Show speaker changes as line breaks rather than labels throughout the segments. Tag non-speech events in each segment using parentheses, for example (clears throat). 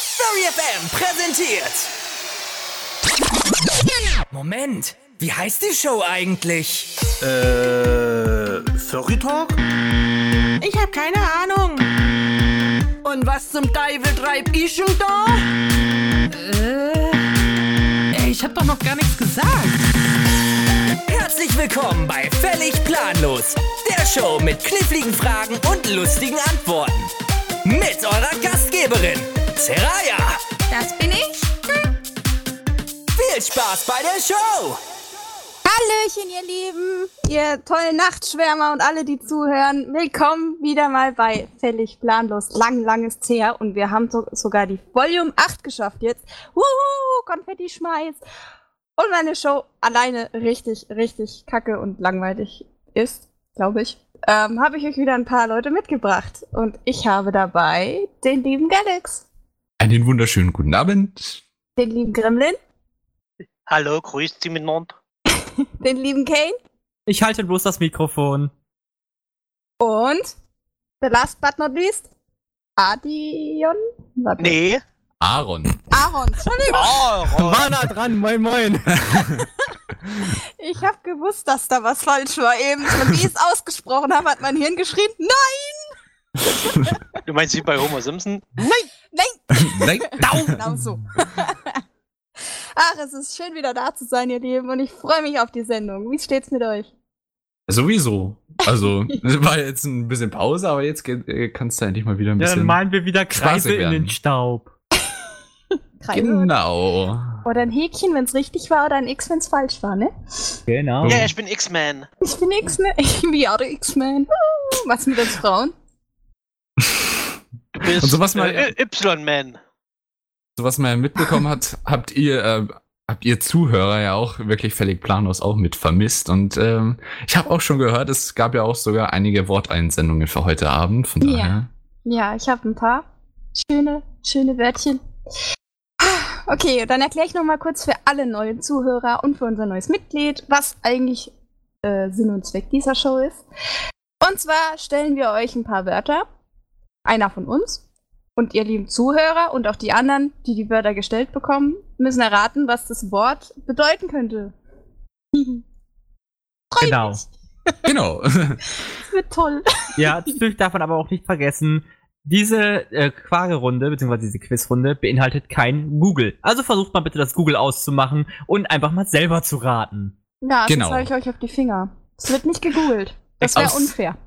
Story FM präsentiert.
Moment, wie heißt die Show eigentlich?
Äh, Furry Talk?
Ich hab keine Ahnung.
Und was zum Teufel treib ich schon da?
Äh, ey, ich hab doch noch gar nichts gesagt.
Herzlich willkommen bei Völlig Planlos, der Show mit kniffligen Fragen und lustigen Antworten. Mit eurer Gastgeberin, Seraya.
Das bin ich. Hm.
Viel Spaß bei der Show.
Hallöchen, ihr Lieben, ihr tollen Nachtschwärmer und alle, die zuhören. Willkommen wieder mal bei Fällig Planlos. Lang, langes her und wir haben so, sogar die Volume 8 geschafft jetzt. Wuhu, Konfetti schmeiß. Und meine Show alleine richtig, richtig kacke und langweilig ist, glaube ich, ähm, habe ich euch wieder ein paar Leute mitgebracht. Und ich habe dabei den lieben Galax.
Einen wunderschönen guten Abend.
Den lieben Gremlin.
Hallo, grüßt sie miteinander
den lieben Kane.
Ich halte bloß das Mikrofon.
Und the last but not least, Adion?
Warte. Nee.
Aaron.
(laughs)
Aaron, Entschuldigung. Aaron.
War nah dran, moin moin.
(laughs) ich hab gewusst, dass da was falsch war eben. Und wie ich es ausgesprochen habe, hat mein Hirn geschrien, nein!
du meinst wie bei Homer Simpson?
Nein! Nein! Nein! Down. Genau so. (laughs) Ach, es ist schön wieder da zu sein, ihr Lieben, und ich freue mich auf die Sendung. Wie steht's mit euch?
Sowieso. Also, war jetzt ein bisschen Pause, aber jetzt äh, kannst du endlich mal wieder ein bisschen. Ja,
dann malen wir wieder Kreise in den Staub.
Kreise. Genau.
Oder ein Häkchen, wenn's richtig war, oder ein X, wenn's falsch war, ne?
Genau.
Ja, ich bin X-Man.
Ich bin X-Man. (laughs) Ich bin auch der X-Man. Was mit uns Frauen?
Du bist und sowas mal. Y-Man
was man ja mitbekommen hat, habt ihr, äh, habt ihr Zuhörer ja auch wirklich völlig planlos auch mit vermisst. Und ähm, ich habe auch schon gehört, es gab ja auch sogar einige Worteinsendungen für heute Abend. Von
daher. Ja, ja ich habe ein paar schöne, schöne Wörtchen. Okay, dann erkläre ich nochmal kurz für alle neuen Zuhörer und für unser neues Mitglied, was eigentlich äh, Sinn und Zweck dieser Show ist. Und zwar stellen wir euch ein paar Wörter, einer von uns, und ihr lieben Zuhörer und auch die anderen, die die Wörter gestellt bekommen, müssen erraten, was das Wort bedeuten könnte.
genau. Mich.
Genau. (laughs)
das wird toll.
Ja, natürlich darf man aber auch nicht vergessen, diese äh, Quare-Runde, beziehungsweise diese Quiz-Runde, beinhaltet kein Google. Also versucht mal bitte das Google auszumachen und einfach mal selber zu raten.
Ja, das genau. zeige ich euch auf die Finger. Es wird nicht gegoogelt. Das wäre unfair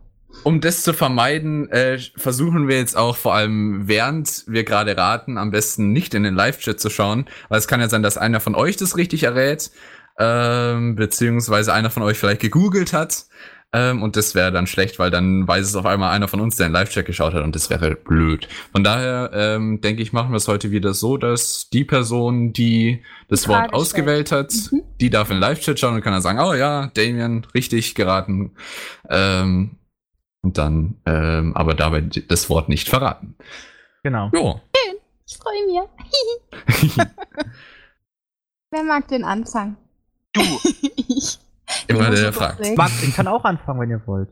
um das zu vermeiden, äh, versuchen wir jetzt auch vor allem, während wir gerade raten, am besten nicht in den Live-Chat zu schauen, weil es kann ja sein, dass einer von euch das richtig errät, ähm, beziehungsweise einer von euch vielleicht gegoogelt hat. Ähm, und das wäre dann schlecht, weil dann weiß es auf einmal einer von uns, der einen Live-Chat geschaut hat und das wäre blöd. Von daher ähm, denke ich, machen wir es heute wieder so, dass die Person, die das die Wort ausgewählt hat, mhm. die darf in den Live-Chat schauen und kann dann sagen, oh ja, Damien, richtig geraten. Ähm, und dann ähm, aber dabei das Wort nicht verraten.
Genau.
Jo. (laughs)
Schön, ich freue mich. Wer mag den Anfang? (laughs)
Du.
ich. Immer der, der fragt.
Martin kann auch anfangen, wenn ihr wollt.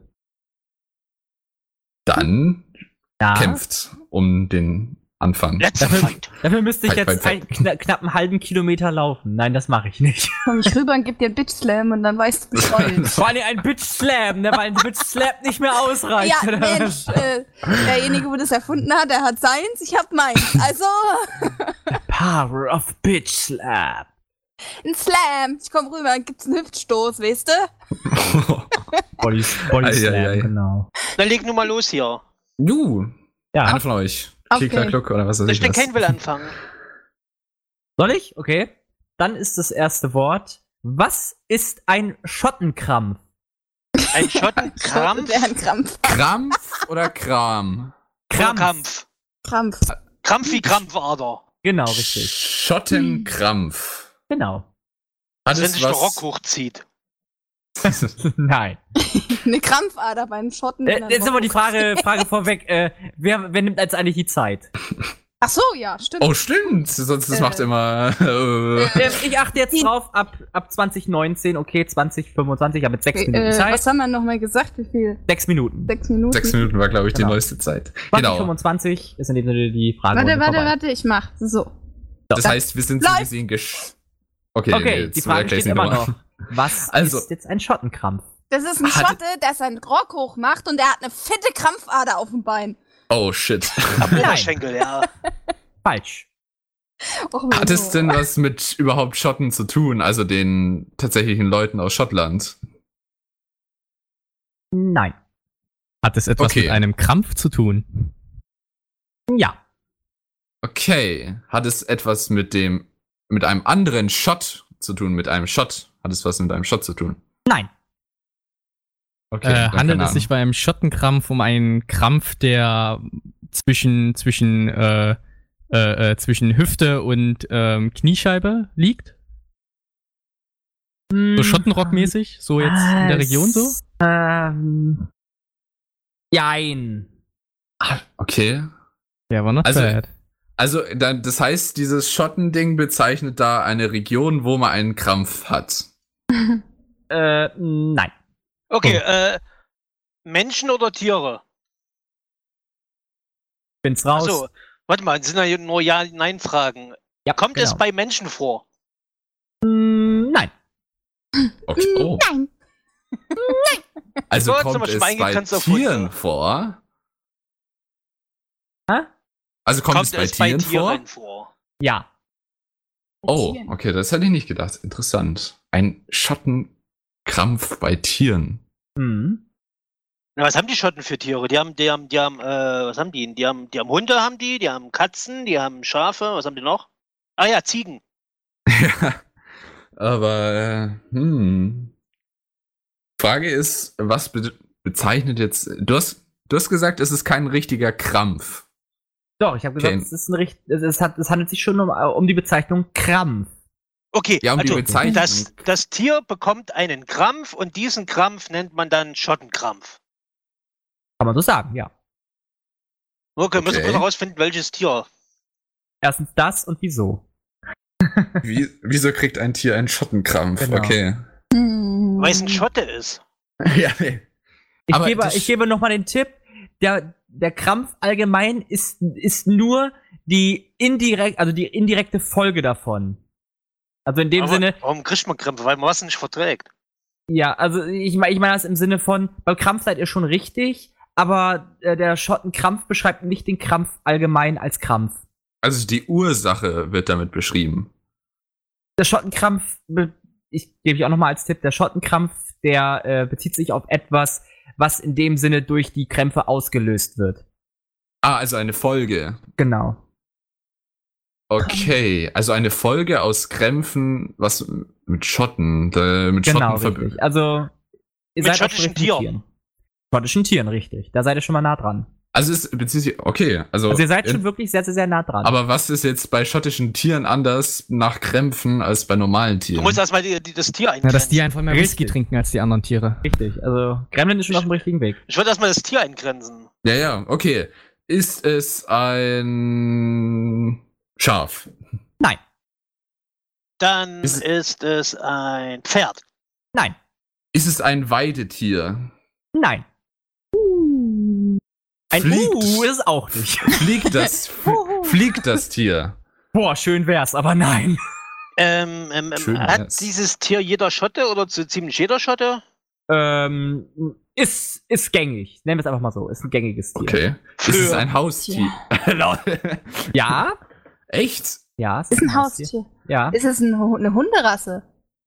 Dann
Ah.
ja. kämpft um den Anfang. (laughs)
Dafür, dafür, müsste ich fight, jetzt fight, fight. Einen, knapp einen halben Kilometer laufen. Nein, das mache ich nicht.
Komm ich rüber und gib dir einen Bitch Slam und dann weißt du
(laughs)
Bescheid.
Vor allem ein Bitch Slam, ne, weil ein Bitch Slam nicht mehr ausreicht.
(laughs) Ja, Mensch, äh, derjenige, der das erfunden hat, der hat seins, ich hab meins. Also.
The power of Bitch Slam.
Ein Slam. Ich komm rüber und gibt's einen Hüftstoß, weißt du?
Body, Body Slam, ai, ai, ai. genau.
Dann leg nun mal los hier.
Du. Ja. Einer von euch. Okay. Klick, klack, oder was weiß ich.
Der Kane will anfangen.
Soll ich? Okay. Dann ist das erste Wort. Was ist ein Schottenkrampf?
Ein Schottenkrampf?
Krampf. Krampf oder Kram?
Krampf. Krampf.
Krampf.
Krampf wie Krampfader.
Genau, richtig.
Schottenkrampf.
(laughs) Genau.
Hat also wenn sich was... der Rock hochzieht.
Nein.
Eine Krampfader beim Schotten.
Äh, jetzt aber die Frage, Frage vorweg. Äh, wer, wer nimmt als eine die Zeit?
Ach so, ja, stimmt.
Oh, stimmt. Sonst das
Äh.
macht immer.
(laughs)
Äh,
Ähm, ich achte jetzt drauf, ab, ab 2019, okay, 2025, ja, mit sechs Minuten
äh,
Zeit.
was haben wir nochmal gesagt? Wie viel?
Sechs Minuten.
Sechs Minuten?
sechs Minuten war, glaube ich,
Genau.
die neueste Zeit. Genau.
2025 ist in dem Sinne die Frage.
Warte, warte, warte, ich mach. So.
Das heißt, wir sind so
Läuft.
gesehen gesch. Okay,
Okay,
jetzt
die Frage
erklär ich's
steht immer
nochmal.
noch.
(laughs)
Was
Also-
ist jetzt ein Schottenkrampf?
Das ist ein
Hat-
Schotte, der seinen Rock hochmacht und er hat eine fette Krampfader auf dem Bein.
Oh, shit.
Nein,
Oberschenkel, ja.
falsch.
Oh,
Hat es denn was mit überhaupt Schotten zu tun? Also den tatsächlichen Leuten aus Schottland?
Nein.
Hat es etwas
Okay.
mit einem Krampf zu tun?
Ja.
Okay. Hat es etwas mit dem, mit einem anderen Schott zu tun? Mit einem Schott? Hat es was mit einem Schott zu tun?
Nein.
Okay.
äh,
dann
handelt
keine
es sich
Ahnung.
bei einem Schottenkrampf um einen Krampf, der zwischen, zwischen, äh, äh, äh, zwischen Hüfte und ähm, Kniescheibe liegt?
Hm.
So Schottenrock-mäßig? So jetzt in
Ah,
der Region so?
Ähm. Jein.
Ah, Okay.
Ja, war not
Also-
bad.
Also, dann, das heißt, dieses Schottending bezeichnet da eine Region, wo man einen Krampf hat.
Äh, nein.
Okay, äh, Menschen oder Tiere?
Bin's raus.
Achso, warte mal, sind da hier nur Ja-Nein-Fragen.
ja,
Kommt es
genau.
bei Menschen vor?
Mm, Nein.
Okay. Oh.
Hm, Nein.
Also
So, jetzt
kommt
haben wir
es
Schwein
bei
gekannt, obwohl-
Tieren vor.
Hä?
Also kommt, es bei Tieren vor?
vor?
Ja.
Oh, okay, das hätte ich nicht gedacht. Interessant. Ein Schottenkrampf bei Tieren.
Mhm.
Na, was haben die Schotten für Tiere? Die haben, die haben, die haben, äh, was haben die denn? Die haben, die haben Hunde, haben die, die haben Katzen, die haben Schafe, was haben die noch? Ah ja, Ziegen.
Aber, äh, hm. Frage ist, was be bezeichnet jetzt. Du hast, du hast gesagt, es ist kein richtiger Krampf.
Doch, ich habe gesagt,
Okay.
es ist ein richt es, es, hat, es handelt sich schon um, um die Bezeichnung Krampf.
Okay, also
Ja, um die Bezeichnung.
Das, das Tier bekommt einen Krampf und diesen Krampf nennt man dann Schottenkrampf.
Kann man so sagen, ja.
Okay, müssen wir
Okay.
bloß herausfinden, welches Tier.
Erstens das und wieso.
Wie, wieso kriegt ein Tier einen Schottenkrampf?
Genau. (laughs)
Okay.
Hm.
Weil es ein
Hm.
Schotte ist.
ja, nee.
Ich
Aber
gebe,
das-
ich gebe nochmal den Tipp, der, der Krampf allgemein ist, ist nur die indirekt, also die indirekte Folge davon. Also in dem
Aber
Sinne,
Warum kriegt man Krämpfe? Weil man was nicht verträgt.
ja, also ich, mein- ich meine das im Sinne von, beim Krampf seid ihr schon richtig, aber äh, der Schottenkrampf beschreibt nicht den Krampf allgemein als Krampf.
Also die Ursache wird damit beschrieben.
der Schottenkrampf, be- ich gebe ich auch nochmal als Tipp, der Schottenkrampf, der äh, bezieht sich auf etwas, was in dem Sinne durch die Krämpfe ausgelöst wird.
Ah, also eine Folge.
Genau.
Okay, also eine Folge aus Krämpfen, was mit Schotten, äh, mit
Genau,
Schotten verb-
richtig. Also, ihr
Mit
seid auch schon
schottischen
richtig mit
Tieren.
Schottischen Tieren, richtig. Da seid ihr schon mal nah dran.
Also es bezieht sich, okay, also,
Also ihr seid schon
in-
wirklich sehr, sehr, sehr nah dran.
aber was ist jetzt bei schottischen Tieren anders nach Krämpfen als bei normalen
Du
Tieren?
musst erstmal die, die, das Tier
Na,
eingrenzen.
dass die einfach mehr Whisky
Richtig.
trinken als die anderen Tiere.
richtig. Also, Gremlin ist schon auf dem richtigen Weg.
ich würde erstmal das Tier eingrenzen.
Ja, ja, okay. Ist es ein Schaf?
Dann
Ist-
ist, es ein Pferd.
Nein.
Ist es ein Weidetier?
Nein. Ein
Fliegt.
Uh ist es auch nicht. (laughs)
Fliegt das, fliegt das Tier?
Boah, schön wär's, aber nein.
Ähm, ähm, ähm,
Schön
hat
wär's.
dieses Tier jeder Schotte oder so ziemlich jeder Schotte?
Ähm, ist, ist gängig. Nennen wir es einfach mal so. Ist ein gängiges Tier.
Okay. Ist es ein Haustier? Lol.
Ja,
(laughs) Echt?
ja. Es
Ist ein Haustier.
Ja.
Ist es ein, Hu- eine Hunderasse?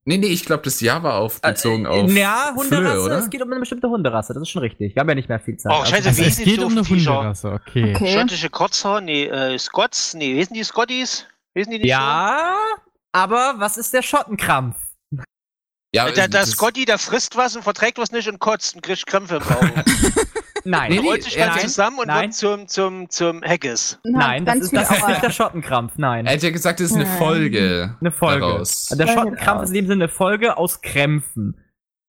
Nee, nee, ich glaube, das Jahr war auf,
Äh,
bezogen auf.
ja, Hunderasse,
Flöhe, oder?
es geht um eine bestimmte Hunderasse, das ist schon richtig. Wir haben ja nicht mehr viel Zeit.
Oh, scheiße,
Also
wie
es
sind
geht
so
um eine
Viecher?
Hunderrasse, okay.
Okay.
Schottische Kurzhaar? Nee, äh, Scots? Nee, wie sind die Scotties? Wissen die nicht
ja, aber was ist der Schottenkrampf?
ja,
so? Äh, Der, der
das-
Scotty, der frisst was und verträgt was nicht und kotzt und kriegt Krämpfe
(laughs)
im Bauch.
Nein,
Nee, nee,
Rollt sich dann
nein,
zusammen und
nein.
wird zum, zum, zum Haggis.
nein, das
genau, ganz
ist,
viel
das ist
Aua.
nicht der Schottenkrampf, nein.
Er hätte ja gesagt, das ist eine
Nein.
Folge.
Eine Folge.
Daraus.
Der
Folge
Schottenkrampf
raus.
ist in dem Sinne eine Folge aus Krämpfen.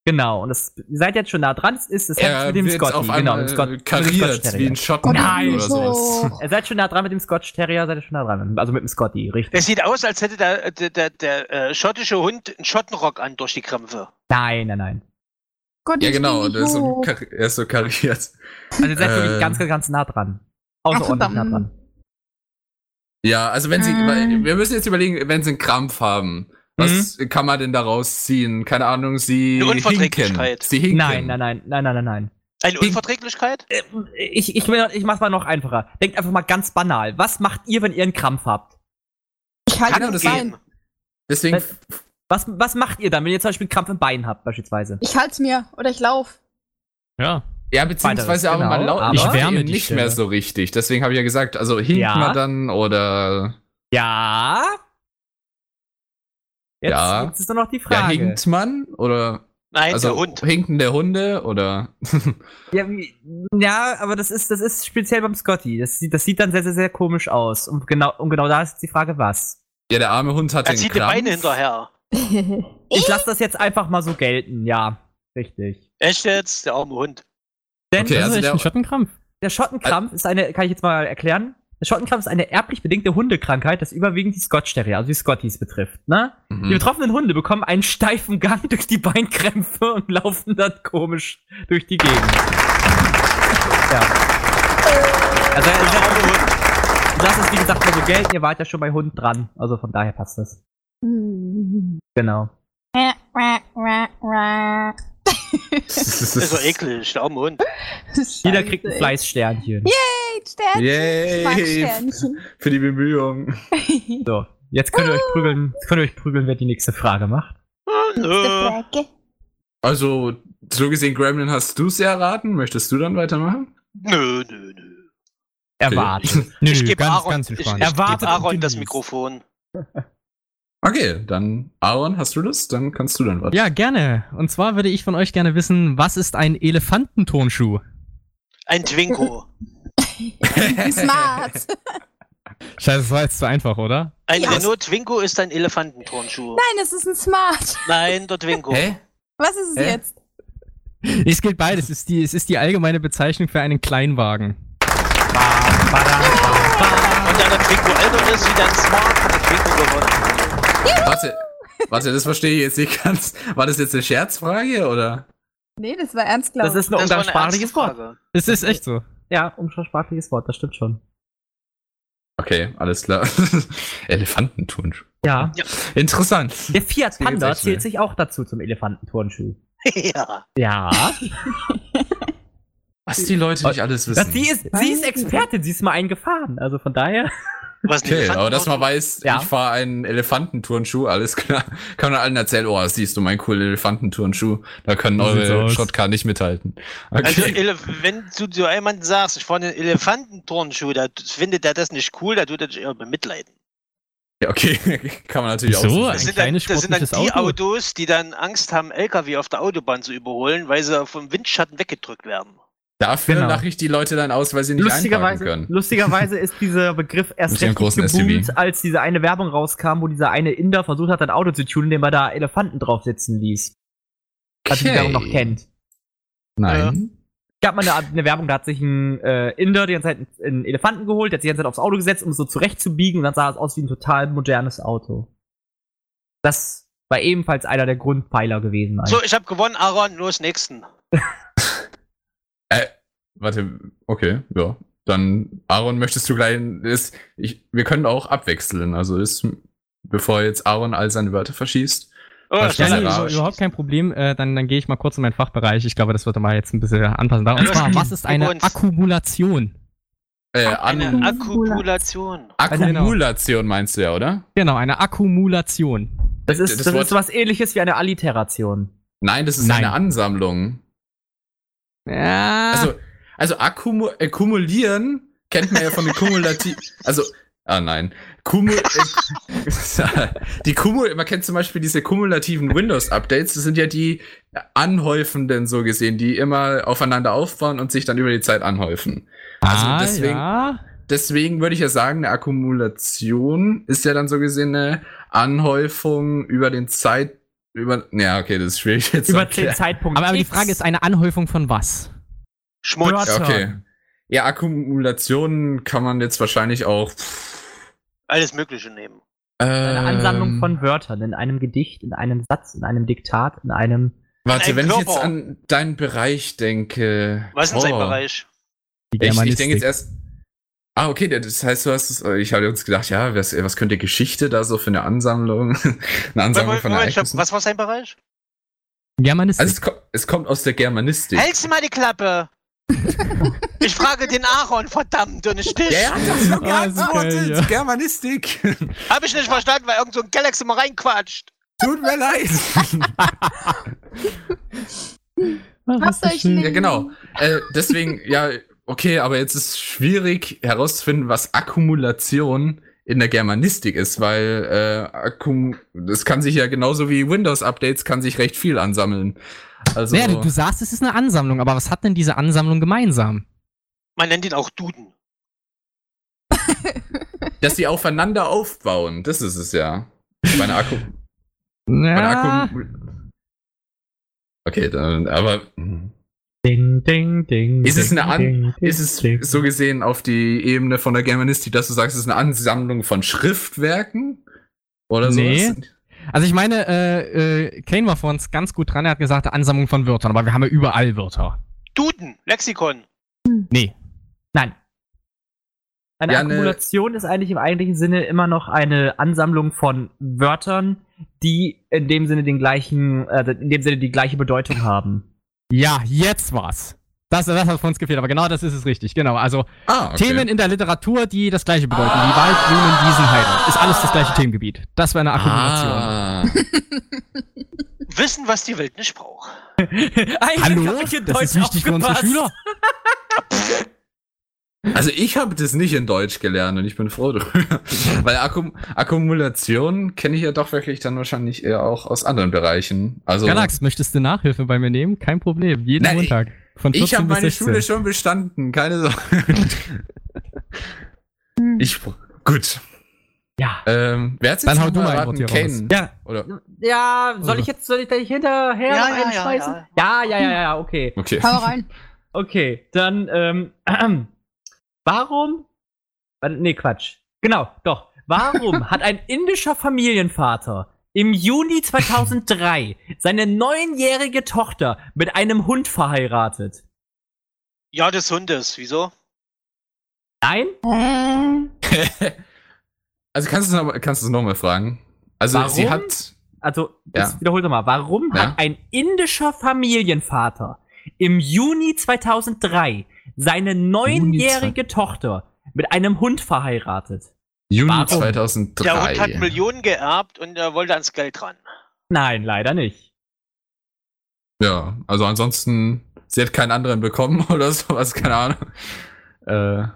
Genau, und das, ihr seid jetzt schon nah dran. Es ist das
Er
Hemd mit dem
wird
Scotty.
auf
genau,
einmal äh,
mit dem Scott- mit dem
kariert,
Scotch-Terrier.
wie ein Schotten
Nein,
oder sowas.
Ihr seid schon nah dran mit dem Scotch Terrier, seid ihr schon nah dran. Also mit dem Scotty,
(laughs)
richtig.
Es sieht aus, als hätte der, der, der, der äh, schottische Hund einen Schottenrock an durch die Krämpfe.
Nein, nein, nein.
Gott,
Ja,
ich
genau,
bin
der ist so,
hoch.
kar- er ist so kariert.
Also ihr seid
Ähm.
wirklich ganz, ganz, ganz nah dran. Außerordentlich nah
verdammt.
dran.
Ja, also wenn sie, weil- wir müssen jetzt überlegen, wenn sie einen Krampf haben, was
Mhm.
kann man denn daraus ziehen? Keine Ahnung, sie
Eine
hinken.
Unverträglichkeit.
Sie hinken.
Nein, nein, nein, nein, nein, nein, nein.
Eine Unverträglichkeit?
Ähm, Ich, ich, will- ich mach's mal noch einfacher. Denkt einfach mal ganz banal. Was macht ihr, wenn ihr einen Krampf habt?
Ich halte
Kann er
das
das
Bein.
gehen? Deswegen,
Was- Was, was macht ihr dann, wenn ihr zum Beispiel einen Krampf im Bein habt, beispielsweise?
Ich halte es mir oder ich laufe.
Ja.
ja, beziehungsweise
Weiteres,
aber man
genau,
lau-
aber-
läuft
Ich wärme
eben
die
nicht
Stelle.
mehr so richtig. Deswegen habe ich ja gesagt, also hinkt
Ja.
man dann oder
Ja. Jetzt,
Ja.
jetzt ist nur noch die
ja,
Frage.
hinkt man oder
Nein,
also
der Hund.
hinken der Hunde oder (laughs)
Ja, wie- ja, aber das ist, das ist speziell beim Scotty. Das sieht, das sieht dann sehr, sehr, sehr komisch aus. Und genau, und genau da ist jetzt die Frage, was?
ja, der arme Hund hat
Er
den
zieht die
Krampf.
Beine hinterher.
Ich lasse das jetzt einfach mal so gelten, ja. Richtig.
Echt jetzt? Der arme Hund.
Denn
Okay,
das
also
ist echt
der-
ein Schottenkrampf.
der Schottenkrampf ist eine, kann ich jetzt mal erklären? Der Schottenkrampf ist eine erblich bedingte Hundekrankheit, das überwiegend die Scotch Terrier, also die Scotties betrifft, ne? Die
Mhm.
betroffenen Hunde bekommen einen steifen Gang durch die Beinkrämpfe und laufen dann komisch durch die Gegend. Ja. Also,
(laughs)
also das ist wie gesagt mal so gelten, ihr wart ja schon bei Hund dran. Also von daher passt das. Genau.
Das (laughs) ist so eklig, der arme Hund.
Jeder kriegt ein Fleißsternchen.
Sternchen.
(laughs) Yay! (laughs)
Sternchen.
Für die Bemühungen.
So. Jetzt könnt ihr euch prügeln, jetzt könnt ihr euch prügeln, wer die nächste Frage macht.
Nö.
Also, so gesehen, Gremlin, hast du es ja erraten? Möchtest du dann weitermachen?
Nö, nö, nö.
Erwartet.
Nö,
Ich
nö,
gebe
ganz,
Aaron,
ganz
ich, ich
entspannt.
geb
Erwartet und
Aaron das
genießt.
Mikrofon.
(laughs) Okay, dann, Aaron, hast du das? Dann kannst du dann weiter.
Ja, gerne. Und zwar würde ich von euch gerne wissen, was ist ein Elefantenturnschuh?
(laughs)
Ein Twinko.
Smart.
Scheiße, das war jetzt zu einfach, oder?
Ein
Ja.
Renault Twinko ist ein Elefantenturnschuh.
Nein, es ist ein Smart.
Nein, der Twinko.
Hä?
Was ist es
Hä?
jetzt?
Es gilt beides. Es ist die, es ist die allgemeine Bezeichnung für einen Kleinwagen.
Und da der Twinko älter ist, wie dein Smart, hat der Twinko gewonnen.
Warte, warte, das verstehe ich jetzt nicht ganz. War das jetzt eine Scherzfrage oder?
Nee, das war ernst,
Das
glaube ich.
ist ein
Das war eine
umgangssprachliches
ernste
Wort.
Frage.
Es ist echt so.
Ja, umgangssprachliches Wort, das stimmt schon.
Okay, alles klar. (laughs) Elefantenturnschuh.
Ja.
Interessant.
Der Fiat
Zählt
Panda
sich schnell.
zählt sich auch dazu zum Elefantenturnschuh.
(laughs) ja.
Ja.
Was die Leute nicht alles wissen.
Das, sie, ist, sie ist Expertin, sie ist mal eingefahren. Also von daher.
Was ein
okay, aber dass man
Elefantenturnschuh-
weiß,
Ja.
ich fahre einen Elefantenturnschuh, alles klar. (laughs) Kann man allen erzählen, oh, siehst du meinen coolen Elefantenturnschuh, da können
So sieht's
eure
aus.
Schrottkarren nicht mithalten.
Also,
Okay.
Elef- wenn du zu jemandem sagst, ich fahre einen Elefantenturnschuh, da findet er das nicht cool, da tut er dich eher bemitleiden.
Ja, okay, (laughs) kann man natürlich
Wieso?
auch
Ein
Das
sagen.
sind, dann,
kleines
das sind dann
sportliches
die
Auto.
Autos, die dann Angst haben, LKW auf der Autobahn zu überholen, weil sie vom Windschatten weggedrückt werden.
Dafür
Genau.
lache ich die Leute dann aus, weil sie nicht einparken
Lustigerweise,
können. (laughs)
lustigerweise ist dieser Begriff erst
Mit ihrem
recht
großen
geboomt,
SUV.
als diese eine Werbung rauskam, wo dieser eine Inder versucht hat, ein Auto zu tunen, indem er da Elefanten drauf sitzen ließ. Also die Werbung noch kennt.
Nein.
gab mal eine, eine Werbung, da hat sich ein äh, Inder die ganze Zeit einen Elefanten geholt, der hat sich die ganze Zeit aufs Auto gesetzt, um es so zurechtzubiegen und dann sah es aus wie ein total modernes Auto. Das war ebenfalls einer der Grundpfeiler gewesen.
So, ich habe gewonnen, Aaron, los, nächsten.
Warte, okay, ja. Dann, Aaron, möchtest du gleich. Ist, ich, wir können auch abwechseln. Also ist, bevor jetzt Aaron all seine Wörter verschießt.
Oh,
Was
Ja,
Ja,
nee,
schneller.
Sarah.
über- überhaupt kein Problem. Äh, dann dann gehe ich mal kurz in meinen Fachbereich. Ich glaube, das wird mal jetzt ein bisschen anpassen. Und
Ja,
zwar,
das-
was ist eine
Übrigens.
Akkumulation?
Äh,
Eine
an,
genau.
Akkumulation.
Akkumulation meinst du ja, oder?
Genau, eine Akkumulation.
das ist,
das
das
Wort-
ist was ähnliches wie eine Alliteration.
Nein, das ist
Nein.
eine Ansammlung.
Ja.
Also, also akkumu äh, kumulieren kennt man ja von den kumulativ. also, ah nein. Kumu äh, (laughs) die Kumu man kennt zum Beispiel diese kumulativen Windows-Updates, das sind ja die anhäufenden so gesehen, die immer aufeinander aufbauen und sich dann über die Zeit anhäufen. also
ah,
deswegen-
ja.
Deswegen würde ich ja sagen, eine Akkumulation ist ja dann so gesehen eine Anhäufung über den Zeit Über, ja, okay, das ist schwierig jetzt.
Über zehn Zeitpunkte.
Aber, aber die
X.
Frage ist eine Anhäufung von was?
Schmutz.
Ja,
Wörter.
okay. Ja, Akkumulationen kann man jetzt wahrscheinlich auch.
Alles Mögliche nehmen.
Eine Ansammlung
ähm,
von Wörtern in einem Gedicht, in einem Satz, in einem Diktat, in einem.
Warte,
Ein
wenn ich jetzt
Körper.
an deinen Bereich denke.
Was ist denn sein
oh,
Bereich?
Die
Ich, ich denke
Germanistik.
jetzt erst. Ah, okay, das heißt, du hast es. Ich habe uns gedacht, ja, was, was könnte Geschichte da so für eine Ansammlung? (laughs) eine Ansammlung
Moment,
von
Moment, stopp.
Ereignissen?
was war sein Bereich?
Germanistik.
Also, es, ko es kommt aus der Germanistik.
Hältst du mal die
(laughs)
Klappe! ich frage den Aaron, verdammt, und ich dich.
Ja, ja, das hat
(laughs) Ah, ist geil, ja.
(laughs)
(laughs)
Germanistik.
Hab ich nicht verstanden, weil irgend so ein Galaxy mal reinquatscht.
Tut mir leid.
Passt euch nicht.
ja, genau. Äh, deswegen, ja, okay, aber jetzt ist schwierig herauszufinden, was Akkumulation in der Germanistik ist, weil äh, Akkum das kann sich ja genauso wie Windows-Updates kann sich recht viel ansammeln. Also
Naja, du, du sagst, es ist eine Ansammlung, aber was hat denn diese Ansammlung gemeinsam?
Man nennt ihn auch Duden.
dass die aufeinander aufbauen, das ist es ja. Bei einer Akku. Bei einer
Ja,
Akku okay, dann, aber hm.
Ding, ding, ding.
Ist es
ding,
eine An-
ding, ding,
Ist es
ding.
so gesehen auf die Ebene von der Germanistik, dass du sagst, es ist eine Ansammlung von Schriftwerken? Oder so?
Nee. also ich meine, äh, äh, Kane war vor uns ganz gut dran, er hat gesagt, Ansammlung von Wörtern, aber wir haben ja überall Wörter.
Duden, Lexikon.
Nein. Eine
Ja, ne-
Akkumulation ist eigentlich im eigentlichen Sinne immer noch eine Ansammlung von Wörtern, die in dem Sinne den gleichen, äh, in dem Sinne die gleiche Bedeutung haben.
Ja, jetzt war's. Das, das hat von uns gefehlt, aber genau das ist es richtig, genau. Also
Ah, okay.
Themen in der Literatur, die das gleiche bedeuten, wie Wald, Blumen, Wiesen, Heide. Ist alles das gleiche Themengebiet. Das war eine Akkumulation.
Ah.
Wissen, was die Welt nicht braucht.
Eigentlich
Hallo? Das ist wichtig für unsere Schüler.
Also ich habe das nicht in Deutsch gelernt und ich bin froh
(laughs)
darüber. Weil Akkum Akkumulation kenne ich ja doch wirklich dann wahrscheinlich eher auch aus anderen Bereichen. Also
Galax, möchtest du Nachhilfe bei mir nehmen? Kein Problem. Jeden
Nein, ich-
Montag. Von 14
ich habe
bis
meine
16.
Schule schon bestanden, keine Sorge.
(laughs)
ich gut.
Ja.
Ähm, wer hat
Dann hau du mal ein Wort hier raus.
Kane.
Ja,
Oder?
ja, soll ich jetzt, soll ich da nicht hinterher
Ja,
ja,
ja, ja,
einschmeißen? Ja ja. ja, ja, ja, okay.
Okay.
Hau rein.
Okay, dann, ähm, (clears throat) warum, äh, nee, Quatsch. Genau, doch. (laughs) Warum hat ein indischer Familienvater im Juni 2003 seine neunjährige Tochter mit einem Hund verheiratet?
Ja, des Hundes. Wieso?
Nein?
Äh,
Also kannst du es nochmal noch mal fragen? Also
Warum?
sie hat.
Also, das
Ja.
wiederholt nochmal. Warum
Ja.
hat ein indischer Familienvater im Juni 2003 seine neunjährige Tochter mit einem Hund verheiratet?
Juni
Warum?
2003.
Der Hund hat Millionen geerbt und er wollte ans Geld ran.
Nein, leider nicht. (laughs)
Ja, also ansonsten, sie hat keinen anderen bekommen (laughs) oder sowas, keine Ahnung. Äh,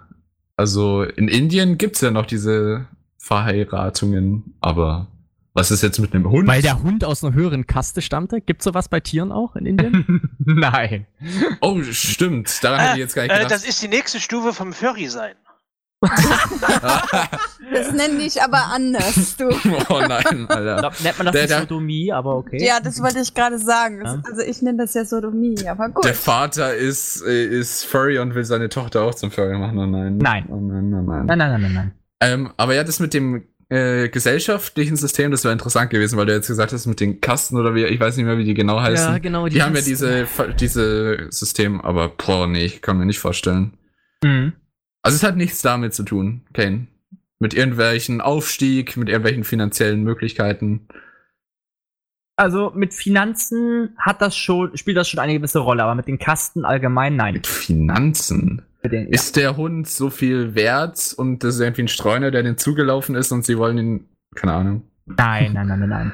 also in Indien gibt's ja noch diese Verheiratungen, aber was ist jetzt mit
(laughs)
einem Hund?
Weil der Hund aus einer höheren Kaste stammte? Gibt's sowas bei Tieren auch in
(laughs)
Indien?
Nein.
oh, stimmt, daran hätte ich jetzt gar nicht
Äh, das
gedacht.
ist die nächste Stufe vom Furry sein.
das nenne ich aber anders, du.
(laughs) oh nein,
Ich
Alter.
glaub, nennt man das
Der-
nicht
der-
Sodomie, aber okay.
Ja, das wollte ich gerade sagen. Das-
Ja.
Also ich nenne das ja Sodomie, aber gut.
Der Vater ist, äh, ist Furry und will seine Tochter auch zum Furry machen, oh nein.
Nein.
Oh nein, oh nein.
Nein, nein, nein, nein, nein.
Ähm, aber ja, das mit dem äh, gesellschaftlichen System, das wäre interessant gewesen, weil du jetzt gesagt hast, mit den Kasten oder wie, ich weiß nicht mehr, wie die genau heißen.
genau.
Die, haben ja diese, Fa- diese System, aber boah, nee, ich kann mir nicht vorstellen.
Mhm.
Also es hat nichts damit zu tun, Kane. Mit irgendwelchen Aufstieg, mit irgendwelchen finanziellen Möglichkeiten.
Also mit Finanzen hat das schon, spielt das schon eine gewisse Rolle, aber mit den Kasten allgemein nein.
Mit Finanzen.
Mit den,
Ist der Hund so viel wert und das ist irgendwie ein Streuner, der den zugelaufen ist und sie wollen ihn. Keine Ahnung.
Nein, nein, nein, nein, nein.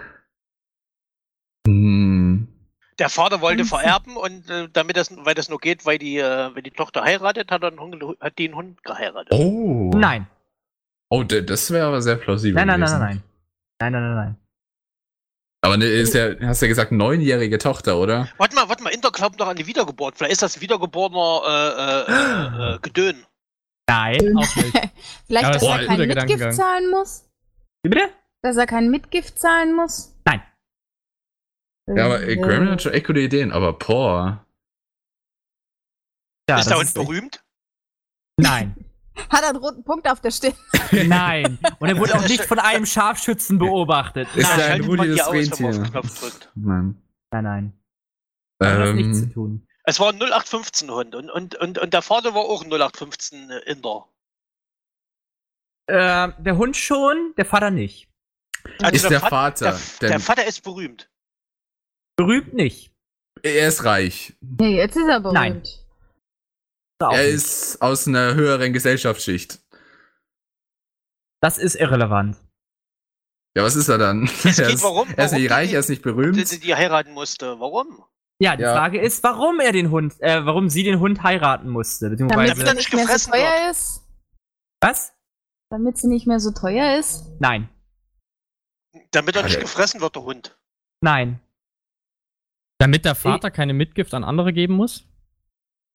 Hm.
Der Vater wollte vererben und äh, damit das, weil das nur geht, weil die, äh, wenn die Tochter heiratet, hat, er einen Hund, hat die einen Hund geheiratet.
Oh.
Nein,
Oh, d- das wäre aber sehr plausibel.
nein, nein, nein, nein,
gewesen.
nein. Nein, nein, nein, nein.
Aber ne, ist ja, hast ja gesagt, neunjährige Tochter, oder?
Warte mal, warte mal, Inter glaubt noch an die Wiedergeburt. Vielleicht ist das ein wiedergeborener äh, äh, äh, Gedön.
Nein, auch nicht.
Vielleicht,
Ja, das
dass
war
er kein
ein guter
Mitgift
Gedankengang.
zahlen muss.
Wie bitte?
Dass er kein Mitgift zahlen muss.
Nein.
Ja, aber äh, Gremlin hat schon echt coole Ideen, aber Paw.
Ja,
ist der
das
Hund berühmt?
Nein.
Hat er einen roten Punkt auf der Stirn?
(laughs) Nein. Und er wurde auch nicht von einem Scharfschützen beobachtet.
Ist
Nein,
der ein
Schaltet man die
mutiges
aus, wenn man auf den
Rentier?
Knopf drückt.
Nein.
nein, nein. Hat das nichts zu
Ähm,
tun.
Es war ein 0815-Hund und, und, und, und der Vater war auch ein 0815-Inder.
Äh, der Hund schon, der Vater nicht.
Also
ist der
Vat-
Vater.
Der, der
denn
Vater ist
(laughs)
berühmt.
Berühmt nicht.
er ist reich.
Nee, jetzt ist er berühmt.
Nein. Auch
Er
nicht.
ist aus einer höheren Gesellschaftsschicht.
das ist irrelevant.
Ja, was ist er dann? (laughs)
Es
er
geht
ist,
warum-
er ist
warum
nicht reich,
die-
er ist nicht
Die,
berühmt.
die die heiraten musste. Warum?
Ja, die
Ja.
Frage ist, warum er den Hund, äh, warum sie den Hund heiraten musste,
Damit
beziehungsweise.
Damit
sie
er
nicht
nicht
mehr so
gefressen
teuer ist.
was?
Damit sie nicht mehr so teuer ist.
Nein,
Damit er nicht
Alter.
gefressen wird, der Hund.
nein,
Damit der Vater keine Mitgift an andere geben muss?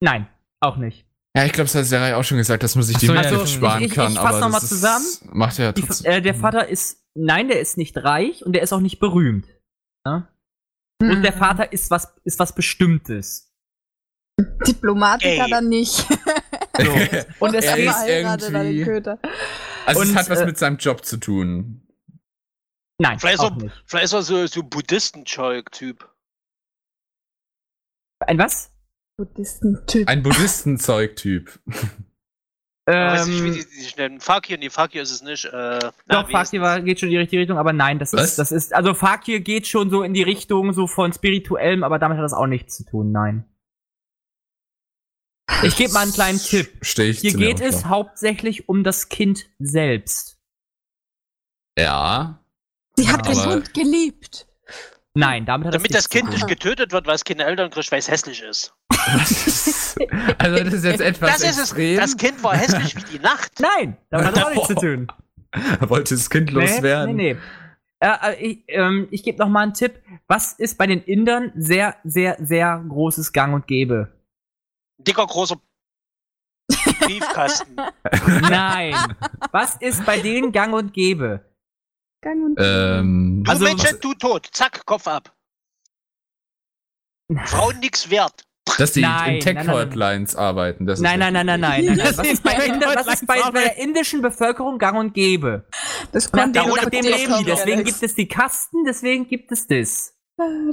nein, auch nicht.
Ja, ich glaube, das hat Serai auch schon gesagt, dass man sich
Ach
die
so, ja,
Mittel
ich-
sparen
ich- ich
kann.
fass
aber
noch mal
das
zusammen.
Ist, macht er ja
Die,
trotzdem.
äh, der Vater ist, nein, der ist nicht reich und der ist auch nicht berühmt. Ne?
Hm.
Hm,
Und der Vater ist was, ist was Bestimmtes.
Diplomatiker
Ey.
dann
(laughs)
nicht. (laughs)
äh, Und es
Er
geht-
ist
verheiratet an den
irgendwie-
Köter.
also es
und,
hat was
äh,
mit seinem Job zu tun.
nein,
Vielleicht ist
auch
er-
nicht.
Vielleicht ist er so, so Buddhistenschalk-Typ.
Ein was?
Buddhistentyp.
Ein Buddhistenzeug-Typ.
Ähm, weiß nicht, wie
Ähm,
die, die sich nennen. Fakir, nee, Fakir ist es nicht. Äh, na,
doch,
wie
Fakir war- geht schon in die richtige Richtung, aber nein, das
Was?
ist, das ist, also Fakir geht schon so in die Richtung so von spirituellem, aber damit hat das auch nichts zu tun, nein. Ich gebe mal einen kleinen Tipp.
Steh ich
Hier
zu mir
geht
auch
es
klar.
hauptsächlich um das Kind selbst.
Ja.
Sie hat den
aber-
Hund geliebt.
Nein, damit hat
Damit das
nichts
Kind
zu
nicht getötet wird, weil es keine Eltern kriegt, weil es hässlich ist.
also das ist jetzt etwas
das ist es.
extrem.
Das Kind war hässlich wie die Nacht. (laughs)
tun. Nein, damit hat das auch nichts
(laughs)
zu tun.
Er wollte das Kind loswerden.
Nee, nee. Äh, äh, ich ähm, ich gebe noch mal einen Tipp. Was ist bei den Indern sehr, sehr, sehr großes Gang und
(laughs)
Gäbe?
Dicker, großer
(laughs)
Briefkasten.
Nein. Was ist bei denen Gang und Gäbe?
Gang und
Ähm,
Du
Also-
Mädchen, du tot. Zack, Kopf ab. Frauen nix wert.
dass die
Nein,
in Tech
nein, nein, nein.
Hotlines arbeiten. Das ist
Nein, nein, nein, nein, nein, nein, nein. Was ist bei,
Ja,
Inder, was ist bei, bei der indischen Bevökerung Gang und Gäbe?
Das
Nach
konnte,
dem,
Da wurde
nach dem
Bier
leben die.
gekauft,
Deswegen
Alex.
gibt es die Kasten, deswegen gibt es das.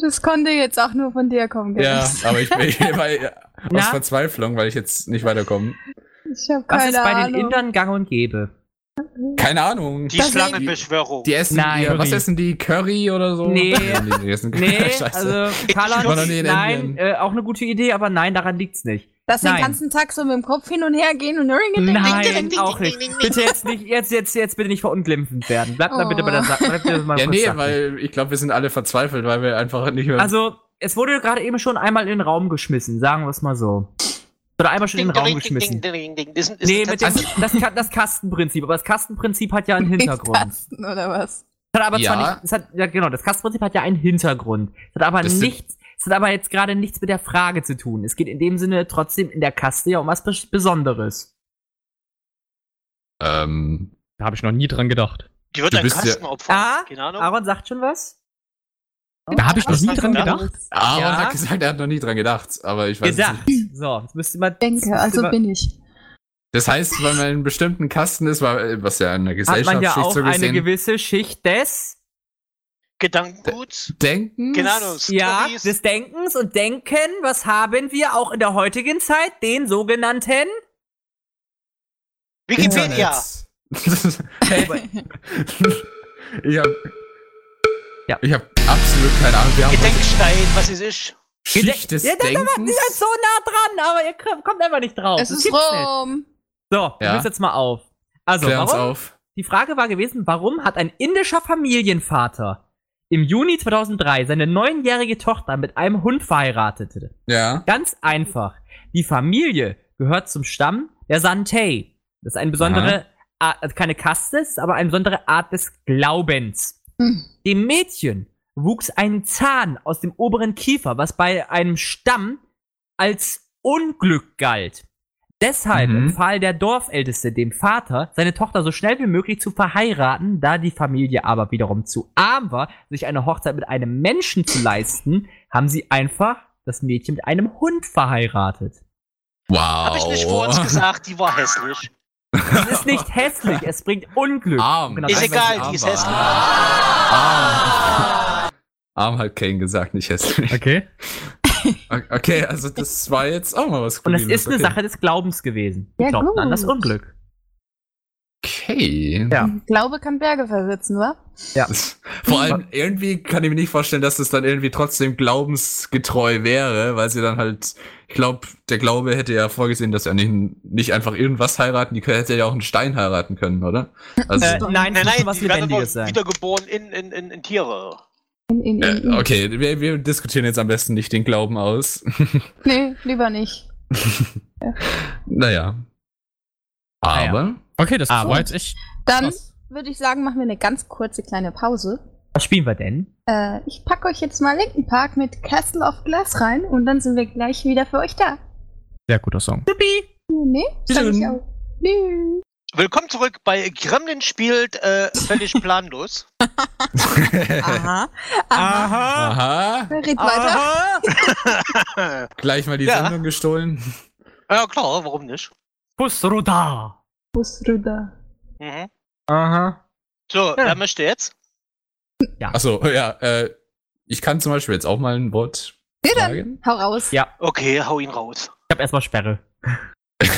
das konnte jetzt auch nur von dir kommen,
Ja,
Gerrit.
aber ich bin hier bei, aus
Na?
Verzweiflung, weil ich jetzt nicht weiterkomme.
Ich habe
Was
keine
ist bei
Ahnung.
den Indern Gang und Gäbe?
Keine Ahnung.
Die
Das
Schlangenbeschwörung.
Die essen
Nein.
ihr, was
Curry.
essen die? Curry oder so?
Nee.
nee, die essen
Nee,
(laughs) Scheiße.
also Kalan,
War noch nie in
nein,
Indien.
äh, auch eine gute Idee, aber nein, daran liegt's nicht.
Dass sie den
Nein.
ganzen Tag so mit dem Kopf hin und her gehen und
Nein, auch nicht. Bitte jetzt nicht, jetzt, jetzt, jetzt bitte nicht verunglimpfend werden. Bleibt mal bitte bei
Oh.
der Sache. bleibt bitte mal
Ja,
kurz
nee,
sachlich.
weil äh, ich glaube, wir sind alle verzweifelt, weil wir einfach nicht mehr.
Also, es wurde gerade eben schon einmal in den Raum geschmissen, sagen wir es mal so. Oder einmal schon in den Raum geschmissen.
ding, ding. Das ist, ist
Nee, mit dem,
tatsächlich-
das, Ka- das Kastenprinzip. Aber das Kastenprinzip hat ja
(laughs)
einen Hintergrund.
Tasten oder was?
Es hat aber
Ja.
zwar nicht, es hat, ja genau, das Kastenprinzip hat ja einen Hintergrund. Es hat aber
Das sind-
nichts, es hat aber jetzt gerade nichts mit der Frage zu tun. Es geht in dem Sinne trotzdem in der Kaste ja um was Bes- Besonderes.
ähm,
Da habe ich noch nie dran gedacht.
die wird
Du
ein
bist ja-
Kastenopfer.
Ah,
Keine Ahnung.
Aaron sagt schon was?
Da habe ich noch
Hast
nie
du
dran
dran
gedacht.
Aaron
Ja.
hat gesagt, er hat noch nie dran gedacht, aber ich weiß es
Gedacht.
nicht.
So, jetzt müsste man.
Denke, also bin ich.
Das heißt, wenn man in einem bestimmten Kasten ist, weil- was ja in der
hat man
Gesellschaftsschicht
ja auch
so
eine
gesehen,
gewisse Schicht des,
Gedankenguts.
Hm?
denken.
Keine Ahnung.
ja,
Stories.
des Denkens und Denken. Was haben wir auch in der heutigen Zeit? Den sogenannten.
Wikipedia.
(laughs)
hey. (laughs) ich hab,
Ja.
ich hab absolut keine Ahnung. Wir haben
Gedenkstein, was ist ich?
Schicht des
ja, da, da, war- die sind
Denkens.
so nah dran, aber ihr k- kommt einfach nicht drauf.
Es
Das
ist
gibt's nicht.
Rom.
So, du
Ja.
bist jetzt mal auf. Also,
Klär uns
warum
auf.
Die Frage war gewesen, warum hat ein indischer Familienvater im Juni 2003 seine neunjährige Tochter mit einem Hund verheiratet?
Ja.
Ganz einfach. Die Familie gehört zum Stamm der Santei. Das ist eine besondere, Art, also keine Kaste, es ist aber eine besondere Art des Glaubens.
Hm.
Dem Mädchen wuchs ein Zahn aus dem oberen Kiefer, was bei einem Stamm als Unglück galt. Deshalb empfahl der Dorfälteste dem Vater, seine Tochter so schnell wie möglich zu verheiraten, da die Familie aber wiederum zu arm war, sich eine Hochzeit mit einem Menschen zu leisten, haben sie einfach das Mädchen mit einem Hund verheiratet.
Wow.
Hab ich nicht vor uns gesagt, die
(laughs)
war hässlich.
Das ist nicht hässlich, es bringt Unglück.
Arm.
Genau,
Ist
das-
egal, die ist hässlich.
Arm hat Kane gesagt, nicht hässlich.
Okay.
O- Okay, also das war jetzt auch mal was
Und es
Cooles,
ist eine
okay.
Sache des Glaubens gewesen. Die
Ja,
glaubten an
gut.
das Unglück.
Okay.
Ja.
Glaube kann Berge versetzen, oder?
Vor allem, irgendwie kann ich mir nicht vorstellen, dass es dann irgendwie trotzdem glaubensgetreu wäre, weil sie dann halt, ich glaube, der Glaube hätte ja vorgesehen, dass er nicht, nicht einfach irgendwas heiraten, die hätte ja auch einen Stein heiraten können, oder? Also,
Äh, nein, es muss
Nein, nein,
schon was
die werden
Lebendiges
aber
sein.
wiedergeboren in, in, in, in Tiere.
In, in, in, in.
äh, okay, wir, wir diskutieren jetzt am besten nicht den Glauben aus. (laughs)
Nee, lieber nicht.
naja. Aber.
Okay, das
Aber-
war jetzt echt.
Dann
krass.
würde ich sagen, machen wir eine ganz kurze kleine Pause.
Was spielen wir denn?
Äh, ich packe euch jetzt mal Linken Park mit Castle of Glass rein und dann sind wir gleich wieder für euch da.
Sehr guter Song.
Nee, fand ich auch. Nö.
Willkommen zurück bei Gremlin spielt äh, (laughs) völlig planlos.
Aha.
Ah.
Aha.
Red weiter.
ja
Gleich mal die
Ja.
Sendung gestohlen.
klar, warum nicht?
Busruda.
Busruda.
Mhm.
Aha.
So, wer möchte jetzt?
Achso, ja, äh, ich kann zum Beispiel jetzt auch mal ein Wort sagen.
Hau raus.
Ja.
Okay, hau ihn raus.
Ich hab erstmal Sperre.
(laughs)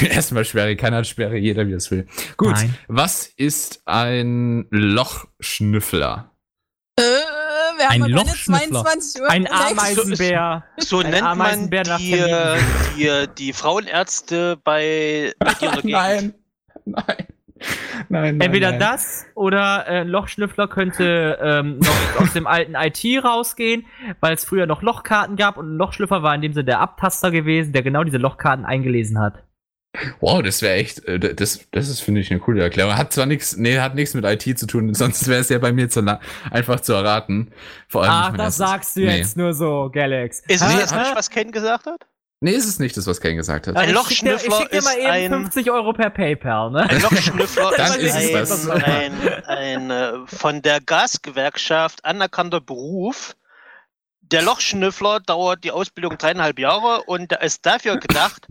Erstmal Sperre, keiner hat Sperre, jeder wie es will. Gut,
Nein.
was ist ein Lochschnüffler?
Äh, wir haben aber
Ein
keine
Lochschnüffler.
22 Uhr.
Ein
Alex.
Ameisenbär.
So
Ein
nennt man
Ameisenbär nach
die, die, die Frauenärzte bei
(laughs)
mit ihrer Gegend.
nein, nein, nein.
Entweder
nein.
das oder äh, ein Lochschnüffler könnte ähm,
(laughs)
noch aus dem alten IT rausgehen, weil es früher noch Lochkarten gab und ein Lochschlüpfer war in dem Sinne der Abtaster gewesen, der genau diese Lochkarten eingelesen hat.
Wow, das wäre echt, äh, das, das ist, finde ich, eine coole Erklärung. Hat zwar nichts, nee, hat nichts mit IT zu tun, (laughs) sonst wäre es ja bei mir zu la- einfach zu erraten. Vor
Ah,
allem nicht mein erstes- nee.
nur so, Galax.
Ist es
Hä?
jetzt nicht, was Ken gesagt hat?
Nee, ist es nicht das, was Kane gesagt hat.
Ein
Ich schick dir-
Lochschnüffler
ich schick dir mal
ist
eben
ein-
50 Euro per PayPal, ne?
Ein Lochschnüffler
Dann
ist,
ist es
ein,
das.
ein, ein äh, von der Gasgewerkschaft anerkannter Beruf. Der Lochschnüffler dauert die Ausbildung dreieinhalb Jahre und da ist dafür gedacht,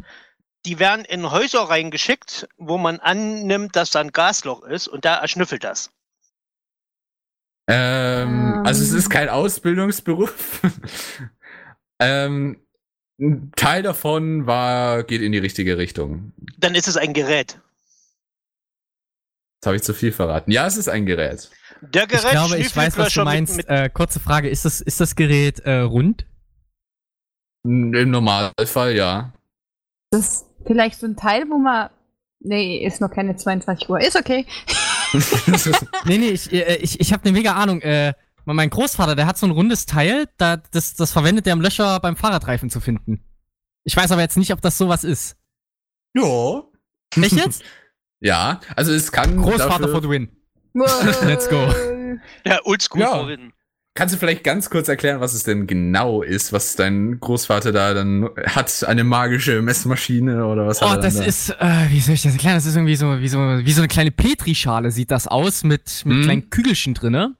die werden in Häuser reingeschickt, wo man annimmt, dass da ein Gasloch ist und da erschnüffelt das.
Ähm, also es
Ähm.
ist kein Ausbildungsberuf. (laughs) ähm, ein Teil davon war, geht in die richtige Richtung.
Dann ist es ein Gerät.
Jetzt habe ich zu viel verraten. Ja, es ist ein Gerät.
Der Gerät
ich glaube, ich weiß, was
Schnüffelflöscher
du meinst.
Mit, mit,
äh, kurze Frage: Ist das, ist das Gerät äh, rund?
N- Im Normalfall,
(laughs)
ja.
Das ist vielleicht so ein Teil, wo man. Nee, ist noch keine 22 Uhr. Ist okay.
Das ist-
Nee, nee, ich, äh, ich, ich habe eine mega Ahnung. Äh, mein Großvater, der hat so ein rundes Teil, da, das, das verwendet er, um Löcher beim Fahrradreifen zu finden. Ich weiß aber jetzt nicht, ob das
(laughs)
sowas ist.
ja.
Echt jetzt?
Ja, also es kann.
Großvater
dafür,
for the win. (laughs) Let's go.
der Oldschool
Ja.
vorhin.
Kannst du vielleicht ganz kurz erklären, was es denn genau ist, was dein Großvater da dann hat? Eine magische Messmaschine oder was? hat
Oh,
er dann
das
da?
ist, äh, wie soll ich das erklären? Das ist irgendwie so, wie so, wie so eine kleine Petrischale sieht das aus mit, mit
Mhm.
kleinen Kügelchen drinne.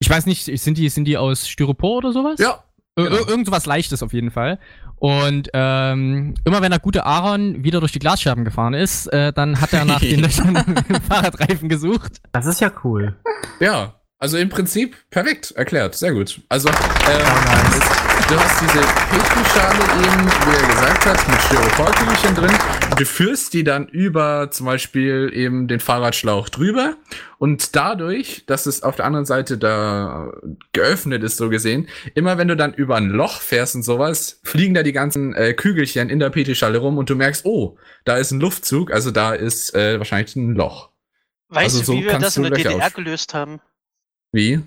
Ich weiß nicht, sind die, sind die aus Styropor oder sowas?
Ja.
Ir-
Genau.
ir- Irgendwas Leichtes auf jeden Fall. Und ähm, immer wenn der gute Aaron wieder durch die Glasscherben gefahren ist, äh, dann hat er
(laughs)
nach den (laughs) Löchern im Fahrradreifen gesucht.
Das ist ja cool.
Ja, also im Prinzip perfekt erklärt. Sehr gut. Also, ähm, es- du hast diese Petrischale eben, wie er gesagt hat, mit Styroporkügelchen drin. Du führst die dann über zum Beispiel eben den Fahrradschlauch drüber. Und dadurch, dass es auf der anderen Seite da geöffnet ist, so gesehen, immer wenn du dann über ein Loch fährst und sowas, fliegen da die ganzen äh, Kügelchen in der Petrischale rum und du merkst, oh, da ist ein Luftzug, also da ist äh, wahrscheinlich ein Loch.
Weißt
Also
du,
so
wie wir
kannst
das in
du
der
Löcher
DDR
aus-
gelöst haben?
Wie?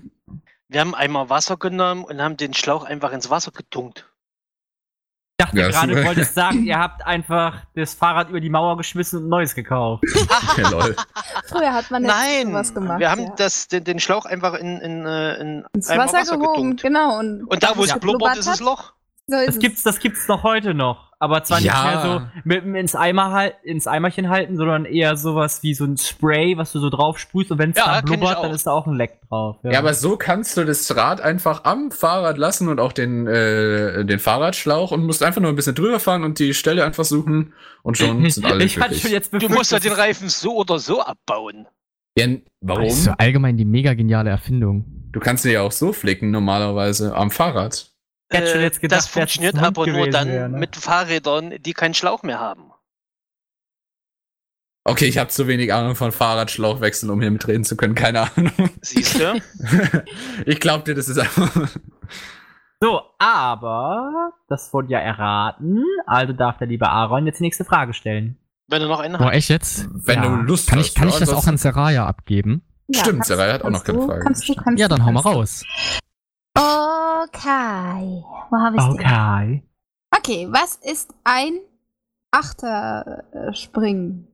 Wir haben einmal Wasser genommen und haben den Schlauch einfach ins Wasser gedunkt.
Ich dachte
Ja,
(laughs) gerade,
super.
du wolltest sagen, ihr habt einfach das Fahrrad über die Mauer geschmissen und ein neues gekauft.
(laughs) Ja, lol.
Früher hat man
Nein,
sowas gemacht.
wir haben
ja.
das, den, den Schlauch einfach in, in, äh, in
ins
einfach
Wasser gehoben,
gedunkt.
genau. Und,
Und da, wo es
Ja.
blubbert, ist das Loch.
So ist
Das
es.
gibt's, das gibt's noch heute noch. aber zwar nicht
Ja.
mehr so mit, mit ins, Eimer, hal- ins Eimerchen halten, sondern eher sowas wie so ein Spray, was du so drauf sprühst und wenn es
Ja,
dann
kenn ich
blubbert,
auch.
dann ist da auch ein Leck drauf.
Ja, aber so kannst du das Rad einfach am Fahrrad lassen und auch den, äh, den Fahrradschlauch und musst einfach nur ein bisschen drüber fahren und die Stelle einfach suchen
(laughs)
und schon (laughs) sind alle
ich hatte
glücklich.
schon jetzt
Du musst ja
befürchtet,
den Reifen so oder so abbauen.
ja, warum?
Das ist ja allgemein die mega geniale Erfindung.
Du kannst ihn ja auch so flicken normalerweise am Fahrrad.
Ich hätte schon jetzt gedacht,
Äh, das
wär's
funktioniert
ein Hund
aber nur
gewesen
dann
wär, ne?
mit Fahrrädern, die keinen Schlauch mehr haben.
Okay, ich habe zu wenig Ahnung von Fahrradschlauchwechseln, um hier mitreden zu können. Keine Ahnung. (laughs)
Siehst du?
ich glaub dir, das ist einfach.
So, aber das wurde ja erraten. Also darf der liebe Aaron jetzt die nächste Frage stellen.
(laughs) Wenn du noch einen
Boah,
hast.
echt jetzt?
Wenn
Ja.
du Lust
Kann
hast.
ich, kann
ja,
ich das auch an Seraya abgeben?
Ja,
Stimmt,
kannst-
Sarah hat auch
kannst
noch keine
du,
Frage
Kannst du, kannst
Ja,
du,
dann hau mal
kannst du.
raus.
Okay. Wo habe ich denn?
Okay.
Okay, was ist ein äh, Achterspringen?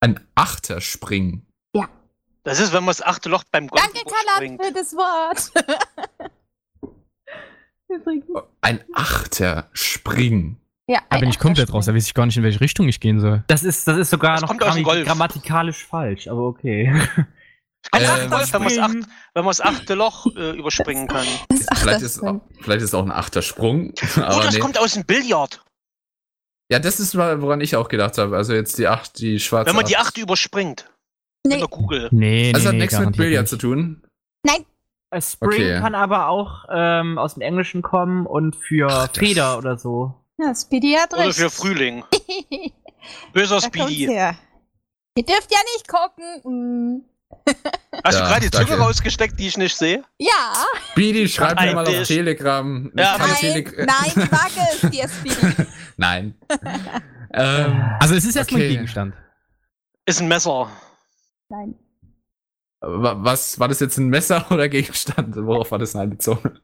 Ein Achter springen.
Das ist, wenn man das achte Loch beim Golf
Danke, Kalat,
springt.
für das Wort. (laughs) Übrigens.
Ein Achter springen.
Ja,
Da
ein
bin ich komplett raus, da weiß ich gar nicht, in welche Richtung ich gehen soll.
Das ist, das ist sogar
Das
noch
kommt aus dem
grammi-
Golf.
grammatikalisch falsch, aber
(laughs)
okay.
Ähm,
Ein Golf, wenn man das acht-
Springen.
wenn man das achte Loch
(laughs)
äh, überspringen kann.
Das
Vielleicht ist,
Achterspringen.
vielleicht ist auch ein
(laughs)
Achtersprung.
Oh,
Aber
das
nee.
kommt aus dem Billard.
Ja, das ist, mal, woran ich auch gedacht habe. Also jetzt die Acht, die schwarze
Wenn man die achte überspringt.
Nee.
In der Kugel.
Nee, nee,
Also hat
nee,
nichts mit
garantiert
Billard
nicht.
zu tun.
Äh, Spring
Okay.
kann aber auch ähm, aus dem Englischen kommen und für
Ach, das-
Feder oder so.
Ja, Speedy hat
Oder
recht.
für
(laughs)
Frühling.
da
Böser
kommt's
Speedy.
her. Ihr dürft ja nicht gucken. Mm.
Hast du
Ja,
gerade die
danke.
Zunge rausgesteckt, die ich nicht sehe?
Ja.
Speedy, schreib mir
Ein
mal auf
Tisch.
Telegram. Ich
Ja,
kann
Nein,
Tele-
nein, wage es dir, Speedy.
(laughs) nein. ähm,
Also es ist erstmal
Okay.
ein Gegenstand.
Ist ein Messer.
Nein.
wa- was, war das jetzt ein Messer (laughs) oder Gegenstand? Worauf war das einbezogen?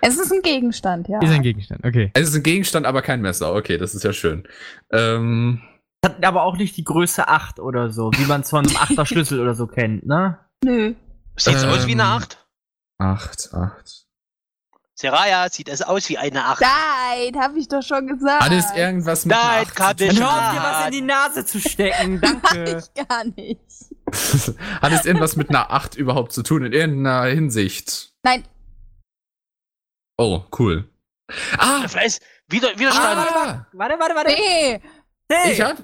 Es ist ein Gegenstand, ja.
Ist ein Gegenstand, okay.
Es ist ein Gegenstand, aber kein Messer. Okay, das ist ja schön. Ähm,
Hat aber auch nicht die Größe 8 oder so, wie man es von einem 8er Schlüssel oder so kennt, ne?
Nö.
Sieht's aus wie eine
Ähm.
Acht?
acht, acht.
Seraya, sieht es aus wie eine Acht.
Nein, hab ich doch schon gesagt.
Hat es irgendwas mit
Nein,
einer Acht zu
Katja.
tun?
Hör auf, dir was in die Nase zu (laughs) stecken, danke.
ich gar nicht.
(laughs) Hat es irgendwas mit einer Acht überhaupt zu tun? In irgendeiner Hinsicht?
Nein.
Oh, cool. Ah,
Vielleicht ist wieder, wieder
ah
Warte, warte, warte.
Nee.
Hey,
ich hab,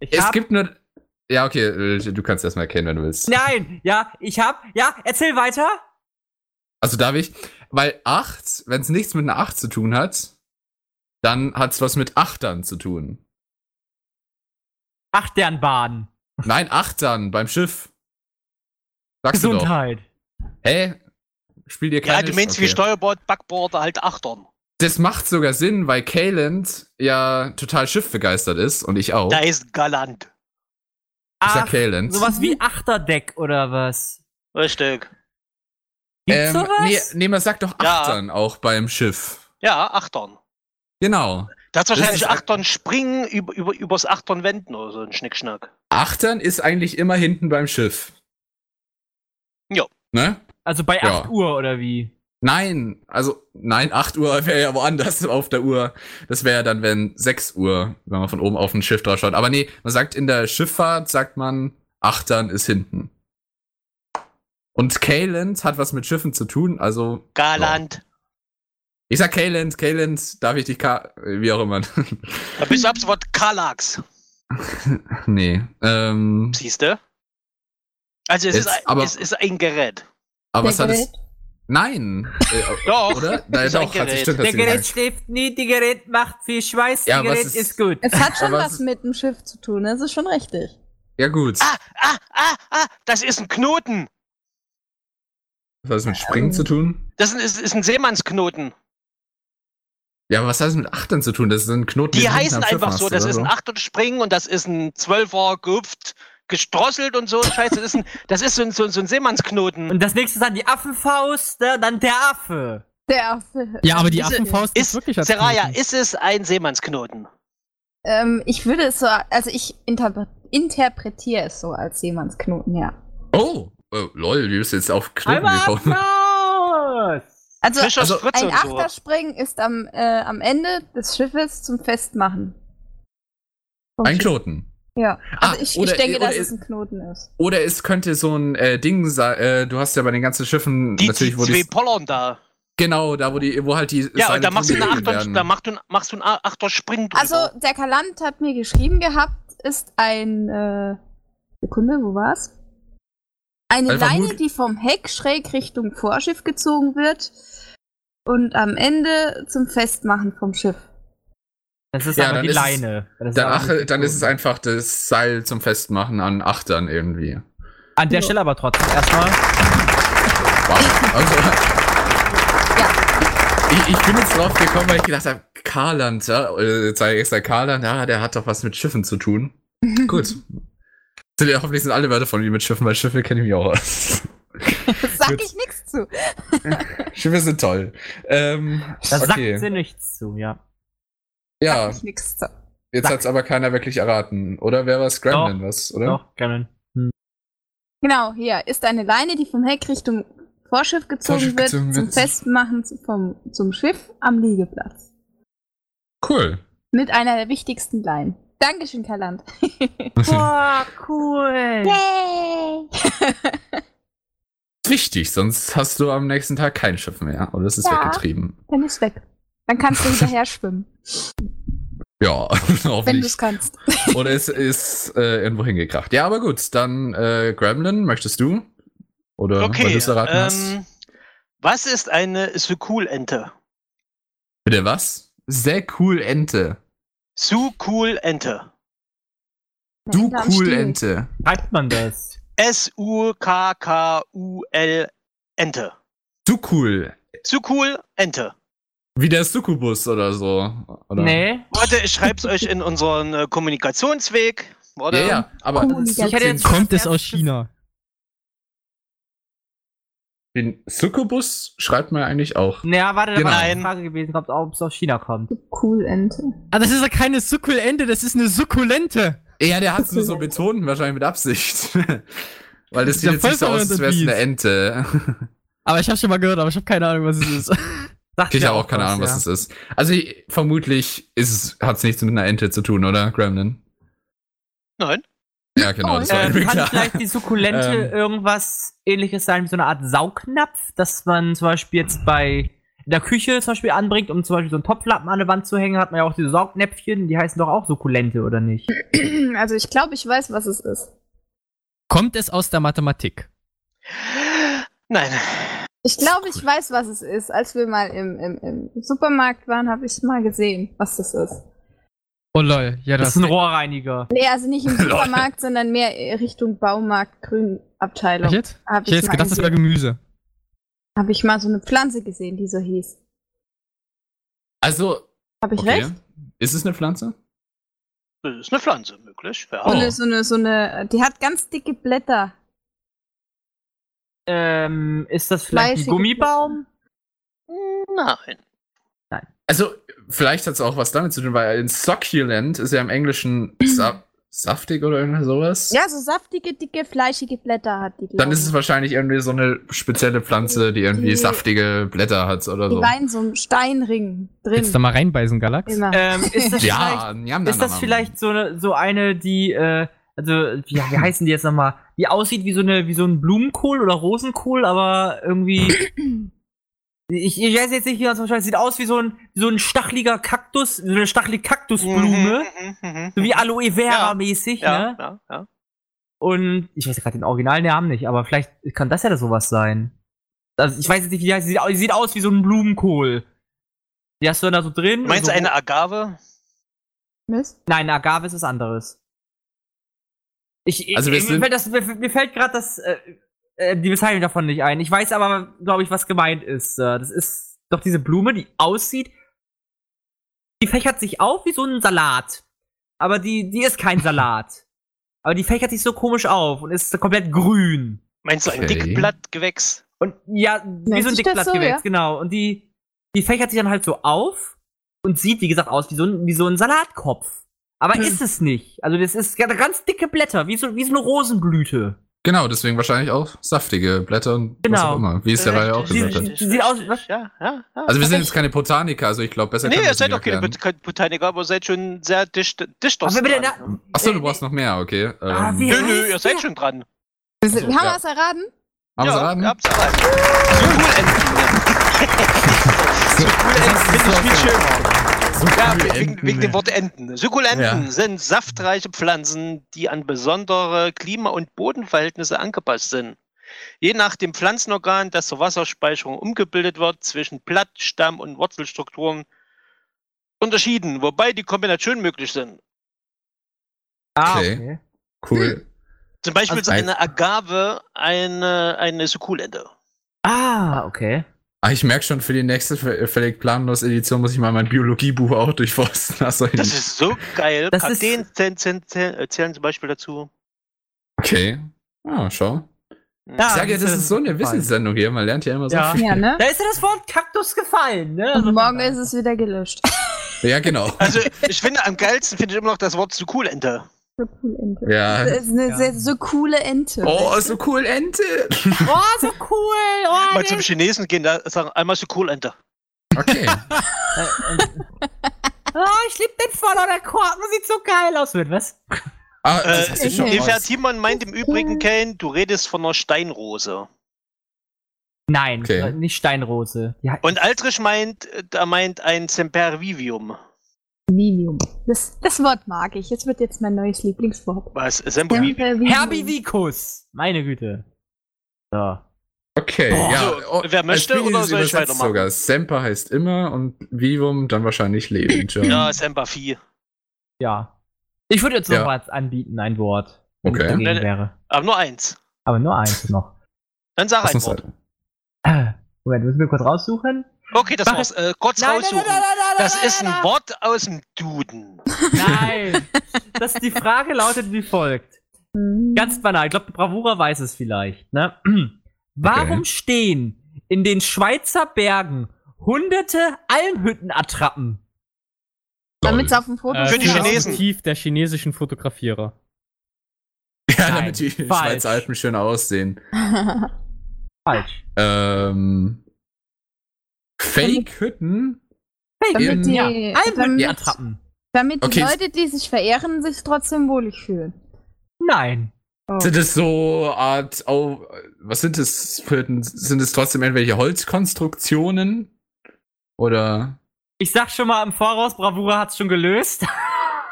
ich
es
hab-
gibt nur, ja, okay, äh, du kannst erstmal erkennen, wenn du willst.
Nein, ja, ich hab. Ja, erzähl weiter.
Also darf ich, weil acht, wenn es nichts mit einer Acht zu tun hat, dann hat es was mit Achtern zu tun.
Ach, deren Bahn.
Nein, Achtern beim Schiff. Sagst du doch.
Gesundheit.
Hä? Spiel dir keine
Ja, du meinst wie
Okay.
Steuerbord, Backboard, halt Achtern.
Das macht sogar Sinn, weil Kayland ja total schiffbegeistert ist und ich auch.
Da ist galant.
ich sag
Ach,
Kayland.
sowas wie Achterdeck oder was?
Richtig.
Gibt's
Ähm, nee,
sowas?
nee, man sagt doch
Ja.
Achtern auch beim Schiff.
Ja, Achtern.
Genau.
Da hat wahrscheinlich
ist-
Achtern springen, über, über, übers Achtern wenden oder so ein Schnickschnack.
Achtern ist eigentlich immer hinten beim Schiff.
Jo.
Ne?
Also bei
Ja.
8 Uhr oder wie?
Nein, also nein, 8 Uhr wäre ja woanders (laughs) auf der Uhr. Das wäre ja dann, wenn 6 Uhr, wenn man von oben auf ein Schiff drauf schaut. Aber nee, man sagt in der Schifffahrt, sagt man, Achtern ist hinten. Und Kayland hat was mit Schiffen zu tun, also
Galant.
ich sag Kayland, Kayland, darf ich dich Ka wie auch immer. (laughs)
Da bist du ab sofort Kalax.
nee, ähm,
Siehst du? Also es,
Jetzt,
ist ein,
aber-
es ist ein Gerät.
aber was hat es?
Gerät.
Nein, äh,
Doch. (laughs)
oder? Nein,
Ist ein
doch, hat
Gerät.
sich stimmt, hat
Der
sie gesagt.
Gerät schläft nie, die Gerät macht viel Schweiß,
Ja,
die
was
Gerät
ist-
ist, gut.
Es hat schon
Aber
was
es-
mit dem Schiff zu tun, das ist schon richtig.
Ja gut,
Ah, ah, ah, ah, das ist ein Knoten.
was hat es mit Springen zu tun?
Das ist, ist ein Seemannsknoten.
Ja, aber was hat es mit Achtern zu tun? Das sind Knoten.
Die
du hinten
heißen
am Schiff
einfach
hast,
so. Das
oder
ist ein Achtern-Springen und das ist ein Zwölfer gehüpft, gestrosselt und so. ein Scheiß. Das ist, ein, das ist so, ein, so, ein- so ein Seemannsknoten.
Und das nächste ist dann die Affenfaust, ne? dann der Affe.
Der Affe.
Ja, aber die
Ist-
Affenfaust ist,
Ist,
wirklich als
Seraya,
Knoten.
ist es ein Seemannsknoten?
Also Ähm, ich würde es so, also ich interpre interpretiere es so als Seemannsknoten, ja.
Oh, äh, lol, wie bist du jetzt auf Knoten
Einmal
gekommen?
Affenfaust!
Also,
Fischers Fritze
ein
und so.
Achterspringen ist am, äh, am Ende des Schiffes zum Festmachen. Vom
Ein
Schiff.
Knoten.
Ja, also
Ah,
ich,
oder-
ich denke,
oder
dass es
ist-
ein Knoten ist.
Oder es könnte so ein äh, Ding sein, äh, du hast ja bei den ganzen Schiffen
Die,
natürlich,
die
wo
zwei
die,
Pollern da.
genau, da wo die, wo halt die
Ja,
Seile
und da machst du eine
drüber
Achter,
werden.
da machst du, machst du einen Achter-Sprint.
Also, der Kalant hat mir geschrieben gehabt, ist ein, äh, Sekunde, wo war's? Eine
Einfach
Leine,
nur-
die vom Heck schräg Richtung Vorschiff gezogen wird und am Ende zum Festmachen vom Schiff.
Das ist
Ja,
aber
dann
die
ist es-
Leine. Das ist
Dann,
aber
ach,
nicht
dann ist es
so.
einfach das Seil zum Festmachen an Achtern irgendwie.
An der Stelle aber trotzdem erstmal.
Wow. Also, ich, ich bin jetzt drauf gekommen, weil ich gedacht habe, Karland, ja, äh, jetzt sag ich extra Karland, ja, der hat doch was mit Schiffen
(laughs)
zu tun. Gut. Sind ja, hoffentlich sind alle Wörter von mir mit Schiffen, weil Schiffe kenne ich mich auch aus. (laughs)
Das sag
Gut.
ich nichts zu.
Schiffe sind toll. Ähm,
Da
okay.
sagt sie nichts zu, ja.
ja,
Ich nix zu.
jetzt hat's aber keiner wirklich erraten. Oder wer war es? Gremlin, was, oder?
Doch,
(laughs)
Gremlin.
Genau, hier ist eine Leine, die vom Heck Richtung Vorschiff gezogen
Vorschiff
wird,
gezogen
zum
wird.
Festmachen zu- vom, zum Schiff am Liegeplatz.
Cool.
Mit einer der wichtigsten Leinen. Dankeschön, Kalant.
Boah, cool.
Yay!
(laughs) Wichtig, sonst hast du am nächsten Tag kein Schiff mehr. Oder es ist
Ja.
weggetrieben.
Dann ist weg. Dann kannst du hinterher schwimmen,
Ja, (laughs)
wenn du es
hoffentlich.
kannst.
Oder es ist äh, irgendwo hingekracht. Ja, aber gut, dann äh, Gremlin, möchtest du? Oder weil du
okay,
es erraten hast.
ähm, was ist eine Sukul-Ente?
Bitte was? Sehr cool Ente.
Sukul-Ente.
Du
Ente am
cool
Stiel.
Ente.
Schreibt man das?
S-U-K-K-U-L-Ente.
Du cool.
Sukul-Ente.
Wie der Succubus oder so. Oder?
Nee.
Warte, ich schreib's euch in unseren äh, Kommunikationsweg.
Ja,
Warte.
ja, aber
Kommunikation.
Ich hätte jetzt-
Kommt es aus China?
den Succubus schreibt man ja eigentlich auch.
Naja, warte, da
Genau.
war eine
Nein.
Frage gewesen, ob es aus China kommt.
Cool, Ente.
Ah, das ist ja keine Sukkulente, das ist eine Sukkulente.
Ja, der hat es nur so betont, wahrscheinlich mit Absicht. (laughs) Weil das
Ist
sieht
ja
jetzt nicht so
voll
aus, als wäre es eine
verwirrend
Ente.
Aber ich habe schon mal gehört, aber ich habe keine Ahnung, was es ist.
Sagt
Ich
mir
habe auch keine Ahnung, was es ist. Also ich, vermutlich ist, hat es nichts mit einer Ente zu tun, oder, Gremlin?
Nein.
Ja, genau, das war (laughs)
ja.
irgendwie
äh, Kann
klar.
vielleicht die Sukkulente
Ähm.
irgendwas ähnliches sein, wie so eine Art Saugnapf, dass man zum Beispiel jetzt bei in der Küche zum Beispiel anbringt, um zum Beispiel so einen Topflappen an der Wand zu hängen, hat man ja auch diese Saugnäpfchen, die heißen doch auch Sukkulente, oder nicht?
(clears throat) Also ich glaube, ich weiß, was es ist.
Kommt es aus der Mathematik?
Nein.
Ich glaube, ich weiß, was es ist. Als wir mal im, im, im Supermarkt waren, habe ich mal gesehen, was das ist.
Oh lol, ja,
Das
das,
ist ein Rohrreiniger.
Nee, also nicht im Supermarkt, sondern mehr äh, Richtung Baumarkt, Grünabteilung.
Echt jetzt?
Hab
Ich hätte jetzt
mal
gedacht, das wäre
gesehen.
Gemüse.
Habe ich mal so eine Pflanze gesehen, die so hieß.
Also,
Habe ich
okay.
recht?
Ist es eine Pflanze?
Das ist eine Pflanze, möglich. Ja.
So eine, so eine, so eine, die hat ganz dicke Blätter.
Ähm, ist das vielleicht ein
Fleischige
Gummibaum?
Nein.
Also, vielleicht hat es auch was damit zu tun, weil ein Succulent ist ja im Englischen sa saftig oder irgendwie sowas.
Ja, so saftige, dicke, fleischige Blätter hat die.
Dann
glaub
ist es
ich.
wahrscheinlich irgendwie so eine spezielle Pflanze, die irgendwie
Die-
saftige Blätter hat oder
Die
so.
war in so einem Steinring
Willst du da
drin.
mal reinbeißen, Galax?
Immer.
Ähm, ist
(laughs)
das vielleicht
Ja, njam, njam,
Ist das
njam.
vielleicht so eine, so eine die, äh, also, wie, wie heißen die jetzt nochmal? Die aussieht wie so, eine, wie so ein Blumenkohl oder Rosenkohl, aber
(clears throat)
irgendwie. Ich, ich weiß jetzt nicht, wie man es wahrscheinlich sieht aus wie so ein, wie so ein stacheliger Kaktus, so eine stachelige Kaktusblume,
Mhm, mhm, mhm,
so wie
mhm.
Aloe
Ja.
Vera mäßig,
Ja,
ne?
ja, ja.
Und ich weiß gerade den originalen Namen nicht, aber vielleicht kann das ja das sowas sein. Also, ich weiß jetzt nicht, wie die heißt, sie sieht au- sie sieht aus wie so ein Blumenkohl. Die hast du dann da so drin.
Du meinst
so,
eine Agave?
Mist.
Nein, eine Agave ist was anderes. Ich, ich,
Also wir
mir,
sind-
fällt das, mir, mir fällt gerade das äh, äh, die Bezeichnung davon nicht ein. Ich weiß aber, glaube ich, was gemeint ist. Äh, Das ist doch diese Blume, die aussieht, die fächert sich auf wie so ein Salat. Aber die, die ist kein Salat. Aber die fächert sich so komisch auf und ist komplett grün.
Meinst du ein
Okay.
Dickblattgewächs?
Und ja, wie
Nennt
so ein
sich das so,
Dickblattgewächs,
ja?
genau. Und die, die fächert sich dann halt so auf und sieht, wie gesagt, aus wie so ein, wie so ein
Hm.
Salatkopf. Aber ist es nicht. Also das ist ganz- ganz dicke Blätter, wie so, wie so eine Rosenblüte.
Genau, deswegen wahrscheinlich auch saftige Blätter und was
Genau.
auch immer, wie es der Reihe auch gesagt hat.
Sie-
Sieht aus, was?
Ja, ja, ja.
Also wir sind jetzt keine Botaniker, also ich glaube, besser
Nee,
kann
ihr
man das
seid
nicht
doch keine
erklären.
Bot- kein Botaniker, aber seid schon sehr dicht, dicht
Aber bitte,
dran.
na,
Achso, du brauchst noch mehr, okay. Ähm,
Ah, wie-
Nö, nö, ihr seid schon dran.
Wir haben
Also, ja.
wir es erraten?
haben
ja,
sie raten?
ihr habt's erraten. So cool enden. so cool enden finde ich viel schöner.
So
Ja,
cool
wegen,
enden,
wegen dem
ey.
Wort Enten. Sukkulenten
Ja.
sind saftreiche Pflanzen, die an besondere Klima- und Bodenverhältnisse angepasst sind. Je nach dem Pflanzenorgan, das zur Wasserspeicherung umgebildet wird, zwischen Blatt, Stamm und Wurzelstrukturen unterschieden, wobei die Kombinationen möglich sind.
Ah,
Okay.
okay.
Cool.
Zum Beispiel ist
Also-
eine Agave eine, eine Sukkulente.
Ah, okay.
Ah, ich merke schon, für die nächste v- völlig planlos Edition muss ich mal mein Biologiebuch auch durchforsten. Das soll ich
Das
nicht.
ist so geil.
Das ist-
Kakteen zählen, zählen, zählen, zählen zum Beispiel dazu.
(laughs) Okay. Ah, schau. Ich sage ja, das ist so
Ah,
eine Wissenssendung hier. Man lernt ja immer so
Ja.
viel.
Ja, ne?
Da ist ja das Wort Kaktus gefallen, ne?
Und
Also-
morgen ist es wieder gelöscht.
Ja, genau.
Also, ich finde, am geilsten finde ich immer noch das Wort Sukkulente.
So cool Ente.
Ja.
Das ist eine sehr, so coole Ente.
Oh, so cool, Ente.
Oh, so cool! Oh,
Mal zum Chinesen gehen, da sagen einmal Sukkulente.
Okay.
Äh, oh ich lieb den voll, oh, der Korken sieht so geil aus. Mit was?
Ah, das hast
Äh,
du schon
Eva
raus.
Timon meint im Übrigen, Kane, du redest von einer Steinrose.
Nein,
Okay.
äh, nicht Steinrose. Ja,
Und Aldrich meint, äh, da meint ein Sempervivium.
Vivium. Das, das Wort mag ich. Das wird jetzt mein neues Lieblingswort. Äh,
Was? Sempervivium?
Herbivikus! Meine Güte. So.
Okay, ja.
So, wer
es
möchte,
spiegelt
oder
es
soll ich
übersetzt
weitermachen?
Sogar. Semper heißt immer und Vivum dann wahrscheinlich lebend.
Ja, Sempervieh.
Ja. Ich würde jetzt
Ja.
noch was anbieten, ein Wort. Wenn
Okay.
ich dagegen
Nein,
wäre.
Aber nur eins.
Aber nur eins noch.
Dann sag
Lass
ein
uns-
Wort.
Moment, müssen wir kurz raussuchen?
Okay, das
Mach
war's. Äh, kurz raussuchen.
nein,
Das ist ein Wort aus dem Duden.
Nein! Das, die Frage lautet wie folgt.
Mhm.
Ganz banal, ich glaube, Bravura weiß es vielleicht, ne? (clears throat) Warum
Okay.
stehen in den Schweizer Bergen hunderte Almhüttenattrappen?
Damit es auf dem Foto
Äh,
Für die
das
steht. (laughs)
Chinesen.
Motiv der chinesischen Fotografierer.
Ja,
Nein,
damit die
falsch.
Schweizer Alpen schön aussehen.
Falsch.
Ähm, Fake-Hütten?
damit die,
Ja,
damit,
Almhüttenattrappen.
damit die
Okay.
Leute, die sich verehren, sich trotzdem wohlig fühlen. Oh,
Nein.
Sind es so Art, au- was sind es für Hütten? Sind es trotzdem irgendwelche Holzkonstruktionen? Oder?
Ich sag schon mal im Voraus, Bravura hat's schon gelöst.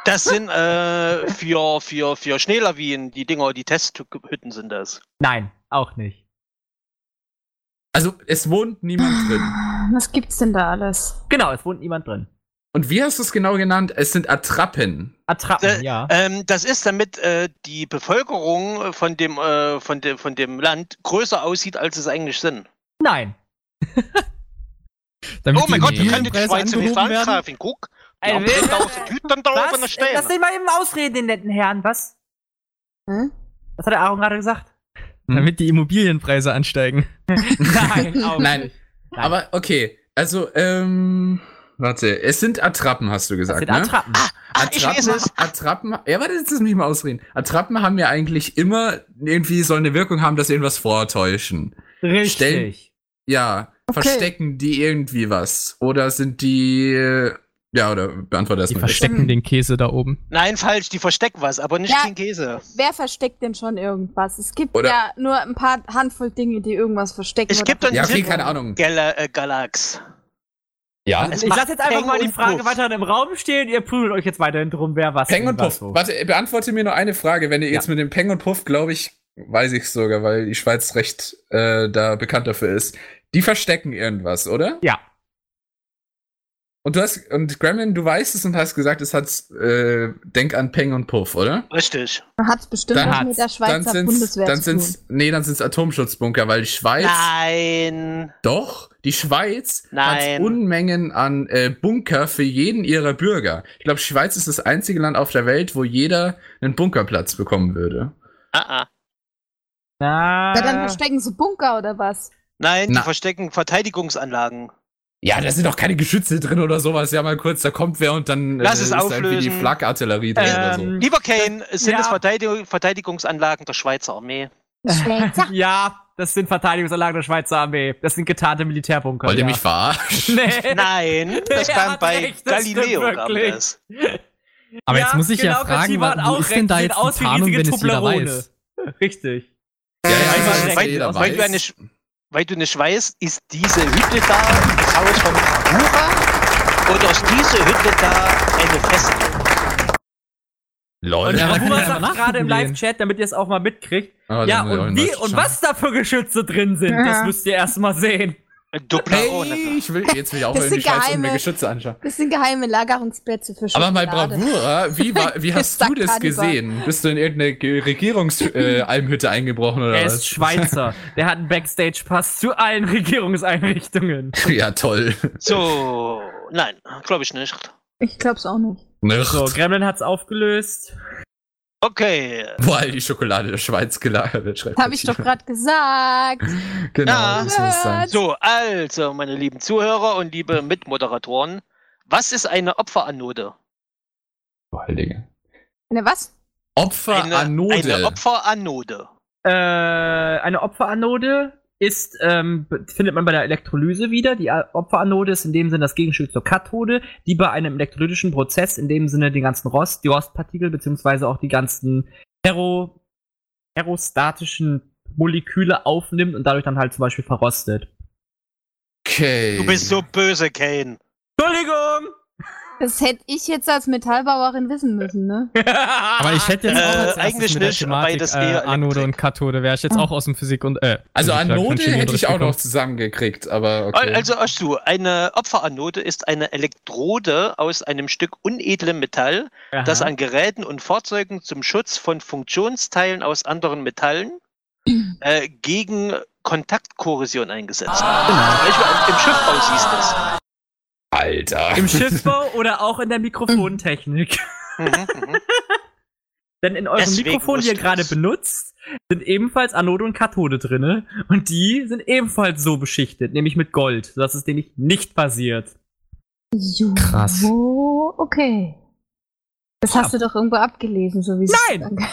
Das sind äh, für, für, für Schneelawinen, die Dinger, die Testhütten sind das.
Nein, auch nicht.
Also, es
(gasps)
wohnt niemand drin.
Was gibt's denn da alles?
Genau, es wohnt niemand drin.
Und wie hast du es genau genannt? Es sind Attrappen.
Attrappen,
Äh,
ja.
Ähm, das ist, damit äh, die Bevölkerung von dem, äh, von, dem, von dem Land größer aussieht, als es eigentlich sind.
Nein.
Damit
oh mein
die
Gott, wir können die
Immobilienpreise
Schweiz in die
angehoben
Frank
werden.
greifen. Guck, die
Ey,
haben
wer-
10.000 Hüten da oben
Was?
stehen.
Lass den mal eben ausreden, den netten Herrn. Was?
Hm?
Was hat der Aaron gerade
(laughs)
gesagt?
Damit die Immobilienpreise ansteigen.
Nein, auch
Nein.
nicht. Nein.
Aber okay, also, ähm, warte, es sind Attrappen, hast du
Das
gesagt,
sind
ne?
Attrappen.
Ah, ich
Attrappen,
lese es.
Attrappen, ja, warte, jetzt lass mich mal ausreden. Attrappen haben ja eigentlich immer irgendwie soll eine Wirkung haben, dass sie irgendwas vortäuschen.
Richtig.
stellen- Ja, verstecken die irgendwie was? Oder sind die, äh, ja, oder beantworte
Die
erstmal. das.
verstecken den Käse da oben.
Nein, falsch, die verstecken was, aber nicht
Ja.
den Käse.
Wer versteckt denn schon irgendwas? Es gibt
Oder-
ja nur ein paar Handvoll Dinge, die irgendwas verstecken.
Ich
oder
gebe dann
Ja,
einen
okay,
Tipp.
keine Ahnung.
Gal äh, Galax.
Ja.
Es
Ich
macht
lasse jetzt einfach
Peng
mal die
und
Frage
Puff.
weiterhin im Raum stehen. Ihr prügelt euch jetzt weiterhin drum, wer was
Peng und
was
Puff. Warte, beantworte mir nur eine Frage. Wenn ihr
Ja.
jetzt mit dem Peng und Puff, glaube ich, weiß ich sogar, weil die Schweiz recht äh, da bekannt dafür ist. Die verstecken irgendwas, oder?
Ja.
Und du hast, und Gremlin, du weißt es und hast gesagt, es hat, äh, denk an Peng und Puff, oder?
Richtig.
Man hat's bestimmt
Dann
was mit der
Dann
Schweizer
sind's,
Bundeswehr
dann
zu tun.
sind's, nee, dann sind's Atomschutzbunker, weil die Schweiz,
Nein.
doch, die Schweiz
Nein.
hat Unmengen an äh, Bunker für jeden ihrer Bürger. Ich glaube, Schweiz ist das einzige Land auf der Welt, wo jeder einen Bunkerplatz bekommen würde.
Ah, ah.
Na,
Ja, dann verstecken sie Bunker oder (laughs) was?
Nein, die
Na.
verstecken Verteidigungsanlagen.
Ja, da sind doch keine Geschütze drin oder sowas. Ja, mal kurz, da kommt wer und dann
Lass es
da irgendwie die
auflösen.
Flakartillerie drin oder so.
Ähm,
Lieber Kane, es sind
Ja. (laughs)
es Verteidigung, Verteidigungsanlagen der Schweizer Armee.
Schweizer.
ja, das sind Verteidigungsanlagen der Schweizer Armee. Das sind getarnte Militärbunker.
Wollt
ja.
ihr mich verarschen?
(laughs) Nee.
Nein, das
Er
war
hat
bei
recht, das stimmt
Galileo gab
wirklich.
das.
Aber jetzt
Ja,
muss ich
genau,
ja fragen,
Kojima hat
wa- wo
auch
ist denn da
recht,
jetzt
sieht
die
aus wie
Tarnung, wenn
riesige
es jeder
Toblerone.
weiß?
(laughs) Richtig.
Ja, ja,
Weil-
ich weiß, dass jeder
weil- weil du eine
weiß.
Sch- Weil du nicht weißt, ist diese Hütte da das Haus von Karura und aus dieser Hütte da eine Festung.
Lol. (laughs)
Ja, aber kann
Ruber
man einfach
sagt gerade im
nachgucken Oh,
Live-Chat, damit ihr es auch mal mitkriegt.
Aber
ja,
dann muss ich auch
und
in
wie
Deutsch
und
schauen.
was da für Geschütze drin sind, das
Ja.
müsst ihr erst mal sehen.
Dublerone.
Hey, ich will jetzt will ich auch
Das
in die
sind
Schweiz und
geheime-
mir Geschütze anschauen.
Bisschen geheime Lagerungsplätze für
Aber mein
Schokolade.
Bravura, wie,
(laughs)
war, wie hast du
Sagt
das
Hannibal.
gesehen? Bist du in irgendeine Ge- Regierungsalmhütte äh, Almhütte eingebrochen oder
Er
was?
ist
(laughs)
Schweizer. Der hat einen Backstage-Pass zu allen (laughs) Regierungseinrichtungen.
(laughs) Ja, toll.
So, nein, glaube ich nicht.
Ich glaub's auch nicht.
So,
Nicht.
Gremlin hat's aufgelöst.
Okay,
Wo all die Schokolade der Schweiz gelagert wird, schreibt
Hab ich doch gerade gesagt.
hier. Genau,
Ja.
(laughs) das muss sein.
so, also, meine lieben Zuhörer und liebe Mitmoderatoren, was ist eine Opferanode?
Boah, Digga.
Ne, was?
Eine,
Opferanode.
eine Opferanode.
Äh, eine Opferanode ist, ähm, b- findet man bei der Elektrolyse wieder. Die A- Opferanode ist in dem Sinne das Gegenstück zur Kathode, die bei einem elektrolytischen Prozess in dem Sinne den ganzen Rost, die Rostpartikel, beziehungsweise auch die ganzen ferro, ferrostatischen Moleküle aufnimmt und dadurch dann halt zum Beispiel verrostet.
Okay.
Du bist so böse, Kane.
Entschuldigung!
Das hätte ich jetzt als Metallbauerin wissen müssen, ne?
(laughs) Aber ich hätte jetzt auch
Äh,
als erstes
eigentlich
mit der
nicht,
Thematik,
weil das
äh,
eher
Anode
Elektrik-
und Kathode wäre ich jetzt auch aus dem Physik und äh.
Also
Physik, glaub ich, und
Anode
Chemie
hätte ich auch noch
durchgekommen.
zusammengekriegt, aber okay.
Also, hörst du, eine Opferanode ist eine Elektrode aus einem Stück unedlem Metall, das an Geräten und Fahrzeugen zum Schutz von Funktionsteilen aus anderen Metallen äh, gegen Kontaktkorrosion eingesetzt wird. Beispiel Im Schiffbau siehst du es.
Alter. (laughs)
Im Schiffbau oder auch in der Mikrofontechnik.
Mhm, mhm.
Denn in eurem
Deswegen
Mikrofon, die ihr
wusste
gerade
ich's.
benutzt, sind ebenfalls Anode und Kathode drinne und die sind ebenfalls so beschichtet, nämlich mit Gold, sodass es nämlich nicht passiert.
Jo,
Krass.
okay. Das hast du doch irgendwo abgelesen, so wie es-
Nein!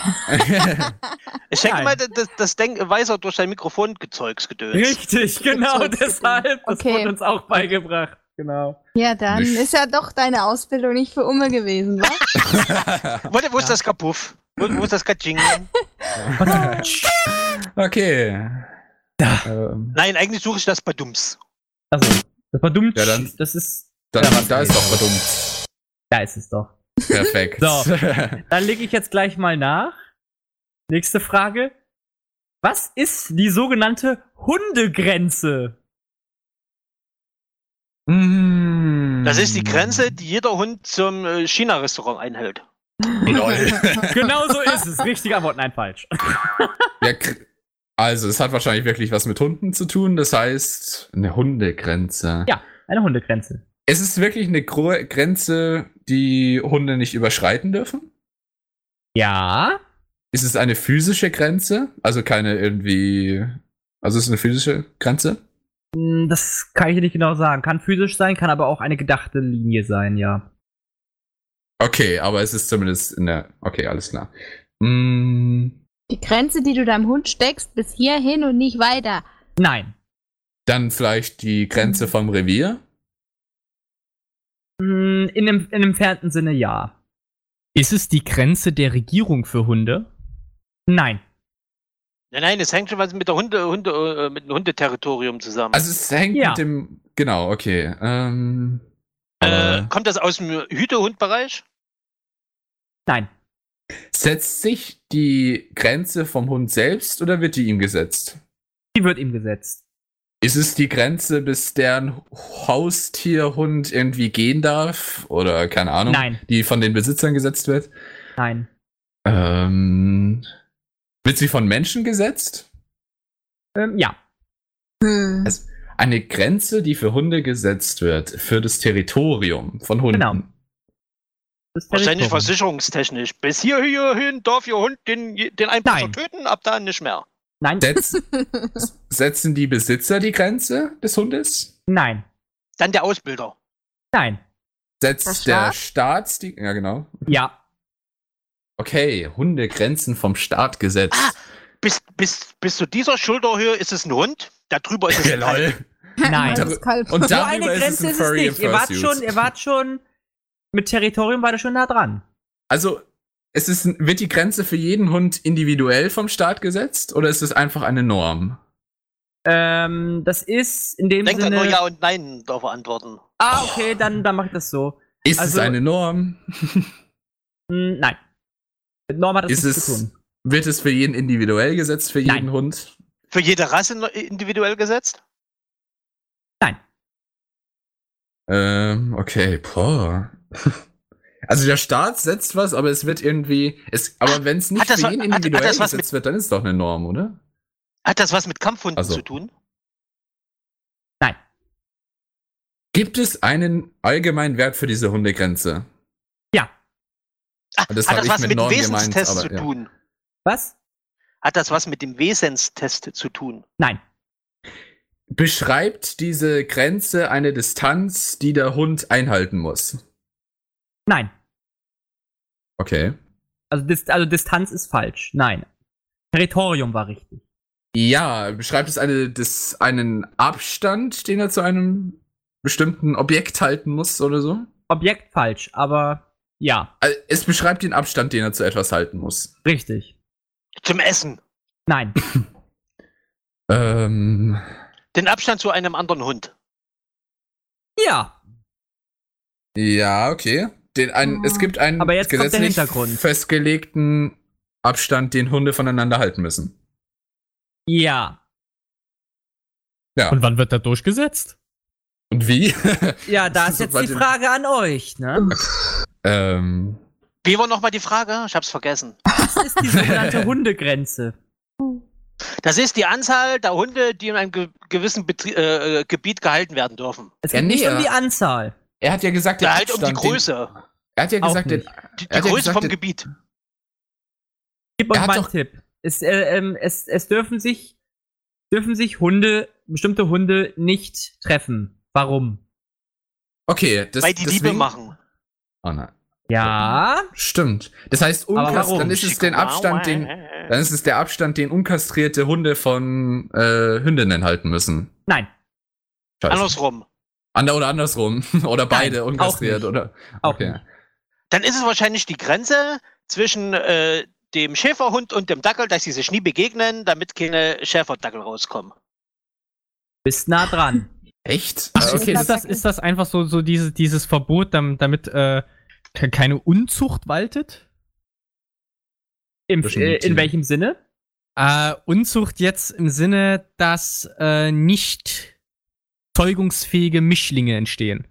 Ich denke
Nein.
mal, das, das Denken weiser durch dein Mikrofongezeugs gedöns.
Richtig, genau
Gezeugt,
deshalb. Das
okay.
wurde uns auch beigebracht. Genau.
Ja, dann
Nicht.
ist ja doch deine Ausbildung nicht für Umme gewesen, wa?
Wo, wo ist das Kapuff? Wo, wo ist das Katsching?
okay. Ähm,
Nein, eigentlich suche ich das bei Dums.
Also, das war dumm.
Ja, dann-
das ist.
dann,
Ja, was
da ist
geht.
doch verdummt.
Da ist es doch.
Perfekt.
So. Dann lege ich jetzt gleich mal nach. Nächste Frage. Was ist die sogenannte Hundegrenze?
Hm.
Das
Mhm.
ist die Grenze, die jeder Hund zum äh, China-Restaurant einhält.
(laughs) Lol.
Genau so ist es. Richtig Antwort, nein, falsch.
Ja, kr- also, es hat wahrscheinlich wirklich was mit Hunden zu tun. Das heißt, eine Hundegrenze.
Ja. Eine Hundegrenze.
Es ist wirklich eine Gro Grenze, die Hunde nicht überschreiten dürfen.
Ja.
Ist es eine physische Grenze? Also keine irgendwie. Also, es ist eine physische Grenze?
Hm, Das kann ich dir nicht genau sagen. Kann physisch sein, kann aber auch eine gedachte Linie sein, ja.
Okay, aber es ist zumindest in der. Okay, alles klar. Mm,
Die Grenze, die du deinem Hund steckst, bis hierhin und nicht weiter.
Nein.
dann vielleicht die
Mhm.
Grenze vom Revier.
Hm, In dem, in dem entfernten Sinne ja.
Ist es die Grenze der Regierung für Hunde?
Nein.
Nein, nein, das hängt schon was mit der Hunde, Hunde, äh, mit dem Hundeterritorium zusammen.
Also, es hängt
Ja.
mit dem. Genau, okay. Ähm,
äh,
aber-
kommt das aus dem Hütehundbereich?
Nein.
Setzt sich die Grenze vom Hund selbst oder wird die ihm gesetzt?
Die wird ihm gesetzt.
Ist es die Grenze, bis deren Haustierhund irgendwie gehen darf? Oder keine Ahnung,
Nein.
die von den Besitzern gesetzt wird?
Nein.
Ähm, wird sie von Menschen gesetzt?
Ähm, ja.
Hm.
Eine Grenze, die für Hunde gesetzt wird, für das Territorium von Hunden.
Genau. Das
Wahrscheinlich
Territorium.
versicherungstechnisch. Bis hier, hierhin darf Ihr Hund den, den Einbrecher
Nein.
töten, ab da nicht mehr.
Nein. (laughs)
Setz, setzen die Besitzer die Grenze des Hundes?
Nein.
Dann der Ausbilder.
Nein.
Setzt
Der
der
Staat?
Staat die. Ja, genau.
Ja. Ah,
Okay, Hundegrenzen vom Staat gesetzt.
bis, bis, bis zu dieser Schulterhöhe ist es ein Hund,
(laughs)
darüber ist es ein Kalb.
Nein.
Darü-
also,
Und
So
darüber
eine
ist es
Grenze
ein
ist es
Furry
nicht.
im
Ihr wart
Fursuit.
schon, ihr wart schon, mit Territorium war ihr schon nah dran.
Also, ist es, wird die Grenze für jeden Hund individuell vom Staat gesetzt oder ist es einfach eine Norm?
Ähm, das ist in dem
Denkt er
Sinne.
nur Ja und Nein darauf antworten.
Ah, okay, dann, dann mach ich das so.
Ist
Also-
es eine Norm?
Hm, nein. Mit Norm hat das
Ist
nichts
es-
zu tun.
Wird es für jeden individuell gesetzt, für jeden
Nein.
Hund?
Für jede Rasse no- individuell gesetzt?
Ähm, okay, boah. (laughs) Also der Staat setzt was, aber es wird irgendwie. Es, aber wenn es nicht
Hat das
für
wa-
jeden
hat- hat
individuell
das was
gesetzt wird, dann ist es doch eine Norm, oder?
Hat das was mit Kampfhunden
Also.
zu tun?
Gibt es einen allgemeinen Wert für diese Hundegrenze?
Ja.
Ah,
Und das
Hat
hab
das
ich
was
mit
mit dem
Norm gemeint,
Wesenstest
aber
zu
ja.
tun?
Was?
Hat das was mit dem Wesenstest zu tun?
Nein.
Beschreibt diese Grenze eine Distanz, die der Hund einhalten muss?
Nein.
Okay.
Also, Dis also Distanz ist falsch. Nein. Territorium war richtig.
Ja, beschreibt es eine, das, einen Abstand, den er zu einem bestimmten Objekt halten muss oder so?
Objekt falsch, aber ja,
Also, Es beschreibt den Abstand, den er zu etwas halten muss.
richtig.
Zum Essen.
(laughs)
Nein.
Ähm,
Den Abstand zu einem anderen Hund.
ja.
ja, okay. Den, ein, es gibt einen
Aber jetzt kommt der
gesetzlich
Hintergrund.
festgelegten Abstand, den Hunde voneinander halten müssen.
Ja.
Und
wann wird der durchgesetzt?
Und wie? (laughs)
Ja, da ist jetzt
Sobald
die
ihr-
Frage an euch,
(laughs)
ne?
ähm,
Wie war nochmal die Frage? Ich hab's vergessen.
Was ist die
(laughs)
sogenannte Hundegrenze?
Das ist die Anzahl der Hunde, die in einem ge gewissen Betrie äh, äh, Gebiet gehalten werden dürfen.
Es
Ja,
geht nicht
nee,
um die
ja.
Anzahl.
er hat ja gesagt, den
Da halt um die
Abstand, den-
Größe.
Er hat ja
Auch
gesagt, den,
nicht.
Die, die
Er hat ja
Größe
gesagt,
vom
er-
Gebiet.
Gib
Er
uns
hat
mal einen
doch-
Tipp. Es, äh, ähm, es, es dürfen sich dürfen sich Hunde, bestimmte Hunde nicht treffen. Warum?
Okay, das
weil die Liebe
deswegen-
machen.
Oh nein.
Ja.
Stimmt. Das heißt, unkast,
Oh,
warum?
dann ist es den Abstand, den,
äh,
dann ist es der Abstand, den unkastrierte Hunde von äh, Hündinnen halten müssen.
Nein,
Scheiße.
Andersrum.
Ander oder andersrum. (laughs) oder beide
auch
unkastriert,
nicht.
oder?
auch
Okay.
nicht.
Dann ist es wahrscheinlich die Grenze zwischen äh, dem Schäferhund und dem Dackel, dass sie sich nie begegnen, damit keine Schäferdackel rauskommen.
Bist nah dran.
Echt? Äh,
Ah,
Ach,
okay,
(laughs)
ist,
das, also
das, ist das einfach so, so diese, dieses Verbot, dam- damit äh, ke- keine Unzucht waltet?
Im,
Zwischen den
äh, in
Tieren.
welchem Sinne?
Äh, Unzucht jetzt im Sinne, dass äh, nicht zeugungsfähige Mischlinge entstehen.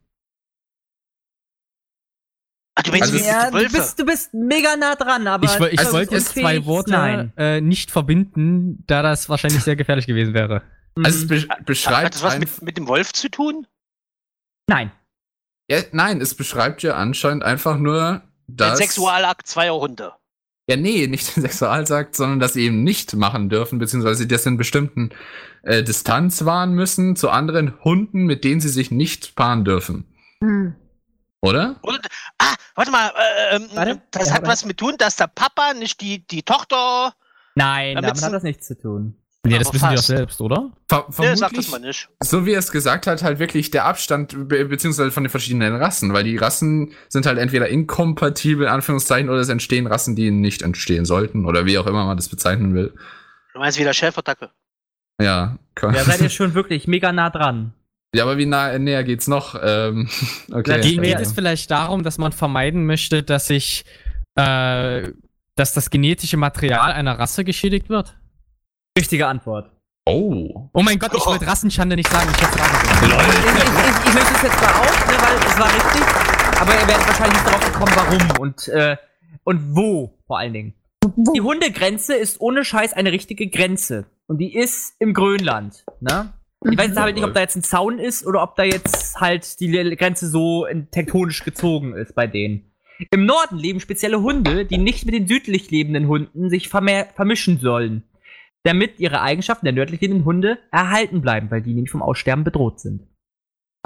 Ach, du meinst
Also
wie
es-
mit den
Ja, du
Wölfe?
bist, du bist mega nah dran, aber.
ich woll- ich
also
wollte jetzt zwei
unfähig-
Worte
Nein.
äh, nicht verbinden, da das wahrscheinlich sehr gefährlich gewesen wäre.
also es be
Hat
beschreibt
das was
ein-
mit, mit dem Wolf zu tun?
Nein.
ja, nein, es beschreibt ja anscheinend einfach nur
Den
dass
Sexualakt zweier Hunde.
ja nee, nicht den Sexualsakt, sondern dass sie eben nicht machen dürfen, beziehungsweise dass sie in bestimmten äh, Distanz wahren müssen zu anderen Hunden, mit denen sie sich nicht paaren dürfen.
Hm.
Oder?
Und, ah, warte mal, äh, ähm,
Warte.
das
Ja,
hat
warte.
was mit tun, dass der Papa nicht die, die Tochter.
Nein,
Damit
damit
sind-
hat das nichts zu
(laughs)
tun.
Nee,
das Aber wissen die doch fast.
selbst, oder?
Ver
Ne,
vermutlich,
sag das mal nicht.
so wie er es gesagt hat, halt wirklich der Abstand be beziehungsweise von den verschiedenen Rassen, weil die Rassen sind halt entweder inkompatibel, in Anführungszeichen, oder es entstehen Rassen, die nicht entstehen sollten, oder wie auch immer man das bezeichnen will.
Du meinst wieder Schäferdackel.
Ja, kann-
Ja, seid ihr schon wirklich mega nah dran.
ja aber wie nah, näher geht's noch? Ähm, (laughs) okay.
Ge- geht
ja.
es vielleicht darum, dass man vermeiden möchte, dass sich, äh, dass das genetische Material einer Rasse geschädigt wird?
Richtige Antwort.
Oh.
Oh mein Gott, ich
(laughs)
Oh.
wollte Rassenschande nicht sagen, ich hätte sagen sollen.
Ich, ich, ich, ich löse es jetzt mal auf, ne, weil es war richtig. Aber ihr werdet wahrscheinlich nicht darauf gekommen, warum und, äh, und wo vor allen Dingen. Die Hundegrenze ist ohne Scheiß eine richtige Grenze. Und die ist im Grönland. Ne? Ich weiß jetzt halt nicht, ob da jetzt ein Zaun ist oder ob da jetzt halt die Le- Grenze so in- tektonisch gezogen ist bei denen. Im Norden leben spezielle Hunde, die nicht mit den südlich lebenden Hunden sich vermehr- vermischen sollen. Damit ihre Eigenschaften der nördlich lebenden Hunde erhalten bleiben, weil die nämlich vom Aussterben bedroht sind.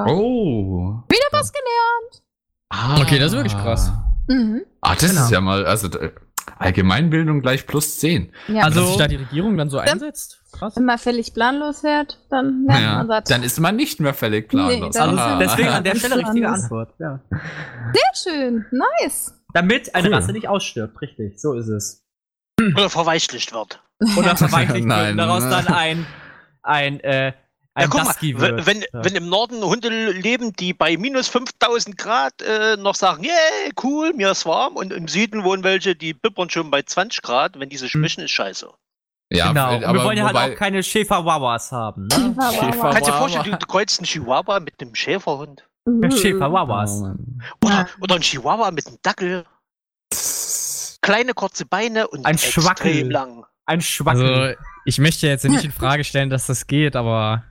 Oh.
Wieder was gelernt.
Ah.
Okay, das ist wirklich krass.
Mhm.
Ah, das
Genau.
ist ja mal, also d- Allgemeinbildung gleich plus 10.
Ja.
Also, dass
Also-
sich da die Regierung dann so
Ja.
einsetzt? Krass.
Wenn man völlig planlos hört, dann merkt
Ja,
man das.
dann ist man nicht mehr völlig planlos. Ah.
Nee, dann ist
Aha.
man-
Also, Deswegen an der Stelle
Alles
richtige
anders.
Antwort. Ja.
Sehr schön, nice.
Damit eine
Cool.
Rasse nicht ausstirbt, richtig. So ist es. Hm.
Oder verweichlicht wird.
(laughs)
Oder verweichlicht wird
Nein. ne?
und daraus dann ein, ein, äh, ein
Ja, guck mal,
Husky
wenn,
wird.
wenn,
Ja.
wenn im Norden Hunde leben, die bei minus 5000 Grad äh, noch sagen, yeah, cool, mir ist warm. Und im Süden wohnen welche, die bippern schon bei 20 Grad. Wenn die
Hm.
sich mischen, ist scheiße.
Ja,
genau.
äh,
Und
aber
wir wollen ja halt
wobei,
auch
(laughs)
keine Schäferwawas haben. Ne?
Chihuahua.
Kannst du dir vorstellen, du, du kreuzt einen Chihuahua mit einem Schäferhund?
Mhm.
Mhm. Oh,
Schäferwawas.
Oder, oder einen Chihuahua mit einem Dackel? Kleine, kurze Beine und
Ein
extrem
Schwackel.
lang.
Ein Schwackel.
Also, ich möchte jetzt nicht in Frage stellen, dass das geht, aber.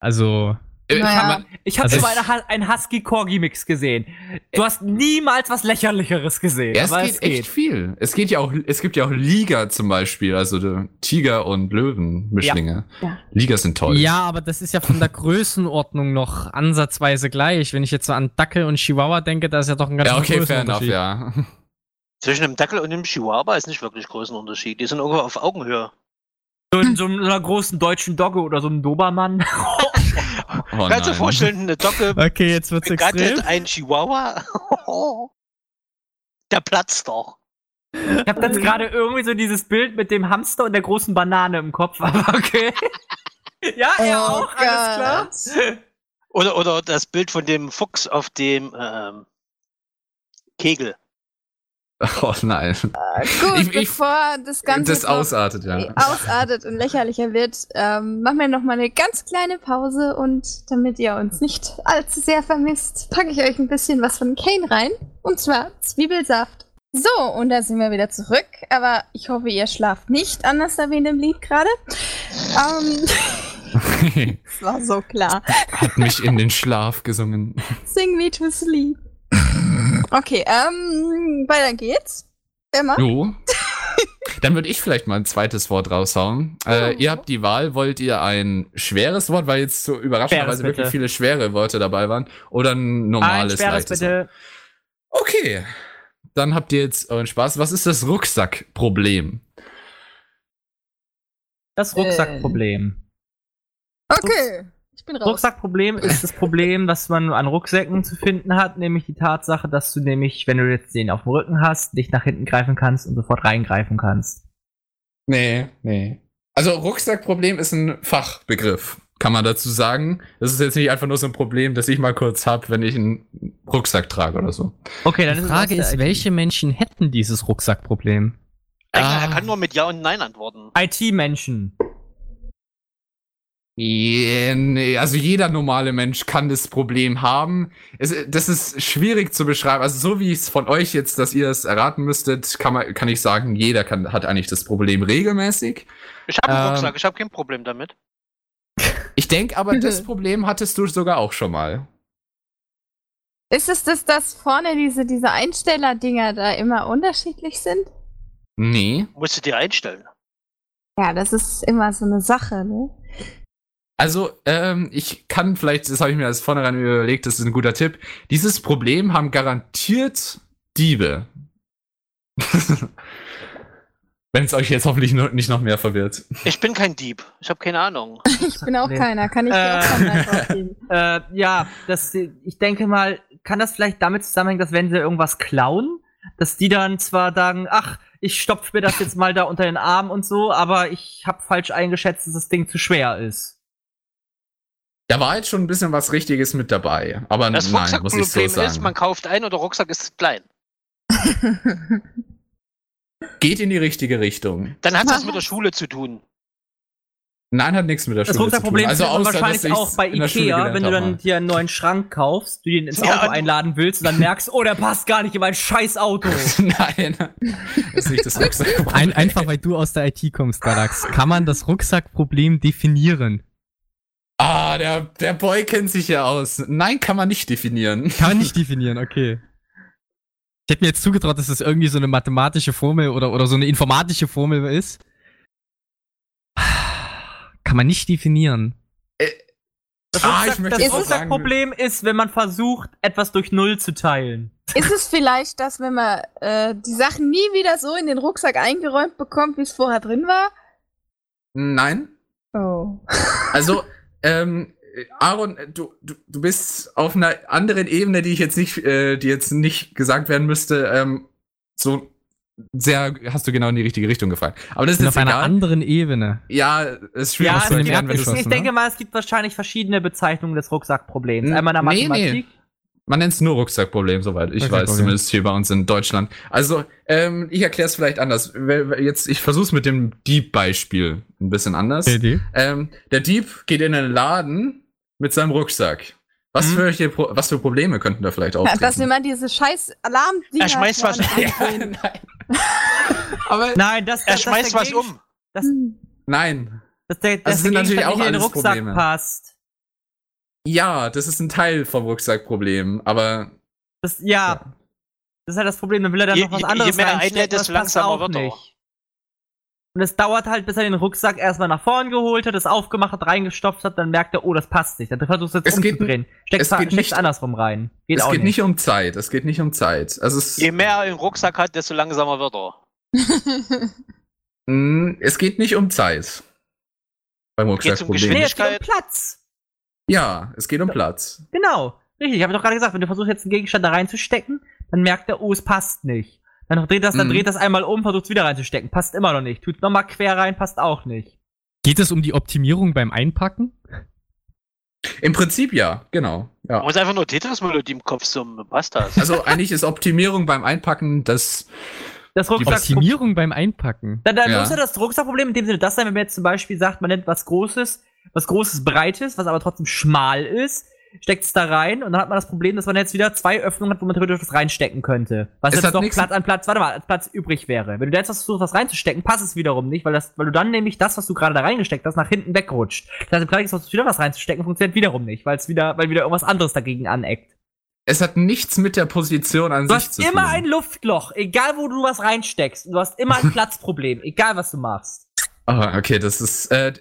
Also.
Äh,
Naja.
kann man,
ich habe
also
immer eine,
ich-
Hu- ein Husky-Corgi-Mix gesehen. Du hast niemals was Lächerlicheres gesehen.
ja, es
aber
geht echt viel. Es geht ja auch, es gibt ja auch Liga zum Beispiel, also die Tiger- und Löwen-Mischlinge.
Ja.
Liga sind toll.
Ja, aber das ist ja von der Größenordnung noch ansatzweise gleich. Wenn ich jetzt so an Dackel und Chihuahua denke, da ist ja doch ein ganz
Ja, okay,
anderer
fair enough, ja.
Größenunterschied.
(laughs)
Zwischen einem Dackel und einem Chihuahua ist nicht wirklich großen Unterschied. Die sind irgendwo auf Augenhöhe.
So, in so einer großen deutschen Dogge oder so einem Dobermann. (laughs)
Oh,
Kannst du dir
nein.
vorstellen, eine Dogge
Okay, jetzt wird's
begattet
extrem.
einen Chihuahua? (laughs) Der platzt doch.
Ich habe
Mhm.
jetzt gerade irgendwie so dieses Bild mit dem Hamster und der großen Banane im Kopf, (laughs) aber okay. Ja, er
Oh
auch, alles klar.
Oder, oder das Bild von dem Fuchs auf dem ähm, Kegel.
(laughs) Oh nein.
Gut,
Ich- ich-
bevor das Ganze
das
jetzt noch
ausartet, ja.
ausartet und lächerlicher wird, ähm, machen wir nochmal eine ganz kleine Pause und damit ihr uns nicht allzu sehr vermisst, packe ich euch ein bisschen was von Kane rein. Und zwar Zwiebelsaft. So, und da sind wir wieder zurück, aber ich hoffe, ihr schlaft nicht, anders erwähnt im Lied gerade. Ähm, das war so klar.
(laughs) Hat mich in den Schlaf gesungen.
Sing me to sleep. Okay, ähm, weiter geht's. Emma?
Jo. Dann würde ich vielleicht mal ein zweites Wort raushauen. Äh,
Oh.
ihr habt die Wahl, wollt ihr ein schweres Wort, weil jetzt so
Schweres
überraschenderweise
bitte.
wirklich viele schwere Worte dabei waren, oder ein normales,
Ein schweres
leichtes
bitte.
Wort. Okay. Dann habt ihr jetzt euren Spaß. Was ist das Rucksackproblem?
Das Rucksackproblem.
Okay, ich bin raus.
Rucksackproblem ist das Problem, was man an Rucksäcken zu finden hat, nämlich die Tatsache, dass du nämlich, wenn du jetzt den auf dem Rücken hast, dich nach hinten greifen kannst und sofort reingreifen kannst.
Nee, nee. Also Rucksackproblem ist ein Fachbegriff, kann man dazu sagen. Das ist jetzt nicht einfach nur so ein Problem, das ich mal kurz habe, wenn ich einen Rucksack trage oder so.
Okay, dann
Die
es
Frage
aus
ist,
der
welche Menschen hätten dieses Rucksackproblem?
Rechner,
Ah.
Er kann nur mit Ja und Nein antworten.
IT-Menschen.
Yeah, nee, also jeder normale Mensch kann das Problem haben. Es, das ist schwierig zu beschreiben. Also so wie es von euch jetzt, dass ihr es erraten müsstet, kann, man, kann ich sagen, jeder kann, hat eigentlich das Problem regelmäßig.
Ich habe einen
Ähm.
Rucksack, ich habe kein Problem damit.
Ich denke aber, das Problem hattest du sogar auch schon mal.
Ist es das, dass vorne diese, diese Einsteller-Dinger da immer unterschiedlich sind?
Nee.
Musst du dir einstellen.
Ja, das ist immer so eine Sache, ne?
Also, ähm, ich kann vielleicht, das habe ich mir als vornherein überlegt, das ist ein guter Tipp. Dieses Problem haben garantiert Diebe. (laughs) Wenn es euch jetzt hoffentlich no- nicht noch mehr verwirrt.
Ich bin kein Dieb. Ich habe keine Ahnung.
Ähm,
Ich bin auch
Nee.
keiner, kann ich dir
Äh.
auch keine Antwort geben.
Äh, ja, das, ich denke mal, kann das vielleicht damit zusammenhängen, dass wenn sie irgendwas klauen, dass die dann zwar sagen, ach, ich stopf mir das jetzt mal da unter den Arm und so, aber ich habe falsch eingeschätzt, dass das Ding zu schwer ist.
Da war jetzt schon ein bisschen was Richtiges mit dabei. Aber
Das
nein, muss ich so
Rucksackproblem
sagen.
ist, man kauft ein und der Rucksack ist klein.
Geht in die richtige Richtung.
Dann hat
(laughs)
das mit der Schule zu tun.
Nein, hat nichts mit der
Das
Schule zu tun.
Rucksackproblem ist
Also außer, dass
wahrscheinlich
ich's
auch bei
in der Schule
Ikea,
gelernt
wenn du
hab ne?
dann
mal.
dir einen neuen Schrank kaufst, du den ins Auto
Ja.
einladen willst und dann merkst, oh, der passt gar nicht in mein scheiß
(laughs) Ah,
Auto.
nein, (laughs) das ist nicht das Rucksackproblem.
Ein,
äh,
einfach weil du aus der IT kommst, Galax. Kann man das Rucksackproblem definieren?
Ah, der, der Boy kennt sich ja aus. Nein, kann man nicht definieren.
Kann
(laughs)
man nicht definieren, okay. Ich hätte mir jetzt zugetraut, dass das irgendwie so eine mathematische Formel oder, oder so eine informatische Formel ist. Kann man nicht definieren.
Das,
Ah, ich
Rucksack,
Ah,
das
möchte jetzt auch sagen-
Rucksackproblem ist, wenn man versucht, etwas durch Null zu teilen.
Ist es vielleicht, dass wenn man äh, die Sachen nie wieder so in den Rucksack eingeräumt bekommt, wie es vorher drin war?
Nein.
Oh.
Also, ähm, Aaron, du, du, du bist auf einer anderen Ebene, die ich jetzt nicht, äh, die jetzt nicht gesagt werden müsste, ähm, so sehr, hast du genau in die richtige Richtung gefragt. Aber das ist
Sind auf
jetzt
einer
egal.
anderen Ebene.
ja, es ist schwierig
Ja,
was zu
es gibt-
erklären, wenn du es
es- Geschossen,
ich
ne?
denke mal, es gibt wahrscheinlich verschiedene Bezeichnungen des Rucksackproblems.
N-
Einmal nach
nee, nee.
Mathematik.
Man nennt es nur Rucksackproblem, soweit ich weiß,
Rucksackproblem.
zumindest hier bei uns in Deutschland. Also, ähm, ich erkläre es vielleicht anders. Wel- wel- Jetzt, ich versuche es mit dem Dieb-Beispiel ein bisschen anders.
Idee.
Ähm, der Dieb geht in einen Laden mit seinem Rucksack. Was,
Mhm.
für, welche Pro was für Probleme könnten da vielleicht
Ja, dass
auftreten?
immer diese scheiß alarm
Er schmeißt was-
(laughs)
Aber
Nein, das, das-
Er
das
schmeißt
der
was
Gegen-
um.
(laughs) Hm.
nein.
Dass der, dass
Das Also sind
der
natürlich
Gegenstand
auch
nicht in den
alles
Rucksack
Probleme.
passt.
Ja, das ist ein Teil vom Rucksackproblem, aber
Das, ja,
Ja.
Das ist halt das Problem, dann will er dann
Je-
noch was
je- je
anderes
mehr er
reinstecken,
einlädt,
das
desto
passt
langsamer
auch
wird er.
Und es dauert halt, bis er den Rucksack erstmal nach vorn geholt hat, das aufgemacht hat, reingestopft hat, dann merkt er, oh, das passt nicht. Dann versuchst du jetzt
Es geht-
umzudrehen. Steckt
es geht nicht-
andersrum rein. Geht
es
auch
geht
nicht.
nicht um Zeit. Es geht nicht um Zeit. Also es,
Je mehr er im Rucksack hat, desto langsamer wird er.
mh, es geht nicht um Zeit. Beim
Geht's um
Rucksackproblem.
Nee, es geht um
Geschwindigkeit.
Platz.
ja, es geht um Platz.
Genau. Richtig, habe ich doch gerade gesagt, wenn du versuchst jetzt einen Gegenstand da reinzustecken, dann merkt er, oh, es passt nicht. Dann dreht das, dann
Mhm.
dreht das einmal um, versucht es wieder reinzustecken. Passt immer noch nicht. Tut nochmal quer rein, passt auch nicht.
Geht es um die Optimierung beim Einpacken?
Im Prinzip ja, genau.
Man
(laughs)
Ja.
muss einfach nur Tetris-Melodie im Kopf summen. Passt das?
Also eigentlich ist Optimierung beim Einpacken das.
Das Rucksack
Optimierung beim Einpacken.
Dann, dann
Ja.
muss ja das Rucksackproblem in dem Sinne das sein, wenn man jetzt zum Beispiel sagt, man nimmt was Großes, was Großes, Breites, was aber trotzdem schmal ist, steckt es da rein und dann hat man das Problem, dass man jetzt wieder zwei Öffnungen hat, wo man theoretisch was reinstecken könnte. Was
Es
jetzt
hat
noch
nichts-
Platz an Platz, warte mal, als Platz übrig wäre. Wenn du da jetzt was versuchst, was reinzustecken, passt es wiederum nicht, weil, das, weil du dann nämlich das, was du gerade da reingesteckt hast, nach hinten wegrutscht. Das heißt, im Kleinen versuchst du wieder was reinzustecken, funktioniert wiederum nicht, weil es wieder, weil wieder irgendwas anderes dagegen aneckt.
Es hat nichts mit der Position an
Du
sich
hast
zu
immer
tun.
ein Luftloch, egal wo du was reinsteckst. Du hast
(laughs)
immer ein Platzproblem, egal was du machst.
Ah, okay, das ist. Äh,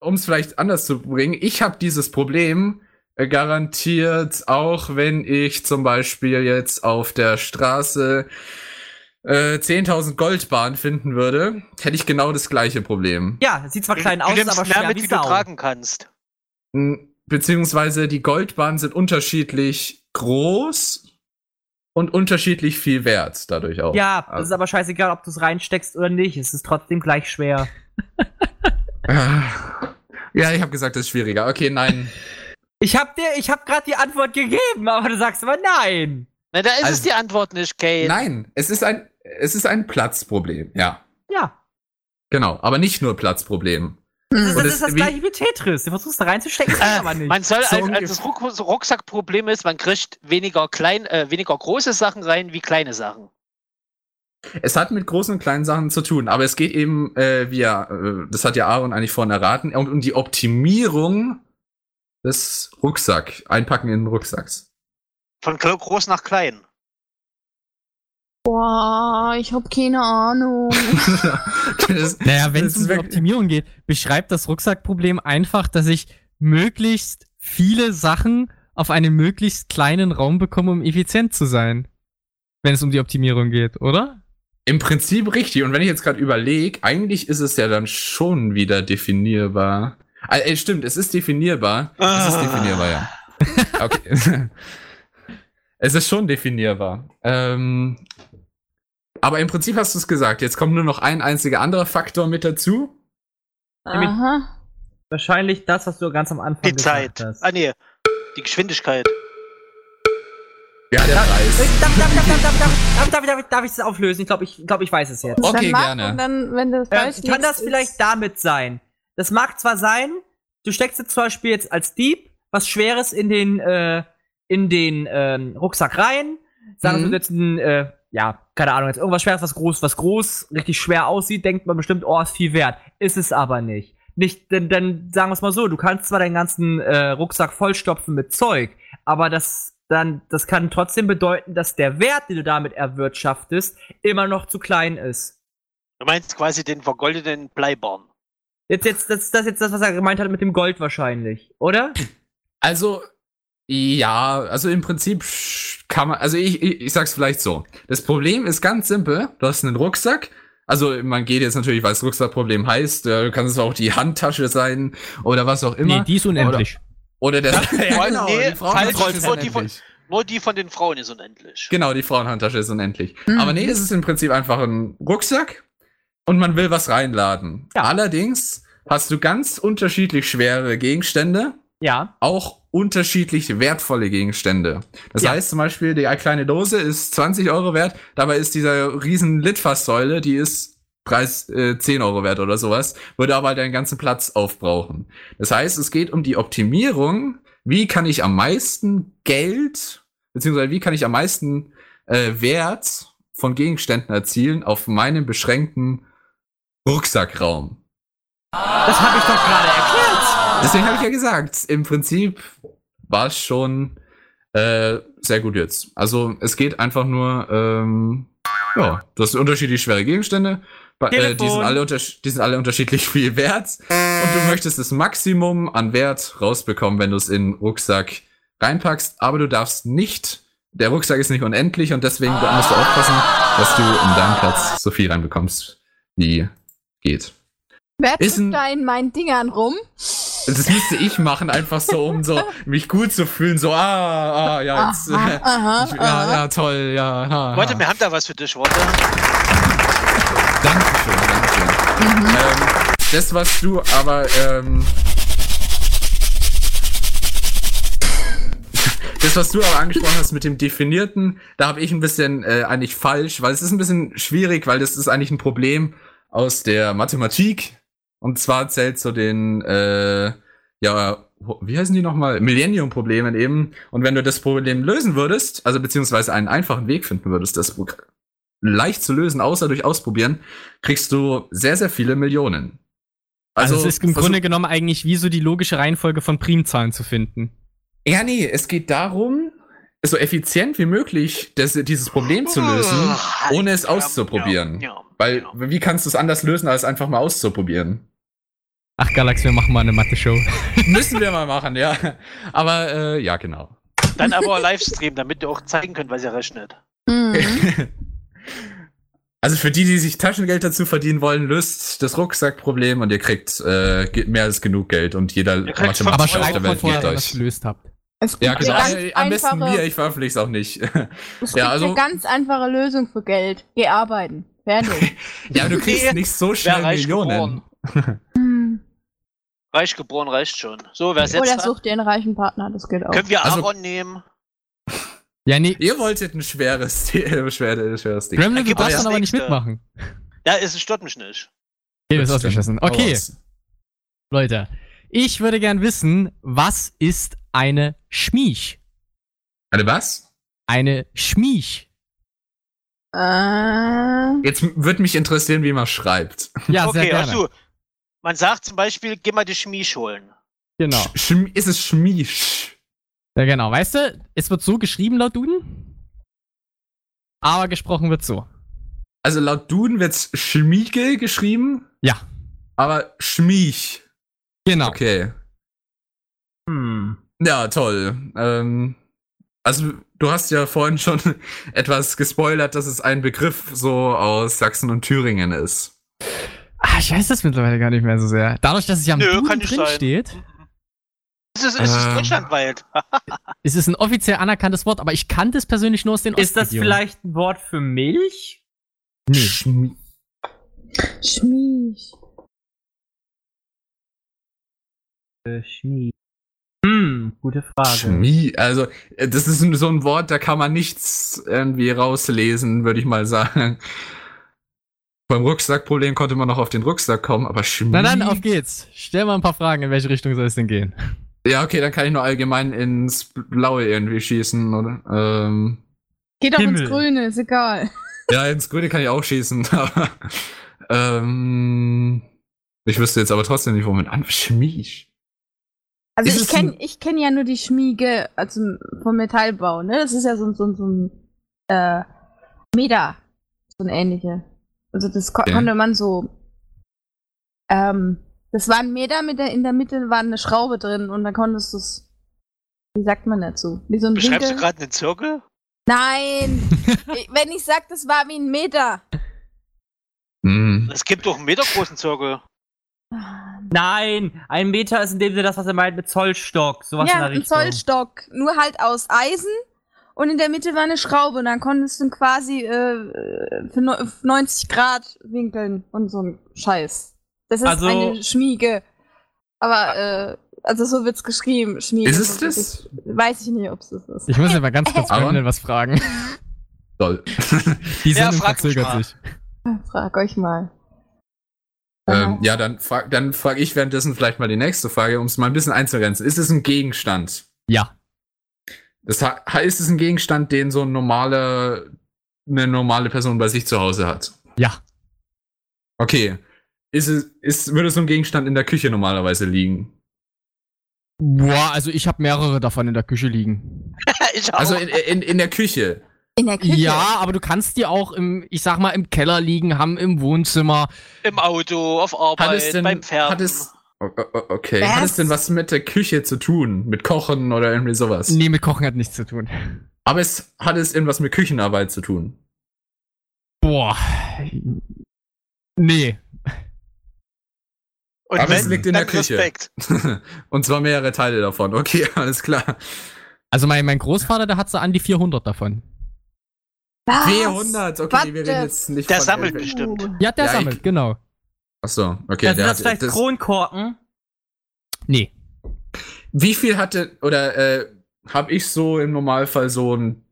um es vielleicht anders zu bringen, ich habe dieses Problem äh, garantiert, auch wenn ich zum Beispiel jetzt auf der Straße äh, 10.000 Goldbahnen finden würde, hätte ich genau das gleiche Problem.
Ja, sieht zwar klein
du
aus,
nimmst
aber
mehr
schwer
mit,
wie
wie
Sau.
du tragen kannst.
N- Hm, Beziehungsweise die Goldbahnen sind unterschiedlich groß und unterschiedlich viel wert dadurch auch.
Ja, es ist
Also-
aber scheißegal, ob du es reinsteckst oder nicht. Es ist trotzdem gleich schwer.
Ah. Ja, ich habe gesagt, das ist schwieriger. Okay, nein.
Ich hab dir, ich hab gerade die Antwort gegeben, aber du sagst immer nein.
Na, da ist es
Also-
die Antwort nicht, Kate.
Nein, es ist ein, es ist ein Platzproblem. Ja.
Ja.
Genau, aber nicht nur Platzproblem.
Das, ist-
Und
das
es-
ist das
wie-
gleiche wie Tetris. Du versuchst da reinzustecken, geht aber nicht.
Äh, Man soll,
So
als,
ungef-
als das Ruck Rucksackproblem ist, man kriegt weniger, klein, äh, weniger große Sachen rein wie kleine Sachen.
Es hat mit großen und kleinen Sachen zu tun, aber es geht eben, äh, wie ja, äh, das hat ja Aaron eigentlich vorhin erraten, um, um die Optimierung des Rucksack, Einpacken in den Rucksacks.
Von gro- groß nach klein.
Boah, ich hab keine Ahnung.
(laughs) das,
Naja, wenn es
das ist
um die
wirklich-
Optimierung geht, beschreibt das Rucksackproblem einfach, dass ich möglichst viele Sachen auf einen möglichst kleinen Raum bekomme, um effizient zu sein. Wenn es um die Optimierung geht, oder?
Im Prinzip richtig. Und wenn ich jetzt gerade überlege, eigentlich ist es ja dann schon wieder definierbar. Ah, ey, stimmt, es ist definierbar. Es ist definierbar, ja. (laughs) Okay. (laughs) es ist schon definierbar. Ähm, aber im Prinzip hast du es gesagt. Jetzt kommt nur noch ein einziger anderer Faktor mit dazu.
Aha.
Wahrscheinlich das, was du ganz am Anfang
Die Zeit.
hast.
Ah, nee. Die Geschwindigkeit.
Ja, der Preis.
Äh, Darf, darf, darf, darf, darf, darf, darf, darf, darf, darf ich das auflösen? Ich glaube, ich, glaub, ich weiß es jetzt.
dann
Okay,
mach
gerne.
Und dann, wenn du
Ähm,
falsch
kann das
liegst,
vielleicht
ist-
damit sein? Das mag zwar sein, du steckst jetzt zum Beispiel jetzt als Dieb was Schweres in den, äh, in den ähm, Rucksack rein. Sagen wir
Mhm.
mhm. jetzt ein, äh, ja, keine Ahnung, jetzt irgendwas Schweres, was groß, was groß, richtig schwer aussieht, denkt man bestimmt, oh, ist viel wert. Ist es aber nicht. Nicht, denn, denn sagen wir es mal so, du kannst zwar deinen ganzen äh, Rucksack vollstopfen mit Zeug, aber das dann, das kann trotzdem bedeuten, dass der Wert, den du damit erwirtschaftest, immer noch zu klein ist.
Du meinst quasi den vergoldeten Bleibarn.
Jetzt, jetzt, das ist das jetzt das, was er gemeint hat mit dem Gold wahrscheinlich, oder?
Also, Ja, also im Prinzip kann man, also ich, ich, ich sag's vielleicht so. Das Problem ist ganz simpel. Du hast einen Rucksack. Also man geht jetzt natürlich, weil es Rucksackproblem heißt, äh, kann es auch die Handtasche sein oder was auch immer.
Nee, die ist unendlich.
Oder, oder das. (laughs)
Weil-
genau,
nee,
die
falsch,
Frauenhandtasche ist
nur, die von,
unendlich.
nur die von den Frauen ist unendlich.
Genau, die Frauenhandtasche ist unendlich. Aber nee, das ist im Prinzip einfach ein Rucksack und man will was reinladen. Allerdings hast du ganz unterschiedlich schwere Gegenstände.
Ja.
auch unterschiedlich wertvolle Gegenstände. Das heißt zum Beispiel, die kleine Dose ist 20 Euro wert, dabei ist dieser riesen Litfaßsäule, die ist Preis äh, 10 Euro wert oder sowas, würde aber halt einen ganzen Platz aufbrauchen. Das heißt, es geht um die Optimierung, wie kann ich am meisten Geld, beziehungsweise wie kann ich am meisten äh, Wert von Gegenständen erzielen auf meinem beschränkten Rucksackraum.
Das habe ich doch gerade erklärt.
Deswegen habe ich ja gesagt, im Prinzip war es schon äh, sehr gut jetzt. Also es geht einfach nur, ähm, ja, du hast unterschiedlich schwere Gegenstände, ba- äh, die, sind
Telefon.
alle untersch- die sind alle unterschiedlich viel wert und du möchtest das Maximum an Wert rausbekommen, wenn du es in den Rucksack reinpackst, aber du darfst nicht, der Rucksack ist nicht unendlich und deswegen musst du aufpassen, dass du in deinem Platz so viel reinbekommst, wie geht.
Wer
Ist ein-
drückt da in meinen Dingern rum?
Das müsste ich machen, einfach so, um so mich gut zu fühlen. So, ah, ah, (laughs) ja, jetzt.
Aha, aha,
(laughs) ich,
aha.
ja, ja, toll, ja. Ha,
Warte,
ha.
wir haben da was für dich, Worte.
Dankeschön, Dankeschön. Ähm, das, was du aber, ähm, Das, was du aber angesprochen hast mit dem Definierten, da habe ich ein bisschen äh, eigentlich falsch, weil es ist ein bisschen schwierig, weil das ist eigentlich ein Problem aus der Mathematik. Und zwar zählt zu den, äh, ja, ho- wie heißen die nochmal? Millennium-Problemen eben. Und wenn du das Problem lösen würdest, also beziehungsweise einen einfachen Weg finden würdest, das Pro- leicht zu lösen, außer durch Ausprobieren, kriegst du sehr, sehr viele Millionen.
Also, es ist im
versuch-
Grunde genommen eigentlich wie so die logische Reihenfolge von Primzahlen zu finden.
Ja, nee, es geht darum, so effizient wie möglich das, dieses Problem zu lösen,
Ach,
ohne es
ja,
auszuprobieren.
halt Ja, ja.
Weil, wie kannst du es anders lösen, als einfach mal auszuprobieren?
Ach, Galax, wir machen mal eine Mathe-Show.
(laughs) Müssen wir mal machen, ja. Aber, äh, ja, genau.
Dann aber Livestream, damit ihr auch zeigen könnt, was ihr rechnet.
Mhm.
(laughs) Also für die, die sich Taschengeld dazu verdienen wollen, löst das Rucksackproblem und ihr kriegt äh, ge- mehr als genug Geld und jeder
kriegt fünf
Aber
Aber schreibt
schreibt
schreibt
mal vorher,
geht
dass ihr das
euch.
gelöst habt.
Es
Ja,
gibt
genau.
eine
Äh,
ganz
Am besten
einfache-
mir, ich veröffentliche es auch nicht. (laughs)
Es gibt
Ja, also-
eine ganz einfache Lösung für Geld. Geh arbeiten.
(laughs)
Fertig.
ja, du kriegst
Nee,
nicht so schnell
reich
Millionen.
geboren.
(laughs)
Hm. Reich geboren reicht schon. So, wer ist jetzt
Oder
dran?
such dir einen reichen Partner, das geht auch.
Können wir
Also-
Aaron nehmen?
Ja, nee,
Ihr wolltet ein schweres, (laughs) äh, schweres, schweres Ding.
Gremlin wird
gib uns
das
das
dann aber nicht
nächste.
mitmachen.
(laughs)
Ja, es stört mich nicht.
Okay, das ist ausgeschissen. Okay,
Aua.
Leute. Ich würde gern wissen, was ist eine Schmiech?
Eine was?
Eine Schmiech.
Äh,
Jetzt m- würde mich interessieren, wie man schreibt.
Ja, sehr
okay,
gerne.
also, man sagt zum Beispiel, geh mal die Schmiech holen.
Genau.
Sch- Schm ist es Schmiesch?
Ja, genau. Weißt du, es wird so geschrieben laut Duden, aber gesprochen wird so.
Also laut Duden wird's Schmiegel geschrieben,
Ja,
aber Schmiech.
genau.
Okay.
Hm.
Ja, toll. Ähm, also du hast ja vorhin schon (laughs) etwas gespoilert, dass es ein Begriff so aus Sachsen und Thüringen ist.
Ah, ich weiß das mittlerweile gar nicht mehr so sehr. Dadurch, dass es ja am
Nö, kann
Duden
nicht
drin
sein.
steht,
Es ist, es ist
Ähm.
deutschlandweit.
ist es ein offiziell anerkanntes Wort, aber ich kannte es persönlich nur aus den
Ist das
Ostregionen.
vielleicht ein Wort für Milch?
Nee.
Schm-
Schmiech.
Schmied. Äh, Hm, gute Frage.
Schmie, also äh, das ist so ein Wort, da kann man nichts irgendwie rauslesen, würde ich mal sagen. Beim Rucksackproblem konnte man noch auf den Rucksack kommen, aber Schmie.
Na dann, auf geht's. Stell mal ein paar Fragen, in welche Richtung soll es denn gehen?
Ja, okay, dann kann ich nur allgemein ins Blaue irgendwie schießen, oder? Ähm,
Geht auch
Himmel.
ins Grüne, ist egal.
ja, ins Grüne kann ich auch schießen, (laughs) aber. Ähm, ich wüsste jetzt aber trotzdem nicht, womit an. Schmiesch.
Also
Ist
ich
es
kenne ich kenn ja nur die Schmiege, also vom Metallbau, ne? Das ist ja so, ein- so, ein- so ein äh, Meder, so ein ähnliche. Also das ko
Okay.
konnte man so. Ähm, das war ein Meder, mit der, in der Mitte war eine Schraube drin und dann konntest du es Wie sagt man dazu? Wie so ein
Beschreibst du
Winkel?
gerade einen Zirkel?
(laughs)
Nein! Ich- Wenn ich sag, das war wie ein Meter.
Hm.
Es gibt doch einen metergroßen Zirkel. (laughs)
Nein, ein Meter ist in dem Sinne das, was er meint mit Zollstock. Sowas in
ja,
der
ein
Richtung.
Zollstock. Nur halt aus Eisen. Und in der Mitte war eine Schraube. Und dann konntest du ihn quasi äh, für neu- auf 90 Grad winkeln und so ein Scheiß. Das ist
Also- Ah.
eine Schmiege. Aber, äh, also so wird's geschrieben. Schmiege.
Ist es
So
das?
wirklich- Weiß ich nicht, ob's das ist.
Ich muss ja mal
Äh,
ganz kurz
Aaron?
Brandon was fragen.
Toll.
Die
(laughs) Ja,
Sendung
frag mich
verzögert
mal.
sich.
Frag euch mal.
ähm, ja, dann frage dann frag ich währenddessen vielleicht mal die nächste Frage, um es mal ein bisschen einzugrenzen. Ist es ein Gegenstand?
Ja.
Das he- heißt, es ist ein Gegenstand, den so ein normale, eine normale Person bei sich zu Hause hat.
Ja.
Okay. Ist es, ist, würde so ein Gegenstand in der Küche normalerweise liegen?
Boah, also ich habe mehrere davon in der Küche liegen.
ich auch.
Also in, in, in der Küche.
In der Küche.
Ja, aber du kannst die auch im, ich sag mal, im Keller liegen haben, im Wohnzimmer.
Im Auto, auf Arbeit,
Hat es denn,
beim Pferden.
hat es, o- o- o- okay, hat
Was?
es denn was mit der Küche zu tun? Mit Kochen oder irgendwie sowas?
Nee, mit Kochen hat nichts zu tun.
Aber es hat es irgendwas mit Küchenarbeit zu tun?
Boah. Nee.
Und
Aber es liegt in der
dann
Küche.
Respekt.
(laughs) Und zwar mehrere Teile davon. Okay, (laughs) alles klar.
Also mein, mein Großvater, der hat so an die 400 davon.
Ah,
Was?
400, okay,
What
wir
the-
reden jetzt nicht
Der
von
sammelt
irgendwelchen-
bestimmt.
Ja, der
Ja, ich-
sammelt, genau.
Ach so, okay.
Ja, sind
der
das
hat-
vielleicht Kronkorken?
Nee.
Wie viel hatte oder äh, habe ich so im Normalfall so ein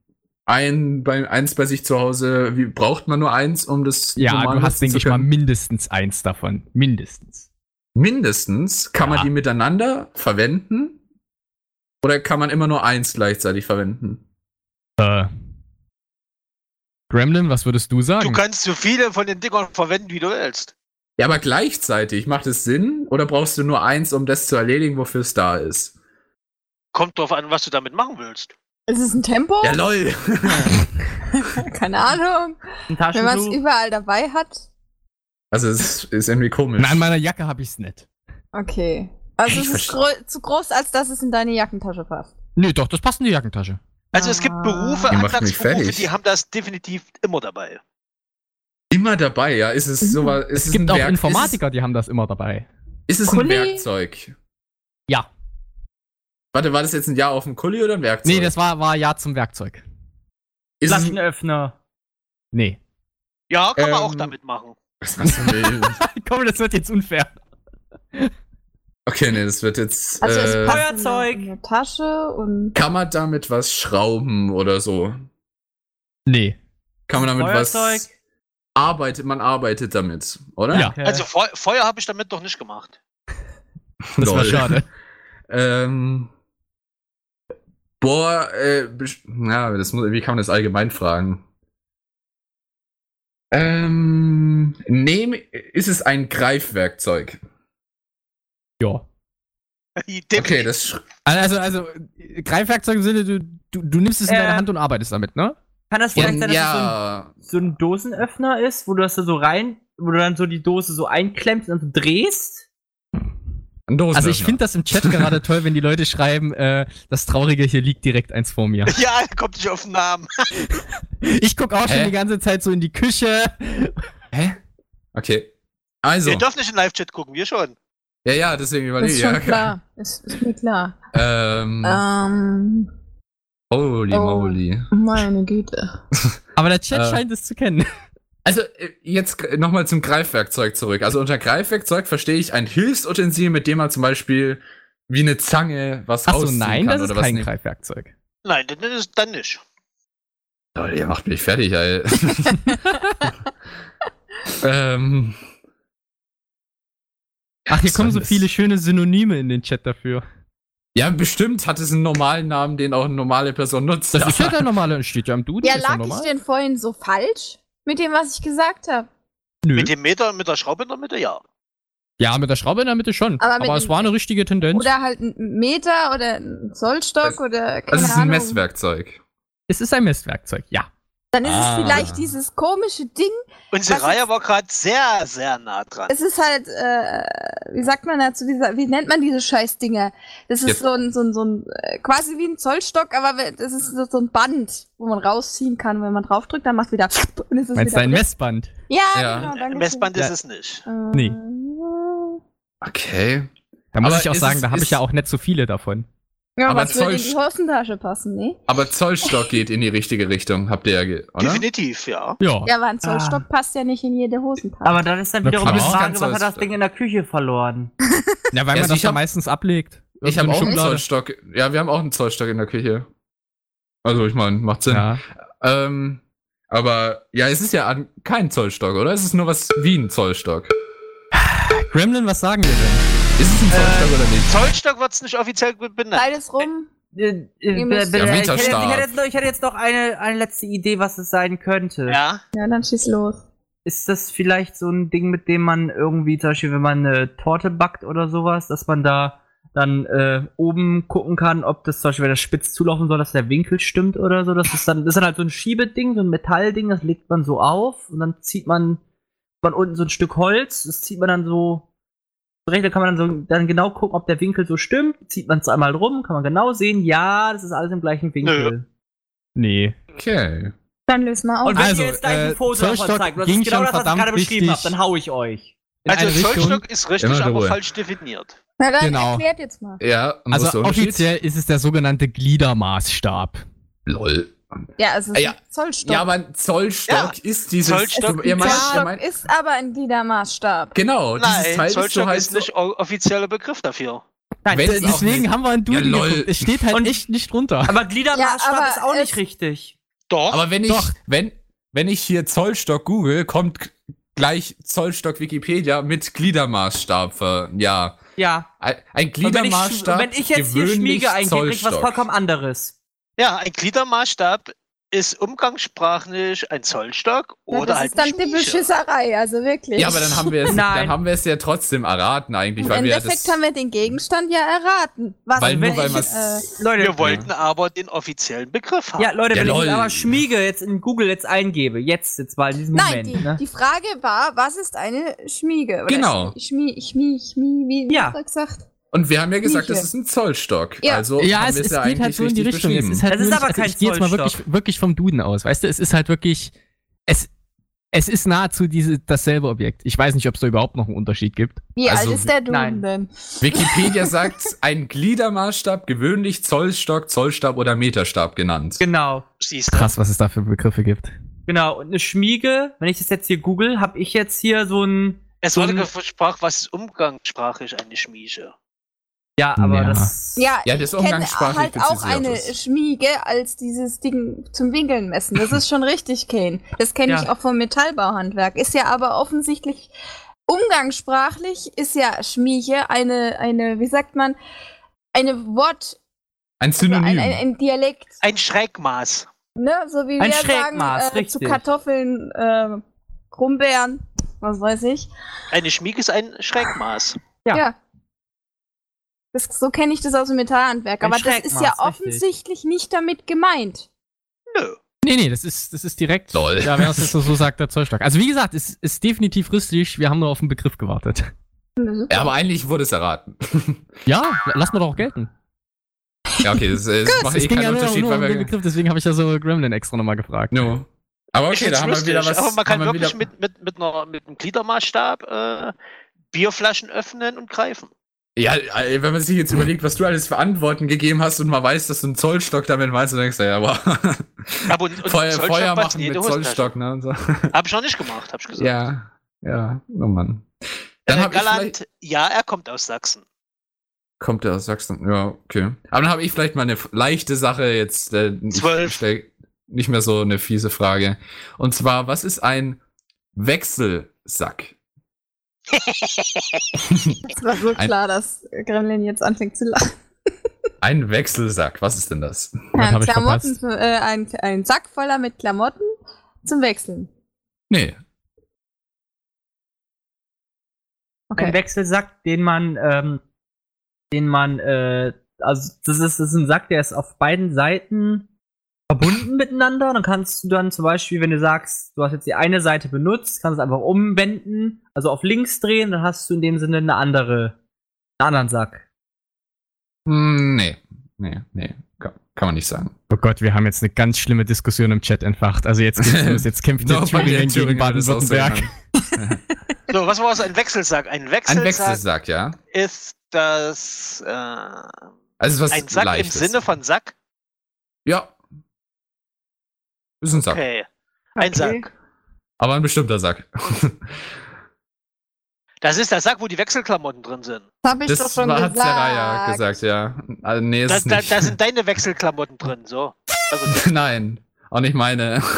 ein bei eins bei sich zu Hause? Wie braucht man nur eins, um das?
Ja,
normal
du hast,
nutzen
denke
zu
ich mal,
können?
mindestens eins davon. Mindestens.
Mindestens kann
Ja.
man die miteinander verwenden oder kann man immer nur eins gleichzeitig verwenden?
Äh. Gremlin, was würdest du
Oh.
sagen?
Du kannst so viele von den Dingern verwenden, wie du willst.
Ja, aber gleichzeitig macht es Sinn oder brauchst du nur eins, um das zu erledigen, wofür es da ist?
Kommt drauf an, was du damit machen willst.
Ist es ein Tempo?
Ja, lol.
Keine Ahnung.
Ein
Wenn man es
Taschentuch?
überall dabei hat.
Also es ist irgendwie komisch.
Na, an meiner Jacke habe ich's nicht.
Okay. Also
Ich
es ist
verste-
grö- zu groß, als dass es in deine Jackentasche passt.
Nee, doch, das passt in die Jackentasche.
Also es gibt
Ah.
Berufe,
Ihr macht mich
Handwerksberufe,
fertig.
die haben das definitiv immer dabei.
Immer dabei, ja. Ist es sowas? Ist
Mhm. Es gibt
ein
auch
Werk-
Informatiker, die haben das immer dabei.
Ist es, ist es
Kulli?
ein Werkzeug?
Ja.
Warte, war das jetzt ein Jahr auf dem Kulli oder ein Werkzeug?
Nee, das war, war ja zum Werkzeug.
ist es ein,
Flaschenöffner.
Nee. (laughs)
Ja, kann man auch
Ähm,
damit machen.
was hast du denn?
Komm, das wird jetzt unfair.
Okay, nee, das wird jetzt.
Also
äh,
es passt in eine,
Feuerzeug.
in eine Tasche und
kann man damit was schrauben oder so?
Nee.
Kann man damit was.
Feuerzeug?
Arbeitet, man arbeitet damit, oder?
Ja.
Okay.
Also Feu Feuer habe ich damit noch nicht gemacht. (laughs)
Das
Lol.
war schade.
(laughs) Ähm, boah, äh, besch- na, das muss, wie kann man das allgemein fragen? Ähm, nehm, ist es ein Greifwerkzeug?
Ja.
Okay, das sch-
Also, also, äh, Greifwerkzeug im Sinne, du, du, du nimmst es in
Äh.
deine Hand und arbeitest damit, ne?
Kann das vielleicht sein, dass es so ein
ja,
so ein Dosenöffner ist, wo du das da so rein, wo du dann so die Dose so einklemmst und dann so drehst.
ein Dosenöffner.
Also, ich finde das im Chat
(laughs)
gerade toll, wenn die Leute schreiben, äh, das Traurige hier liegt direkt eins vor mir.
(laughs) Ja, kommt nicht auf den Namen.
Ich guck auch schon
Hä?
die ganze Zeit so in die Küche.
Hä? Okay. Also,
Ihr dürft nicht in den Live-Chat gucken, wir schon.
ja, ja, deswegen überlege
ist
ich.
schon
Ja.
klar. Ist, ist mir klar.
Ähm,
Ähm,
holy
oh.
moly.
meine Güte.
Aber der Chat
Äh.
scheint es zu kennen.
Also äh, jetzt nochmal zum Greifwerkzeug zurück. Also unter Greifwerkzeug verstehe ich ein Hilfsutensil, mit dem man zum Beispiel wie eine Zange was
Achso,
rausziehen
nein,
kann
das ist
oder was
kein
nicht.
Greifwerkzeug.
Nein, dann ist dann nicht.
Leute, ihr macht mich fertig,
(laughs)
ey. ähm,
Ach, hier
was
kommen
soll
so
das?
viele schöne Synonyme in den Chat dafür.
Ja, bestimmt hat es einen normalen Namen, den auch eine normale Person nutzt.
Das ist ja der normale, steht ja im Duden,
Ja,
ist ja
lag ich
normal.
denn vorhin so falsch mit dem, was ich gesagt habe?
Nö.
Hm.
Mit dem Meter und mit der Schraube in der Mitte, ja.
ja, mit der Schraube in der Mitte schon.
Aber
Aber,
mit
es
dem-
war eine richtige Tendenz.
Oder halt ein Meter oder ein Zollstock
Das-
oder keine
das ist ein
Ahnung.
Messwerkzeug.
es ist ein Messwerkzeug, ja.
Dann ist
Ah.
es vielleicht dieses komische Ding.
Unsere
was
Reihe
jetzt-
war gerade sehr, sehr nah dran.
Es ist halt, äh, wie sagt man dazu, wie, sa- wie nennt man diese Scheißdinger? Das ist
Jetzt-
so ein, so ein, so ein, äh, quasi wie ein Zollstock, aber we- das ist so so ein Band, wo man rausziehen kann. Wenn man draufdrückt, dann macht wieder und es ist
Meinst du
wieder
ein Messband?
Ja,
Ja.
Äh,
genau, danke. Ähm,
Messband ist
Ja.
es nicht.
schön.
Nee.
Äh,
Okay.
Da muss
Aber
ich auch
ist
sagen,
es-
da habe
ist-
ich ja auch nicht so viele davon.
Ja,
Aber
was würde in die
Zollst-
Hosentasche passen, ne?
Aber Zollstock geht in die richtige Richtung, habt ihr ja, ge- oder?
Definitiv, ja.
Ja.
Ja, aber
Ah.
ein Zollstock passt ja nicht in jede Hosentasche.
Aber dann ist dann
Na
wiederum
klar.
die Frage,
Ganz
was hat das
alles-
Ding in der Küche verloren?
Ja, weil
Ja,
man
also
das
ich
ja
hab-
meistens ablegt.
Ich habe
Irgendeine
auch einen
Schublade.
Zollstock. Ja, wir haben auch einen Zollstock in der Küche. Also, ich meine, macht Sinn.
Ja.
Ähm, aber ja, es ist ja an, kein Zollstock, oder? Es ist nur was wie ein Zollstock.
Gremlin, was sagen wir denn?
Ist es ein Zollstock oder nicht?
Zollstock wird es nicht offiziell benannt.
Beides rum.
Äh, äh,
müsst-
b-
Ja,
b- ich, hätte, ich,
Mieterstab.
hätte jetzt noch, ich hätte jetzt noch eine, eine letzte Idee, was es sein könnte.
Ja.
Ja, dann schieß los.
Ist das vielleicht so ein Ding, mit dem man irgendwie, zum Beispiel, wenn man eine Torte backt oder sowas, dass man da dann äh, oben gucken kann, ob das zum Beispiel, wenn das spitz zulaufen soll, dass der Winkel stimmt oder so. Das ist dann, das ist dann halt so ein Schiebeding, so ein Metallding, das legt man so auf und dann zieht man, man unten so ein Stück Holz, das zieht man dann so Rechner kann man dann, so, dann genau gucken, ob der Winkel so stimmt. Zieht man es einmal rum, kann man genau sehen, ja, das ist alles im gleichen Winkel.
Nee.
Okay.
Dann löst mal auf.
Und wenn
Also,
ihr jetzt gleich
äh,
ein Foto davon
Zollstock
zeigt, das
ging
ist genau
schon
das, was ich
verdammt
gerade beschrieben habe,
richtig.
dann hau ich euch.
In
Also
eine Richtung.
Zollstock ist richtig,
Immer in
aber
Ruhe.
falsch definiert.
Na dann
Genau.
erklärt jetzt mal.
Ja, und was ist
Also
der Unterschied?
offiziell ist es der sogenannte Gliedermaßstab.
Lol.
Ja, also es ist
Ah, Ja.
ein Zollstock.
Ja, aber ein Zollstock ist dieses.
Zollstock-
du, ihr meint, ihr
Zollstock
meint,
ist aber ein Gliedermaßstab.
genau, dieses Teil ist so
Zollstock
heißt.
ist nicht o- offizieller Begriff dafür.
Nein,
Wenn
das
es
ist auch
Deswegen haben wir einen
Ja,
Duden
lol.
geguckt. Es steht halt
Und-
echt nicht runter.
aber Gliedermaßstab
Ja, aber
ist auch
es-
nicht richtig.
Doch,
aber wenn ich,
Doch.
wenn, wenn ich hier Zollstock google, kommt k- gleich Zollstock Wikipedia mit Gliedermaßstab. ver- Ja.
Ja.
Ein- Ein
Und wenn ich, sch-
Gliedermaßstab.
wenn ich jetzt hier
gewöhnlich
Schmiege eingebe, krieg ich was
Zollstock.
vollkommen anderes.
ja, ein Gliedermaßstab ist umgangssprachlich ein Zollstock
Ja,
oder
das
halt
ist dann
eine
die
Schmiege.
Beschisserei, also wirklich.
Ja, aber dann haben wir es,
Nein.
dann haben wir es ja trotzdem erraten eigentlich,
Im
weil wir ja
Endeffekt
das,
haben wir den Gegenstand ja erraten. Was äh,
weil nur
wenn
weil
ich,
man's-
Leute,
Wir wollten aber den offiziellen Begriff haben.
ja, Leute,
Ja,
wenn
lol.
ich aber Schmiege jetzt in Google jetzt eingebe, jetzt, jetzt mal in diesem
Nein,
Moment,
die,
ne?
die Frage war, was ist eine Schmiege? Oder
Genau.
Schmie, Schmie, Schmie, wie wie
Ja.
hast du gesagt?
und wir haben ja gesagt,
Michel.
das ist ein Zollstock.
Ja.
Also
ja,
haben
es,
wir
es geht halt
eigentlich
so in die
richtig
Richtung. Es
beschrieben.
ist halt
Das ist
nur nicht-
aber kein
ich gehe jetzt mal wirklich,
Zollstock.
wirklich vom Duden aus, weißt du? Es ist halt wirklich, es, es ist nahezu diese, dasselbe Objekt. Ich weiß nicht, ob es da überhaupt noch einen Unterschied gibt.
Wie
Also,
alt ist der Duden
nein.
denn?
Wikipedia sagt, ein Gliedermaßstab, gewöhnlich Zollstock, Zollstab oder Meterstab genannt.
Genau.
Siehst du?
Krass, was es da für Begriffe gibt.
Genau, und eine Schmiege, wenn ich das jetzt hier google, habe ich jetzt hier so ein.
Es
so
wurde
ein-
gesprochen, was ist umgangssprachlich eine Schmiege?
Ja, aber
Ja.
das.
Ja,
Ja, das ist
ich kenne
umgangssprachlich
halt auch
präzisiert,
eine
das-
Schmiege als dieses Ding zum Winkeln messen. Das ist schon richtig, Kane. Das kenne ich
Ja.
auch vom Metallbauhandwerk. Ist ja aber offensichtlich umgangssprachlich ist ja Schmiege eine, eine wie sagt man, eine Wort,
Ein
ein,
Synonym.
ein, ein Dialekt,
Ein Schrägmaß.
ne? So wie
Ein
wir sagen,
Schrägmaß,
äh, zu
richtig.
Kartoffeln, äh, Krummbeeren, was weiß ich.
Eine Schmiege ist ein Schrägmaß.
Ja.
Ja. Das, so kenne ich das aus dem Metallhandwerk.
Ein
Aber das ist
Schrägmaß,
ja
richtig.
offensichtlich nicht damit gemeint.
Nö.
Nee, nee, das ist, das ist direkt.
Lol.
Ja, wenn man es jetzt so- so sagt, der Zollstock. Also wie gesagt, es ist definitiv rüstig. Wir haben nur auf den Begriff gewartet.
ja, aber eigentlich wurde es erraten. (laughs)
Ja, lass mal doch auch gelten.
ja, okay, das, äh, das macht eh keinen
nur,
Unterschied,
nur um
weil
den
wir.
Begriff, deswegen habe ich ja so Gremlin extra nochmal gefragt.
No. Aber okay,
ich
da haben wir wieder was.
aber man kann
haben wir
wirklich
wieder,
mit, mit, mit, einer, mit einem Gliedermaßstab äh, Bierflaschen öffnen und greifen.
Ja, äh, wenn man sich jetzt überlegt, was du alles für Antworten gegeben hast und man weiß, dass du einen Zollstock damit meinst, dann denkst du, ja, wow.
Aber (laughs) und, und
Feuer,
Zollstock
Feuer
macht's
machen
in jede
mit
Hosentasche.
Zollstock, ne? Und so.
Hab ich noch nicht gemacht, hab ich gesagt.
Ja, ja, oh Mann. Dann
Dann
hab ich vielleicht,
Äh, Galant, ja, er kommt aus Sachsen.
kommt er aus Sachsen, ja, okay. Aber dann habe ich vielleicht mal eine f- leichte Sache jetzt. Äh, ich
Zwölf.
stell Nicht mehr so eine fiese Frage. Und zwar, was ist ein
(laughs)
Wechselsack? (laughs)
Es war so
Ein-
klar, dass Gremlin jetzt anfängt zu lachen.
Ein Wechselsack, was ist denn das?
hab ich
Klamotten,
verpasst?
äh, ein, ein Sack voller mit Klamotten zum Wechseln.
Nee,
Ein
Okay.
Wechselsack, den man, ähm, den man, äh, also das ist, das ist ein Sack, der ist auf beiden Seiten verbunden miteinander. Dann kannst du dann zum Beispiel, wenn du sagst, du hast jetzt die eine Seite benutzt, kannst du es einfach umwenden, also auf links drehen, dann hast du in dem Sinne eine andere, einen anderen Sack.
Hm, Nee, nee, nee. Kann, kann man nicht sagen.
Oh Gott, wir haben jetzt eine ganz schlimme Diskussion im Chat entfacht. Also jetzt geht's los,
(laughs)
jetzt kämpft der
Doch, bei
Thüringen
den
gegen
Thüringern ist auch so
Baden-Württemberg.
So, was war das? Ein Wechselsack. Ein Wechselsack,
Ein Wechselsack, ja.
ist das äh, ein
Also es ist was
Sack
Leichtes.
im Sinne von Sack?
Ja. Ist ein Sack.
Okay. Ein Sack.
Aber ein bestimmter Sack.
Das ist der Sack, wo die Wechselklamotten drin sind.
Das habe ich
Das
doch schon
war,
gesagt.
hat Seraya gesagt, ja. Also, nee, ist
Da,
es
da,
nicht.
da sind deine Wechselklamotten drin, so.
(laughs)
Also,
Nein, auch nicht meine. (laughs)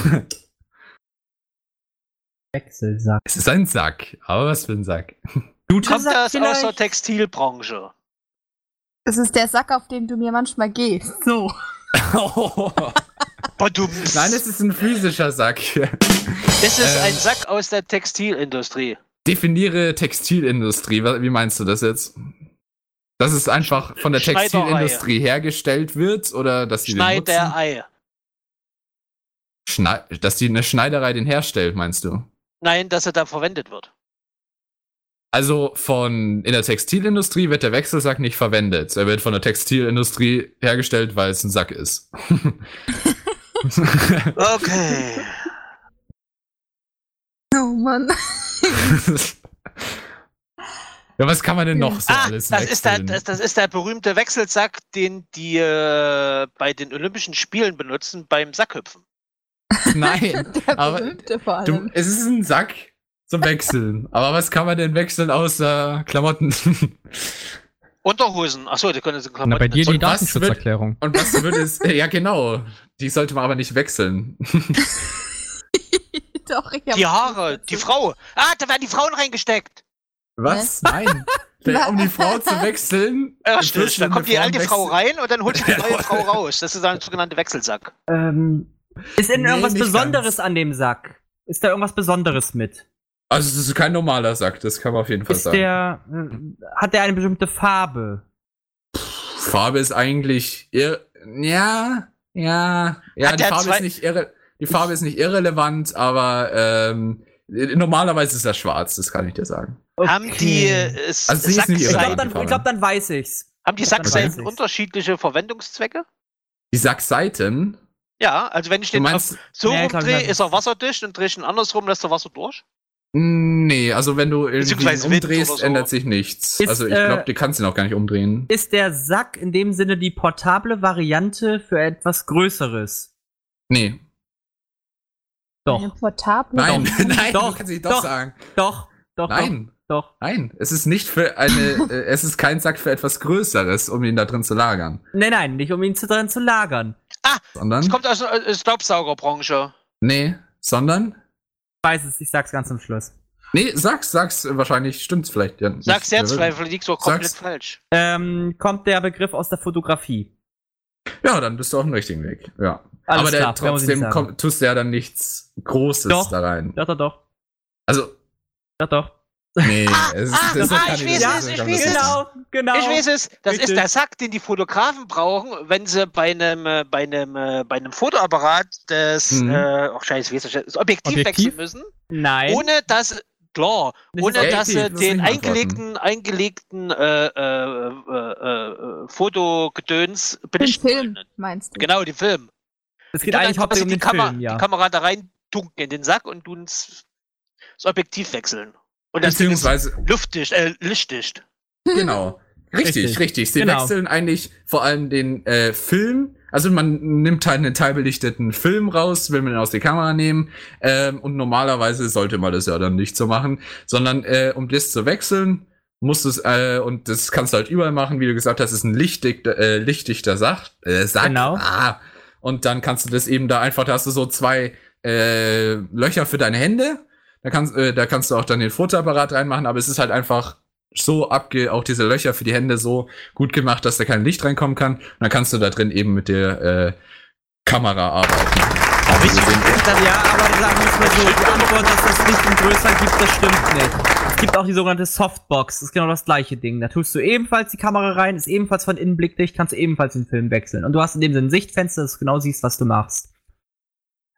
Wechselsack.
es ist ein Sack. Aber was für ein Sack. (laughs)
kommt das aus der
vielleicht?
Textilbranche?
Das ist der Sack, auf dem du mir manchmal gehst. (laughs) So.
Badums.
Nein, es ist ein physischer Sack. (laughs)
Es ist
Ähm.
ein Sack aus der Textilindustrie.
Definiere Textilindustrie. Wa- Wie meinst du das jetzt? Dass es einfach von der
Schneiderei.
Textilindustrie hergestellt wird oder dass die den nutzen?
Schneiderei.
Schnei dass die eine Schneiderei den herstellt, meinst du?
Nein, dass er da verwendet wird.
Also von in der Textilindustrie wird der Wechselsack nicht verwendet. Er wird von der Textilindustrie hergestellt, weil es ein Sack ist. (laughs)
Okay.
Oh Mann.
ja, was kann man denn noch so
Ah,
alles
das ist, der,
wechseln?
das, das ist der berühmte Wechselsack, den die äh, bei den Olympischen Spielen benutzen, beim Sackhüpfen. halt
Nein,
Der
Aber
berühmte vor
du,
allem. (laughs)
es ist ein Sack zum Wechseln. Aber was kann man denn wechseln außer Klamotten? (laughs)
Unterhosen. Achso, die können sie Klamotten.
Na, bei dir
dazu-
die
Und was
Datenschutzerklärung.
Und was würde es. Ja, genau. Die sollte man aber nicht wechseln.
doch, ich hab-
die Haare, die Frau. Ah, da werden die Frauen reingesteckt.
Was? Nein. Der- Um die Frau zu wechseln.
Ja,
im
Äh, stimmt. Da
Flüssig-
kommt die
Frau
alte Frau
wechseln-
rein und dann holt
(laughs)
die
Ja.
neue Frau raus. Das ist ein sogenannter Wechselsack.
Ähm, ist denn
Nee,
irgendwas
nicht
Besonderes an dem Sack? Ist da irgendwas Besonderes mit?
Also, es ist kein normaler Sack, das kann man auf jeden Fall
Ist
sagen.
der, äh, hat der eine bestimmte Farbe?
Farbe ist eigentlich irre. Ja, ja, ja,
Hat
die
der
Farbe
zwei-
ist nicht irre. Die Farbe ist nicht irrelevant, aber ähm, normalerweise ist das schwarz, das kann ich dir sagen.
Haben die, äh,
Also sie ist nicht
Ich glaube,
ihre
Sackseiten,
eigene
dann,
Farbe.
ich glaub, dann weiß ich's.
haben die Sackseiten
weiß ich's.
unterschiedliche Verwendungszwecke?
Die Sackseiten,
Ja, also wenn ich
du
den auf
meinst,
so
Ja, ja, klar,
rumdrehe,
klar.
ist er wasserdicht und drehe ich ihn andersrum, lässt er Wasser durch.
nee, also wenn du irgendwie ihn
Beziehungsweise Wind
umdrehst,
oder so.
ändert sich nichts.
Ist,
also ich glaube,
äh,
du kannst ihn auch gar nicht umdrehen.
Ist der Sack in dem Sinne die portable Variante für etwas Größeres?
Nee,
Eine
Doch,
portable.
nein, (laughs) nein,
Doch,
du kannst nicht
doch,
doch sagen.
doch, doch,
Nein,
doch,
nein, es ist nicht für
(laughs)
eine, äh, es ist kein Sack für etwas Größeres, um ihn da drin zu lagern,
doch. Nein, nein, nicht um ihn zu drin zu lagern.
sondern,
Es kommt aus der äh, Staubsaugerbranche.
nee, sondern,
Ich weiß es, ich sag's ganz zum Schluss.
Nee, sag's, sag's, äh, wahrscheinlich stimmt's vielleicht. Ja, nicht.
Sag's jetzt,
Wir-
weil du liegst doch komplett
Sag's.
falsch.
Ähm, kommt der Begriff aus der Fotografie.
Ja, dann bist du auf dem richtigen Weg. Ja.
Alles
Aber der,
klar, mehr muss ich nicht
trotzdem
sagen.
kommt, tust du ja dann nichts Großes
Doch.
da rein.
Doch, doch, doch,
Also,
doch, doch.
nee, es ist, das
ah,
kann ich
ich weiß
nicht
es, ich
sagen,
weiß
das ist-
es.
Genau, genau.
Ich weiß es, das
Bitte.
ist der Sack, den die Fotografen brauchen, wenn sie bei einem, äh, bei einem, äh, bei einem Fotoapparat das,
Mhm.
äh, oh scheiße, ich weiß nicht, das Objektiv,
Objektiv?
wechseln müssen,
Nein.
ohne dass, klar,
Das
ist
ohne dass
objektiv,
sie
das
den
muss ich
eingelegten, eingelegten äh, äh, äh, äh, Fotogedöns
Den
belichten
Film,
wollen.
meinst du?
Genau, den Film.
Es
Die
geht
tun dann
eigentlich hauptsächlich
quasi
um
die,
den
Kamera,
Film, ja.
die Kamera da rein tunken in den Sack und tun das Objektiv wechseln. Und das Ding ist
Beziehungsweise,
luftdicht, äh, lichtdicht.
(laughs)
genau. Richtig,
Richtig.
richtig. Sie
Genau.
wechseln eigentlich vor allem den äh, Film. Also man nimmt halt einen teilbelichteten Film raus, will man ihn aus der Kamera nehmen. Ähm, und normalerweise sollte man das ja dann nicht so machen, sondern äh, um das zu wechseln, musst du es, äh, und das kannst du halt überall machen, wie du gesagt hast, ist ein lichtdichter, äh, lichtdichter Sach, äh, Sack.
Genau.
Ah, und dann kannst du das eben da einfach, da hast du so zwei äh, Löcher für deine Hände. Da kannst, äh, da kannst du auch dann den Fotoapparat reinmachen, aber es ist halt einfach so abge, auch diese Löcher für die Hände so gut gemacht, dass da kein Licht reinkommen kann. Und dann kannst du da drin eben mit der äh, Kamera arbeiten.
Ah,
Also wir sehen-
Ja, aber sagen wir es mal so, die Antwort, dass es nicht in größer gibt, das stimmt nicht. Es gibt gibt auch die sogenannte Softbox. Das ist genau das gleiche Ding. Da tust du ebenfalls die Kamera rein, ist ebenfalls von innen blickdicht, kannst du ebenfalls den Film wechseln. Und du hast in dem Sinne ein Sichtfenster, dass du genau siehst, was du machst.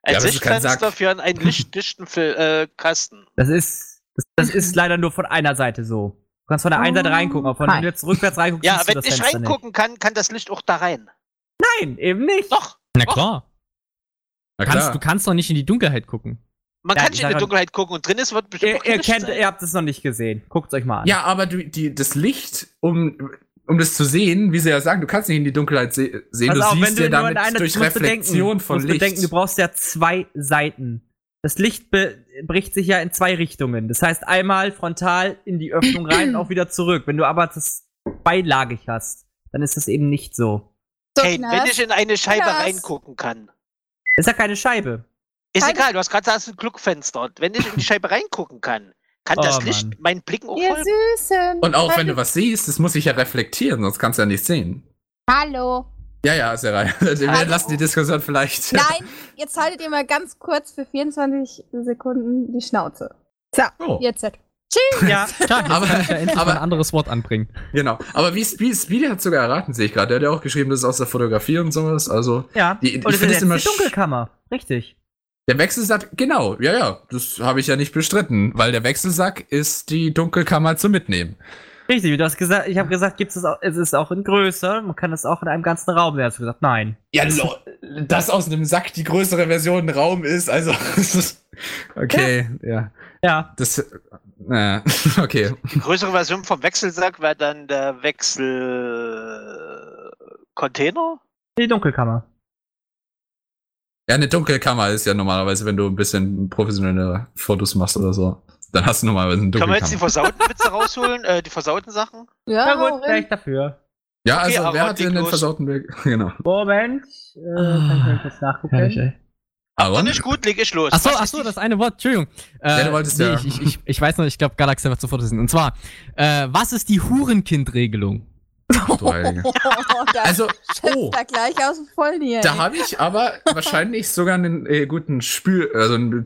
Ein
Ja, aber das ist kein
Sichtfenster
Sack.
für einen- einen lichtdichten Fil- äh, Kasten.
Das ist, das, das ist
(laughs)
leider nur von einer Seite so. Du kannst von der einen Seite reingucken, aber von, wenn du jetzt rückwärts reinguckst,
Oh Ja,
siehst du
wenn
das
ich
Fenster nicht.
reingucken kann, kann das Licht auch da rein.
Nein, eben nicht.
Doch,
Na klar.
Na
Kannst,
klar.
du kannst doch nicht in die Dunkelheit gucken.
man
Ja,
kann
ich
nicht in
sag
die
ja-
Dunkelheit gucken und drin ist, wird bestimmt
Ihr,
auch
ihr,
Licht
kennt,
sein.
ihr habt es noch nicht gesehen. Guckt es euch mal an.
ja, aber du, die, das Licht, um, um das zu sehen, wie sie ja sagen, du kannst nicht in die Dunkelheit se sehen,
Pass
du
auf, wenn
siehst
du
ja
nur in
damit
einer
durch
du musst
Reflexion
bedenken,
von
musst
Licht.
Bedenken, du brauchst ja zwei Seiten. Das Licht be bricht sich ja in zwei Richtungen. Das heißt, einmal frontal in die Öffnung rein
(clears throat)
und auch wieder zurück. Wenn du aber das beilagig hast, dann ist das eben nicht so.
Hey, wenn ich in eine Scheibe
Knast.
reingucken kann.
Ist ja keine Scheibe.
Ist
Keine-
egal, du hast gerade gesagt, ein Glückfenster. Und wenn ich
(laughs)
in die Scheibe reingucken kann, kann das
Oh,
Licht
Mann.
meinen Blicken auch
Ihr
voll.
Süßen.
Und auch wenn du was siehst, das muss sich ja reflektieren, sonst kannst du ja nichts sehen.
Hallo.
Ja, ja, Serai. (laughs) Wir
Also-
lassen die Diskussion vielleicht.
Nein, jetzt haltet ihr mal ganz kurz für 24 Sekunden die Schnauze. So,
(laughs) Oh.
jetzt. halt. Tschüss.
(laughs)
Ja,
Klar, jetzt
Aber-
kann ich da endlich
aber-
mal ein anderes Wort anbringen.
Genau. Aber wie Speedy, Speedy hat sogar erraten, sehe ich gerade. Der hat ja auch geschrieben, das ist aus der Fotografie und sowas. Also,
ja. und
Die- ich
es
find
ist
das
jetzt
immer
die
sch-
Dunkelkammer. Richtig.
der Wechselsack, genau, ja, ja, das habe ich ja nicht bestritten, weil der Wechselsack ist die Dunkelkammer zum Mitnehmen.
Richtig, wie du hast gesagt, ich habe gesagt, gibt's es auch, es ist auch in größer, man kann das auch in einem ganzen Raum, der hast du gesagt, nein.
Ja, lo- dass aus einem Sack die größere Version Raum ist, also. (laughs) es ist- okay, ja.
Ja,
Das. Äh, (laughs) okay.
Die größere Version vom Wechselsack wäre dann der äh, Wechselcontainer.
die Dunkelkammer.
Ja, eine Dunkelkammer ist ja normalerweise, wenn du ein bisschen professionelle Fotos machst oder so. Dann hast du normalerweise eine
Können wir jetzt die
Dunkelkammer.
versauten Witze rausholen? Äh, die versauten Sachen?
Ja,
Na gut,
Rin.
wäre
(laughs)
ich dafür.
Ja,
Okay,
also
aber
wer hat denn den
dicklos.
versauten Weg? (laughs) Genau.
Moment, äh, kann ich mal kurz
Ah,
nachgucken.
Ähm,
War
Aaron?
nicht gut, leg ich los.
Achso,
Was ist
achso,
die-
das eine Wort, Entschuldigung. Äh,
Ja, du wolltest ja.
Ich, ich, ich, ich weiß noch, ich glaube, Galaxy wird sofort wissen. Und zwar, äh, was ist die Hurenkind-Regelung?
Ach, du Heilige.
also,
(laughs) Also, oh,
da gleich aus dem Vollnier.
da habe ich aber wahrscheinlich sogar einen äh, guten Spül, also einen-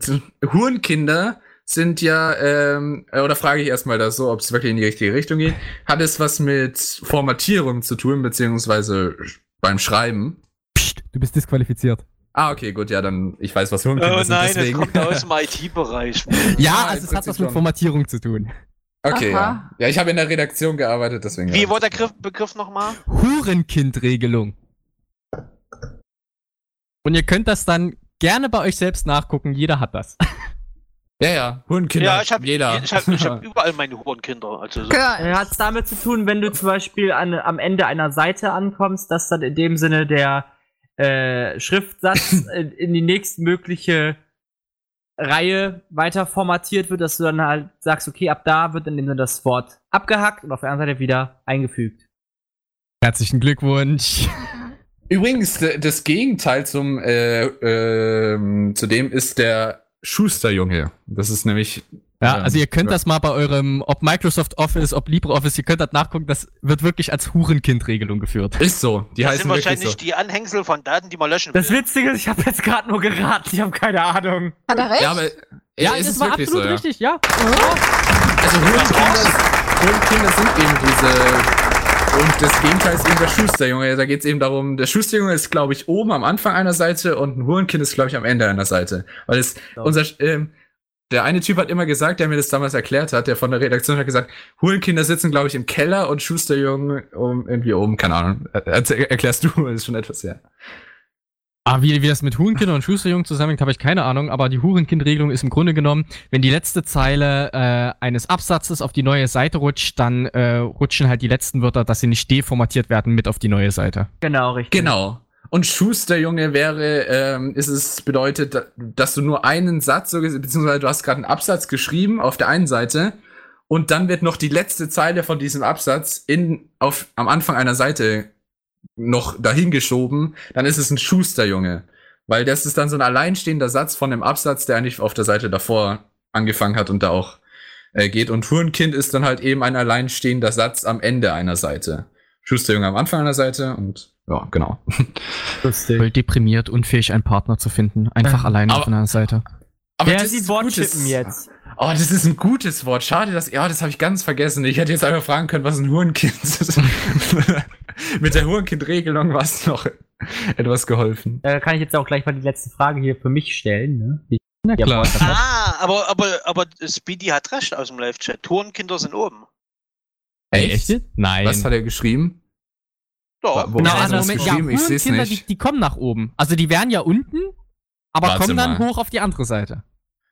Hurenkinder sind ja, ähm, äh, oder frage ich erstmal das so, ob es wirklich in die richtige Richtung geht. Hat es was mit Formatierung zu tun, beziehungsweise sch- beim Schreiben?
Psst, du bist disqualifiziert.
Ah, okay, gut, ja, dann, ich weiß, was Hurenkinder
Oh
sind,
nein, das
deswegen.
kommt aus dem IT-Bereich.
Ja,
Ja, Ah, im
also es hat was
Prinzip
mit
schon.
Formatierung zu tun.
(laughs) Okay, ja.
Aha.
ja. ich habe in der Redaktion gearbeitet, deswegen.
Wie war der Griff, Begriff nochmal?
Hurenkind-Regelung. Und ihr könnt das dann gerne bei euch selbst nachgucken, jeder hat das. (laughs)
Ja, ja, Hurenkinder.
ja, ich habe
Genau, jeder.
ich hab, ich
(laughs)
hab überall meine Hurenkinder. Also so.
Girl.
Hat es Äh, damit zu tun, wenn du zum Beispiel an, am Ende einer Seite ankommst, dass dann in dem Sinne der äh,
(laughs)
Schriftsatz in, in die nächstmögliche Reihe weiter formatiert wird, dass du dann halt sagst, okay, ab da wird in dem Sinne das Wort abgehackt und auf der anderen Seite wieder eingefügt.
Herzlichen Glückwunsch.
Übrigens, d- das Gegenteil zum äh, ähm, zu dem ist der Schusterjunge. Das ist nämlich.
Ja,
ähm,
also ihr könnt das mal bei eurem, ob Microsoft Office, ob LibreOffice, ihr könnt das nachgucken, das wird wirklich als Hurenkind-Regelung geführt.
Ist so. Die
Das
heißen
sind
wirklich
wahrscheinlich
so.
die Anhängsel von Daten, die man löschen
Das Witzige ist, ich habe jetzt gerade nur geraten, ich habe keine Ahnung.
Hat er recht?
Ja, aber ja, ist es wirklich so. Ja.
richtig, ja.
Also Hurenkinder, Hurenkinder sind eben diese. Und das Gegenteil ist eben der Schusterjunge. Da geht's eben darum, der Schusterjunge ist, glaube ich, oben am Anfang einer Seite und ein Hurenkind ist, glaube ich, am Ende einer Seite. Weil es
So.
unser ähm, der eine Typ hat immer gesagt, der mir das damals erklärt hat, der von der Redaktion hat gesagt, Hurenkinder sitzen, glaube ich, im Keller und Schusterjungen um, irgendwie oben, keine Ahnung. Er- erzähl- Erklärst du, (laughs) ist schon etwas her.
Ah, wie, wie das mit Hurenkind und Schusterjungen zusammenhängt, habe ich keine Ahnung, aber die Hurenkind-Regelung ist im Grunde genommen, wenn die letzte Zeile äh, eines Absatzes auf die neue Seite rutscht, dann äh, rutschen halt die letzten Wörter, dass sie nicht deformatiert werden, mit auf die neue Seite.
Genau, richtig.
Genau. Und Schusterjunge wäre, ähm, ist es bedeutet, da- dass du nur einen Satz, so gese- beziehungsweise du hast gerade einen Absatz geschrieben auf der einen Seite und dann wird noch die letzte Zeile von diesem Absatz in, auf, am Anfang einer Seite noch dahingeschoben, dann ist es ein Schusterjunge. Weil das ist dann so ein alleinstehender Satz von dem Absatz, der eigentlich auf der Seite davor angefangen hat und da auch äh, geht. Und Hurenkind ist dann halt eben ein alleinstehender Satz am Ende einer Seite. Schusterjunge am Anfang einer Seite und ja, genau.
Voll deprimiert, unfähig, einen Partner zu finden. Einfach alleine
aber-
auf einer Seite.
Aber der das sieht Wortschippen jetzt. Oh, das ist ein gutes Wort. Schade, dass. Ja, das habe ich ganz vergessen. Ich hätte jetzt einfach fragen können, was ein Hurenkind
(laughs)
ist. Mit der Hurenkind-Regelung war es noch etwas geholfen.
Da kann ich jetzt auch gleich mal die letzte Frage hier für mich stellen, ne? Die
Na klar. Ah, aber, aber, aber Speedy hat recht aus dem Live-Chat. Hurenkinder sind oben.
Echt? Echt?
Nein.
Was hat er geschrieben?
Doch. Wo genau, also Moment, ja, ich seh's Kinder, nicht. Die, die, kommen nach oben. Also die wären ja unten, aber Warte kommen dann mal. hoch auf die andere Seite.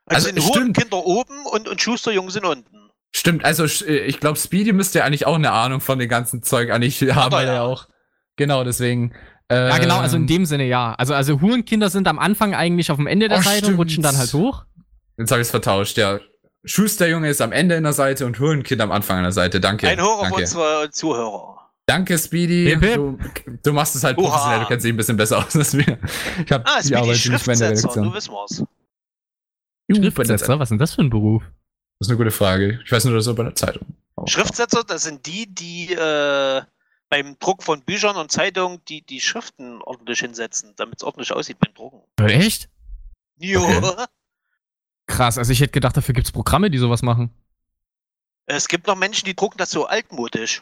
Also, also stimmt. Kinder oben und, und Schusterjungen sind unten.
Stimmt, also ich glaube, Speedy müsste ja eigentlich auch eine Ahnung von dem ganzen Zeug eigentlich haben, weil er auch. Genau, deswegen.
Ähm, Oh, ja, genau, also in dem Sinne ja. Also, also Hurenkinder sind am Anfang eigentlich auf dem Ende der oh, Seite stimmt. und rutschen dann halt hoch.
Jetzt habe ich es vertauscht, ja. Schusterjunge ist am Ende an der Seite und Hurenkind am Anfang an der Seite. Danke.
Ein Hoch
Danke.
auf unsere Zuhörer.
Danke, Speedy.
Hip, hip.
Du, du, machst es halt Uha. professionell, du kennst dich ein bisschen besser aus als wir.
Ich hab ah, die Arbeit nicht mehr in der Redaktion. Du wissen wir's.
Schriftsetzer, ne? was ist denn das für ein Beruf?
Das ist eine gute Frage. Ich weiß nur, das ist bei der Zeitung.
Schriftsetzer, das sind die, die äh, beim Druck von Büchern und Zeitungen die, die Schriften ordentlich hinsetzen, damit es ordentlich aussieht beim Drucken.
Äh, Echt?
Jo. Okay.
Krass, also ich hätte gedacht, dafür gibt es Programme, die sowas machen.
(laughs) Es gibt noch Menschen, die drucken das so altmodisch.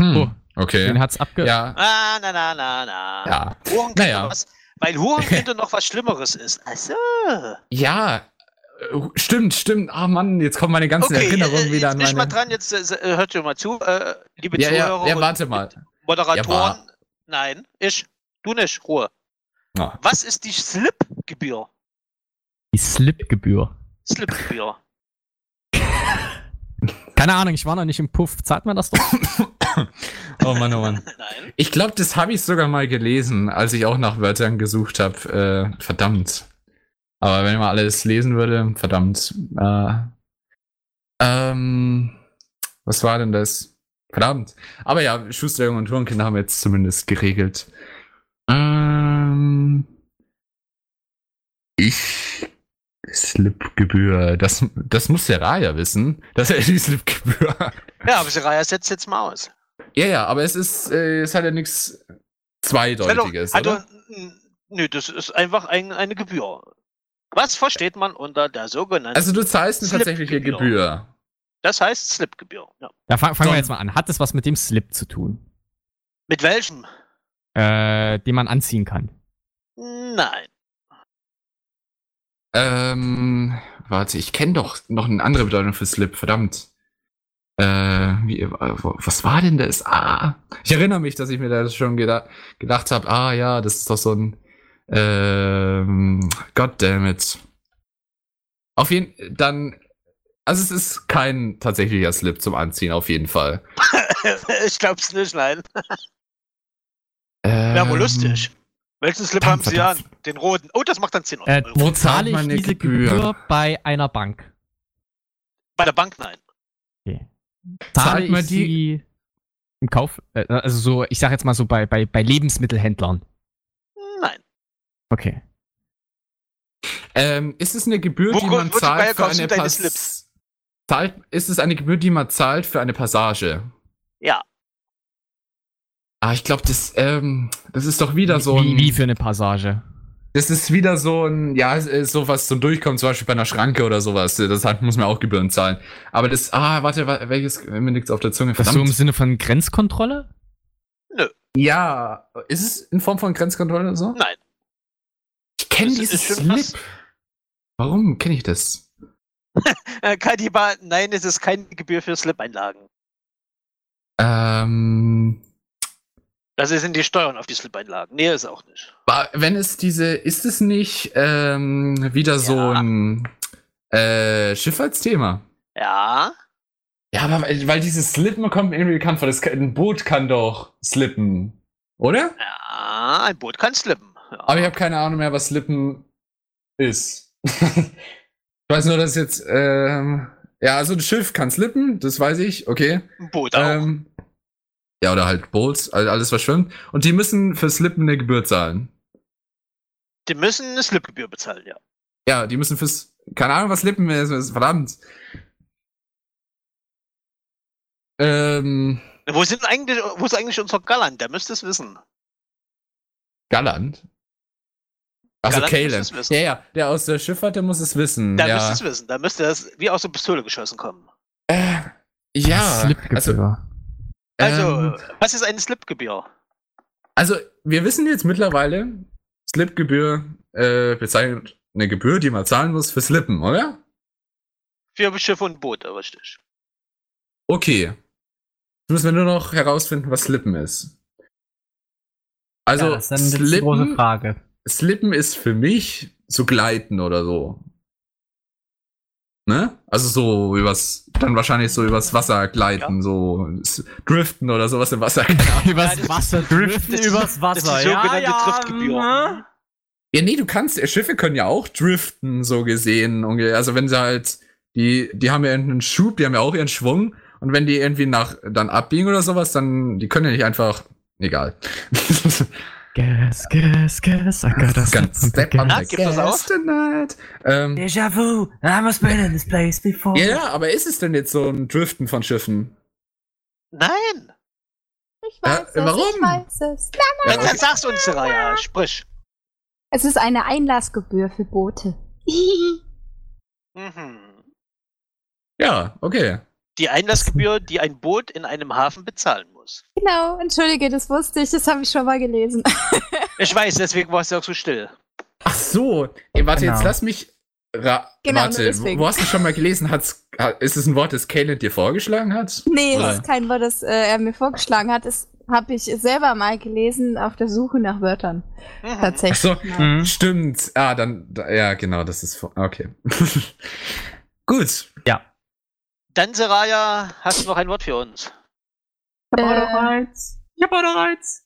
Hm. Oh, okay.
Den hat's abge.
Ja.
Ah, na, na, na, na.
Ja.
Hurenkinder naja. was, weil
(laughs)
Hurenkinder noch was Schlimmeres ist. Achso.
Ja. Stimmt, stimmt. Ah, oh Mann, jetzt kommen meine ganzen okay, Erinnerungen
äh,
wieder an meine.
Ich mal dran, jetzt äh, hört ihr mal zu, äh, liebe
ja,
Zuhörer.
Ja, ja, warte mal.
(laughs) Moderatoren. Ja, Nein, ich. Du nicht, Ruhe. Oh. Was ist die Slip-Gebühr?
Die Slip-Gebühr.
Slip-Gebühr.
Keine Ahnung, ich war noch nicht im Puff. Zahlt man das doch?
(coughs) oh Mann, oh
(laughs)
Mann. Nein. Ich glaube, das habe ich sogar mal gelesen, als ich auch nach Wörtern gesucht habe. Äh, verdammt. Aber wenn man alles lesen würde, verdammt. Äh, ähm, was war denn das? Verdammt. Aber ja, Schusterjungen und Hurenkinder haben jetzt zumindest geregelt. Ähm, ich Slipgebühr. Das, das muss Seraya wissen, dass er die Slipgebühr.
Ja, aber Seraya setzt jetzt mal aus.
Ja, ja, aber es ist, äh, es hat ja nichts Zweideutiges.
Also, oder? also nö, das ist einfach ein, eine Gebühr. Was versteht man unter der sogenannten.
Also, du zahlst eine tatsächliche
genau.
Gebühr.
Das heißt Slipgebühr. Ja.
Da fangen fang so. wir jetzt mal an. Hat das was mit dem Slip zu tun?
Mit welchem?
Äh, den man anziehen kann.
Nein. (laughs)
Ähm, warte, ich kenne doch noch eine andere Bedeutung für Slip, verdammt. Äh, wie, was war denn das? Ah, ich erinnere mich, dass ich mir da schon geda gedacht habe, ah ja, das ist doch so ein, ähm, goddammit. Auf jeden, dann, also es ist kein tatsächlicher Slip zum Anziehen, auf jeden Fall.
ich glaub's nicht, nein. ähm, ja, wohl lustig. Welchen Slip verdammt, haben Sie an? Den roten. Oh, das macht dann 10 Euro.
Äh, wo zahle ich diese Gebühr? Gebühr? bei einer Bank?
Bei der Bank nein.
Okay. Zahle ich die, die im Kauf? Äh, also so, ich sag jetzt mal so bei, bei, bei Lebensmittelhändlern.
Nein.
Okay.
Ähm, ist es eine Gebühr, wo, die man wo, zahlt für eine Passage? Zahlt, ist es eine Gebühr, die man zahlt für eine Passage?
Ja.
Ah, ich glaube, das, ähm, das ist doch wieder so
ein. Wie, wie für eine Passage.
Das ist wieder so ein, ja, sowas zum Durchkommen, zum Beispiel bei einer Schranke oder sowas. Das hat, muss man auch Gebühren zahlen. Aber das, ah, warte, warte welches, mir nichts auf der Zunge,
verdammt. Das so im Sinne von Grenzkontrolle?
Nö.
Ja, ist es in Form von Grenzkontrolle oder so?
Nein.
Ich kenne dieses Slip. Warum kenne ich das?
Kadiba, äh, nein, es ist keine Gebühr für Slip-Einlagen.
Ähm,
das sind die Steuern auf die Slip-Einlagen. Nee, ist auch nicht.
Wenn es diese, ist es nicht ähm, wieder ja. so ein äh, Schifffahrtsthema?
Ja.
Ja, aber weil, weil dieses Slippen kommt mir irgendwie bekannt vor. Das, ein Boot kann doch slippen, oder?
Ja, ein Boot kann slippen. Ja.
Aber ich habe keine Ahnung mehr, was slippen ist. (laughs) ich weiß nur, dass jetzt, ähm, ja, also ein Schiff kann slippen, das weiß ich, okay.
Ein Boot
äh,
auch. Ähm,
ja, oder halt Bowls, also alles was schwimmt. Und die müssen für Slippen eine Gebühr zahlen.
Die müssen eine Slipgebühr bezahlen, ja.
Ja, die müssen fürs. Keine Ahnung, was Slippen ist, ist verdammt. Ähm.
Wo sind eigentlich, wo ist eigentlich unser Galland? Der müsste es wissen.
Galland? Also Kalen. Ja, ja, der aus der Schifffahrt, der muss es wissen.
Da
ja.
müsste es wissen. Da müsste das wie aus der Pistole geschossen kommen.
Äh, ja. Also,
Also,
ähm,
was ist eine Slipgebühr?
also, wir wissen jetzt mittlerweile, Slipgebühr äh, bezeichnet eine Gebühr, die man zahlen muss für Slippen, oder?
Für Schiffe und Boote, richtig.
Okay. Jetzt müssen wir nur noch herausfinden, was Slippen ist. Also,
Ja, das ist dann jetzt die große Frage.
Slippen ist für mich so gleiten oder so. Ne? Also so übers, dann wahrscheinlich so übers Wasser gleiten, so s- driften oder sowas im Wasser. (laughs) Keine Ahnung.
Übers Wasser driften.
Das-
Übers Wasser.
Das ist die sogenannte
ja, ja,
Driftgebühr.
ne?
ja, nee, du kannst, Schiffe können ja auch driften, so gesehen. Unge- Also wenn sie halt, die, die haben ja irgendeinen Schub, die haben ja auch ihren Schwung. Und wenn die irgendwie nach, dann abbiegen oder sowas, dann, die können ja nicht einfach, egal.
Guess, guess, guess. I got a step
Ganz
on the
step on
gas.
the
gibt Ah, das
gas
auch?
tonight. Ähm,
Déjà vu. I must been in this place before.
Ja, ja, aber ist es denn jetzt so ein Driften von Schiffen?
Nein!
Ich weiß
Äh,
es.
warum?
Ich weiß es. Na,
Ja,
Dann, dann sag's uns, Raya, sprich.
Es ist eine Einlassgebühr für Boote. (laughs)
Mhm.
Ja, okay.
Die Einlassgebühr, die ein Boot in einem Hafen bezahlen muss.
genau, entschuldige, das wusste ich, das habe ich schon mal gelesen. (laughs)
Ich weiß, deswegen warst du auch so still.
Ach so. Ey, warte,
Genau.
jetzt lass mich. Ra
Genau, nur
warte,
deswegen.
wo, wo hast du schon mal gelesen? Hat's, ha- ist es ein Wort, das Caleb dir vorgeschlagen hat?
Nee,
Oder?
das ist kein Wort, das äh, er mir vorgeschlagen hat. Das habe ich selber mal gelesen auf der Suche nach Wörtern.
Mhm.
Ach
Tatsächlich.
so,
mal.
stimmt. Ah, dann, da, ja, genau, das ist, vor- okay. (laughs) Gut.
Dann, Seraya, hast du noch ein Wort für uns?
Ich hab auch
Äh.
noch eins. Ich hab auch noch eins.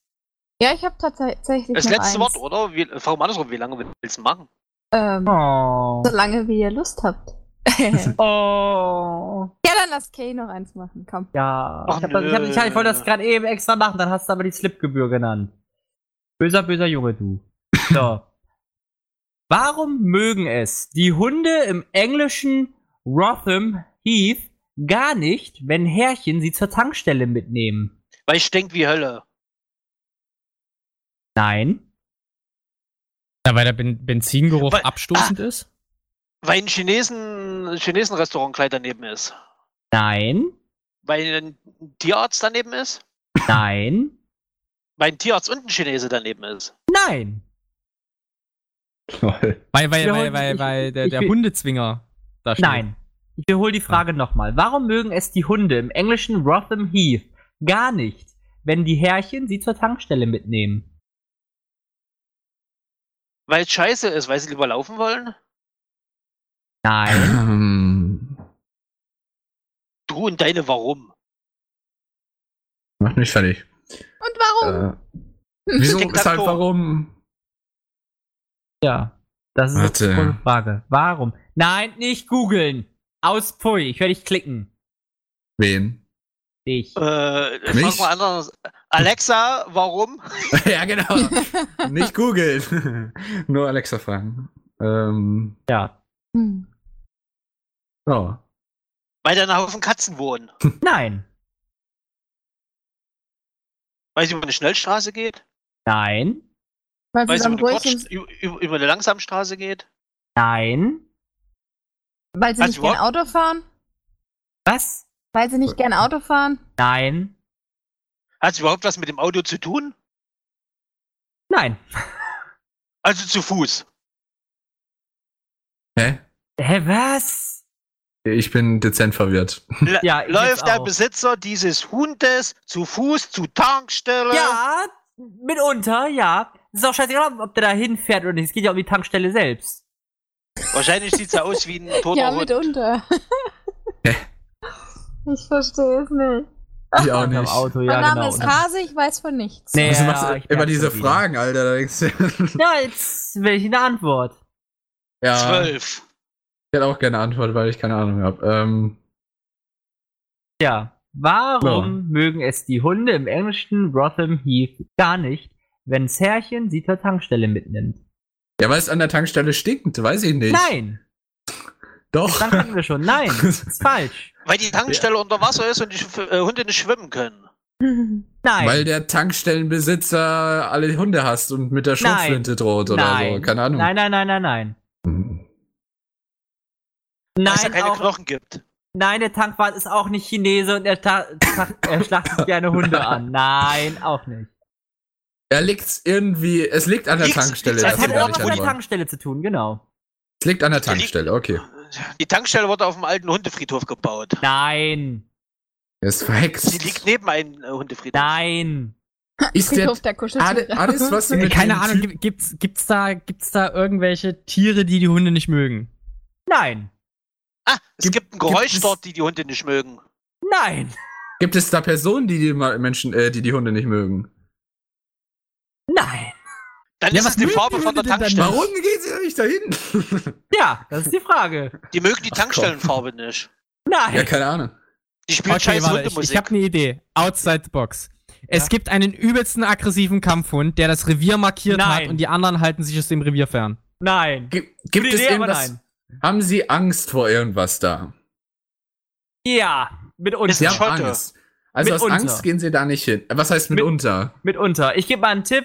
Ja, ich habe tatsächlich.
Das
noch
letzte
eins.
Wort, oder? Wie, frag mal andersrum, wie lange willst du machen?
Ähm,
Oh.
Solange wie ihr Lust
(laughs)
habt. ja,
Oh.
dann lass Kay noch eins machen, komm.
Ja.
Ach,
ich, hab das, ich, hab, ich, hab, ich wollte das
nö.
gerade eben extra machen, dann hast du aber die Slipgebühr genannt. Böser, böser Junge, du.
(laughs)
So. Warum mögen es die Hunde im englischen Rotham Heath gar nicht, wenn Herrchen sie zur Tankstelle mitnehmen?
Weil ich denke wie Hölle.
Nein.
Na, weil der Ben- Benzingeruch
Weil-
abstoßend ist?
Weil ein Chinesen, ein Chinesenrestaurant gleich daneben ist.
Nein.
(laughs) Weil ein Tierarzt daneben ist.
Nein.
Weil ein Tierarzt und ein Chinese daneben ist.
Nein.
Weil,
Wir
weil, weil,
holen-
weil,
ich-
weil der,
ich-
der
ich-
Hundezwinger da steht.
Nein. Ich wiederhole die Frage nochmal. Warum mögen es die Hunde im englischen Rotham Heath gar nicht, wenn die Herrchen sie zur Tankstelle mitnehmen?
Weil es scheiße ist, weil sie lieber laufen wollen.
Nein.
Ähm,
Du und deine Warum.
mach mich fertig.
Und warum? (laughs)
Äh, wieso,
Tic-Tac-Toe.
weshalb, warum?
Ja. Das ist jetzt die
Warte.
große Frage. Warum? Nein, nicht googeln. Aus Pui. Ich werde dich klicken.
Wen? (laughs)
Dich.
Äh,
Mich?
frag mal anders. Alexa, warum?
(laughs)
ja, genau. Nicht googeln. (laughs) Nur Alexa fragen. Ähm,
Ja.
Hm.
ja.
Weil da ein Haufen Katzen wohnen.
Nein.
Weil sie über eine Schnellstraße geht.
Nein.
Weil
Weil
sie
sie
dann
über eine,
ruhig
Kurz,
im,
über, über eine Langsamstraße geht.
Nein.
Weil sie
Was,
nicht gern Auto fahren?
Was?
Weil sie nicht gern Auto fahren?
Nein.
Hat es überhaupt was mit dem Auto zu tun?
Nein.
Also zu Fuß.
Hä?
Hä, was?
Ich bin dezent verwirrt.
(laughs)
L
Ja, ich jetzt
läuft der
auch.
Besitzer dieses Hundes zu Fuß zu Tankstelle?
Ja, mitunter, ja. Ist auch scheißegal, ob der da hinfährt oder nicht. Es geht ja um die Tankstelle selbst.
Wahrscheinlich sieht es ja aus wie ein toter
ja,
Hund.
mitunter. (laughs) ich verstehe es nicht.
Ich auch
Am
nicht.
Auto, ja,
mein Name
genau.
ne?
ist Hase, ich weiß von nichts.
Nee,
Also
ja,
machst du
ich
immer
merk's
diese
schon wieder.
Fragen, Alter. Da denkst du,
(laughs)
(laughs)
Ja, jetzt will ich eine Antwort.
ja,
Zwölf.
ich hätte auch gerne eine Antwort, weil ich keine Ahnung habe. Ähm,
Ja. Warum
Ja.
mögen es die Hunde im englischen Rotham Heath gar nicht, wenn's Herrchen sie zur Tankstelle mitnimmt?
ja, weil es an der Tankstelle stinkt, weiß ich nicht.
Nein,
Doch.
dann
(laughs)
hatten wir schon. Nein, ist falsch.
Weil die Tankstelle unter Wasser ist und die Sch- äh, Hunde nicht schwimmen können.
Nein. Weil der Tankstellenbesitzer alle Hunde hasst und mit der Schrotflinte droht oder
Nein.
so. Keine Ahnung. Mhm.
Nein, nein, nein, nein, nein.
Weil es ja
Nein,
keine
auch,
Knochen gibt.
nein, der Tankwart ist auch nicht Chinese und er, ta- ta- er
(laughs)
schlachtet gerne Hunde an. Nein, auch nicht.
Er liegt irgendwie, es liegt an der
Liegt's-
Tankstelle.
liegt's
dass
Das
Das
sie
hat
liegt
gar
auch
nicht
was mit der
antworten.
Tankstelle zu tun, genau.
Es liegt an der
Liegt-
Tankstelle, okay.
Die Tankstelle wurde auf dem alten Hundefriedhof gebaut.
Nein,
Er ist verhext.
Sie liegt neben einem äh, Hundefriedhof.
nein.
Ist der,
Friedhof der Kuscheltiere.
Ad- alles, was du mit
Keine
dem
Ahnung,
Typ-
gibt- gibt's, gibt's, da, gibt's da irgendwelche Tiere, die die Hunde nicht mögen?
Nein,
Ah, es
Gibt-
gibt ein Geräusch
gibt es-
dort, die die Hunde nicht mögen.
nein,
Gibt es da Personen, die die Ma- Menschen, äh, die die Hunde nicht mögen?
nein.
Dann
Ja,
ist
was
es die
mögen
Farbe
die
von der
Hunde denn dann
Tankstelle.
Warum geht sie nicht dahin?
Ja, das ist die Frage.
Die mögen die
komm.
Tankstellenfarbe nicht.
ja,
Nein,
keine Ahnung.
Die spielen scheiß
ich,
Hundemusik.
ich habe eine Idee. Outside the box. Es gibt einen übelsten aggressiven Kampfhund, der das Revier markiert
Nein.
hat und die anderen halten sich aus dem Revier fern.
nein.
Gibt, gibt
Gute
es
Idee, aber
irgendwas? Haben sie Angst vor irgendwas da?
Ja, mitunter.
Sie
Ja.
haben
Schotte.
Angst. Also
Mitunter.
aus Angst gehen sie da nicht hin. Was heißt
Mit-
mitunter?
Mitunter. Ich gebe mal einen Tipp.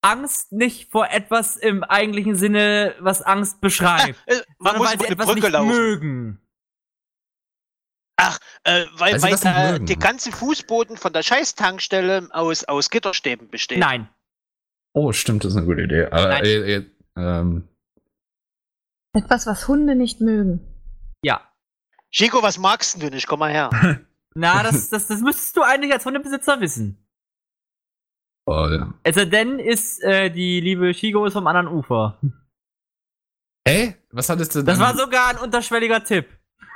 Angst nicht vor etwas im eigentlichen Sinne, was Angst beschreibt.
Äh,
sondern weil
Man muss über
sie
eine
etwas
Brücke
nicht
laufen.
mögen.
Äh, weil
Weil sie
weil
das nicht
da
mögen.
die ganzen Fußboden von der scheiß Tankstelle aus, aus Gitterstäben bestehen.
Nein.
Oh, stimmt, das ist eine gute Idee. Aber,
Nein.
äh, äh, ähm,
Etwas, was Hunde nicht mögen.
Ja.
Chico, was magst du nicht? Komm mal her.
Na,
(laughs)
das, das, das müsstest du eigentlich als Hundebesitzer wissen.
oh, ja.
Es sei denn, ist äh, die liebe Shigo ist vom anderen Ufer.
Hä? Was hattest du
Das
dann-
war sogar ein unterschwelliger Tipp.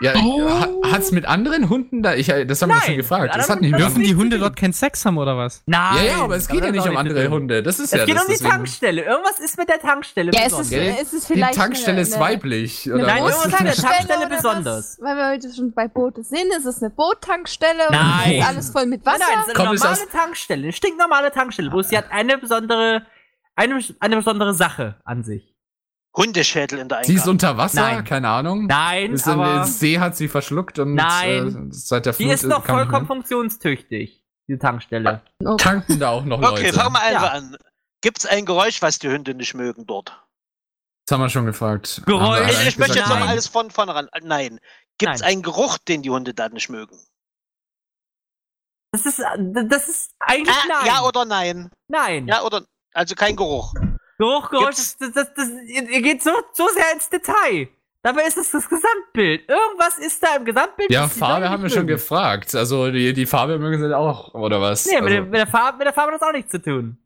Ja, ha, hat's mit anderen Hunden da? Ich, äh, das haben wir
Nein,
schon gefragt.
mit
Das hat
anderen
nicht
Hunden
Dürfen
mit
die
nichts
Hunde
zu tun.
dort keinen Sex haben oder was?
Nein.
Ja, ja, aber es geht ja
das
nicht
ist
um
auch
andere
drin.
Hunde. Das ist
Es
ja
geht
das.
um die
deswegen-
Tankstelle. Irgendwas ist mit der Tankstelle
Ja, es ist,
besonders.
Gell?
es ist
Die
vielleicht.
Tankstelle
eine-
ist
eine-
weiblich. Oder
äh, Nein,
was?
irgendwas an der Tankstelle
oder
besonders.
Was, weil wir heute schon bei Boote sind, ist es eine Boottankstelle und
Nein.
es ist alles voll mit Wasser.
Nein, nein, es ist eine
Komm, ist
normale Tankstelle, eine stinknormale Tankstelle, bloß sie hat eine besondere, eine, eine besondere Sache an sich.
Hundeschädel in der
Sie ist
Eingang.
unter Wasser,
Nein.
keine Ahnung.
Nein,
Ist in
aber
den See hat sie verschluckt und
Nein.
Äh, seit der
die
Flut
ist noch
kann man-
vollkommen funktionstüchtig, diese Tankstelle.
tanken da auch noch Leute.
Okay, fangen wir einfach
Ja.
an. Gibt's ein Geräusch, was die Hunde nicht mögen dort?
Das haben wir schon gefragt.
Geräusch.
Haben wir
Ich,
eigentlich
ich möchte jetzt
gesagt,
noch
nein.
(laughs) alles von vornherein. äh, Nein. Gibt es
Nein.
einen Geruch, den die Hunde da nicht mögen?
Das ist, das ist eigentlich
Ah,
nein.
ja oder nein?
Äh, nein.
Ja oder Also kein Geruch.
Geruch, Geräusch,
Gibt's-
das, das, das, das, ihr ihr geht so, so sehr ins Detail. Dabei ist es das Gesamtbild. Irgendwas ist da im Gesamtbild.
Ja,
was die
Farbe
Leute
haben wir
nicht
schon
mögen.
gefragt. Also die, die Farbe mögen sie auch, oder was?
Nee, mit, der-
also,
mit, der Farbe, mit der Farbe hat das auch nichts zu tun.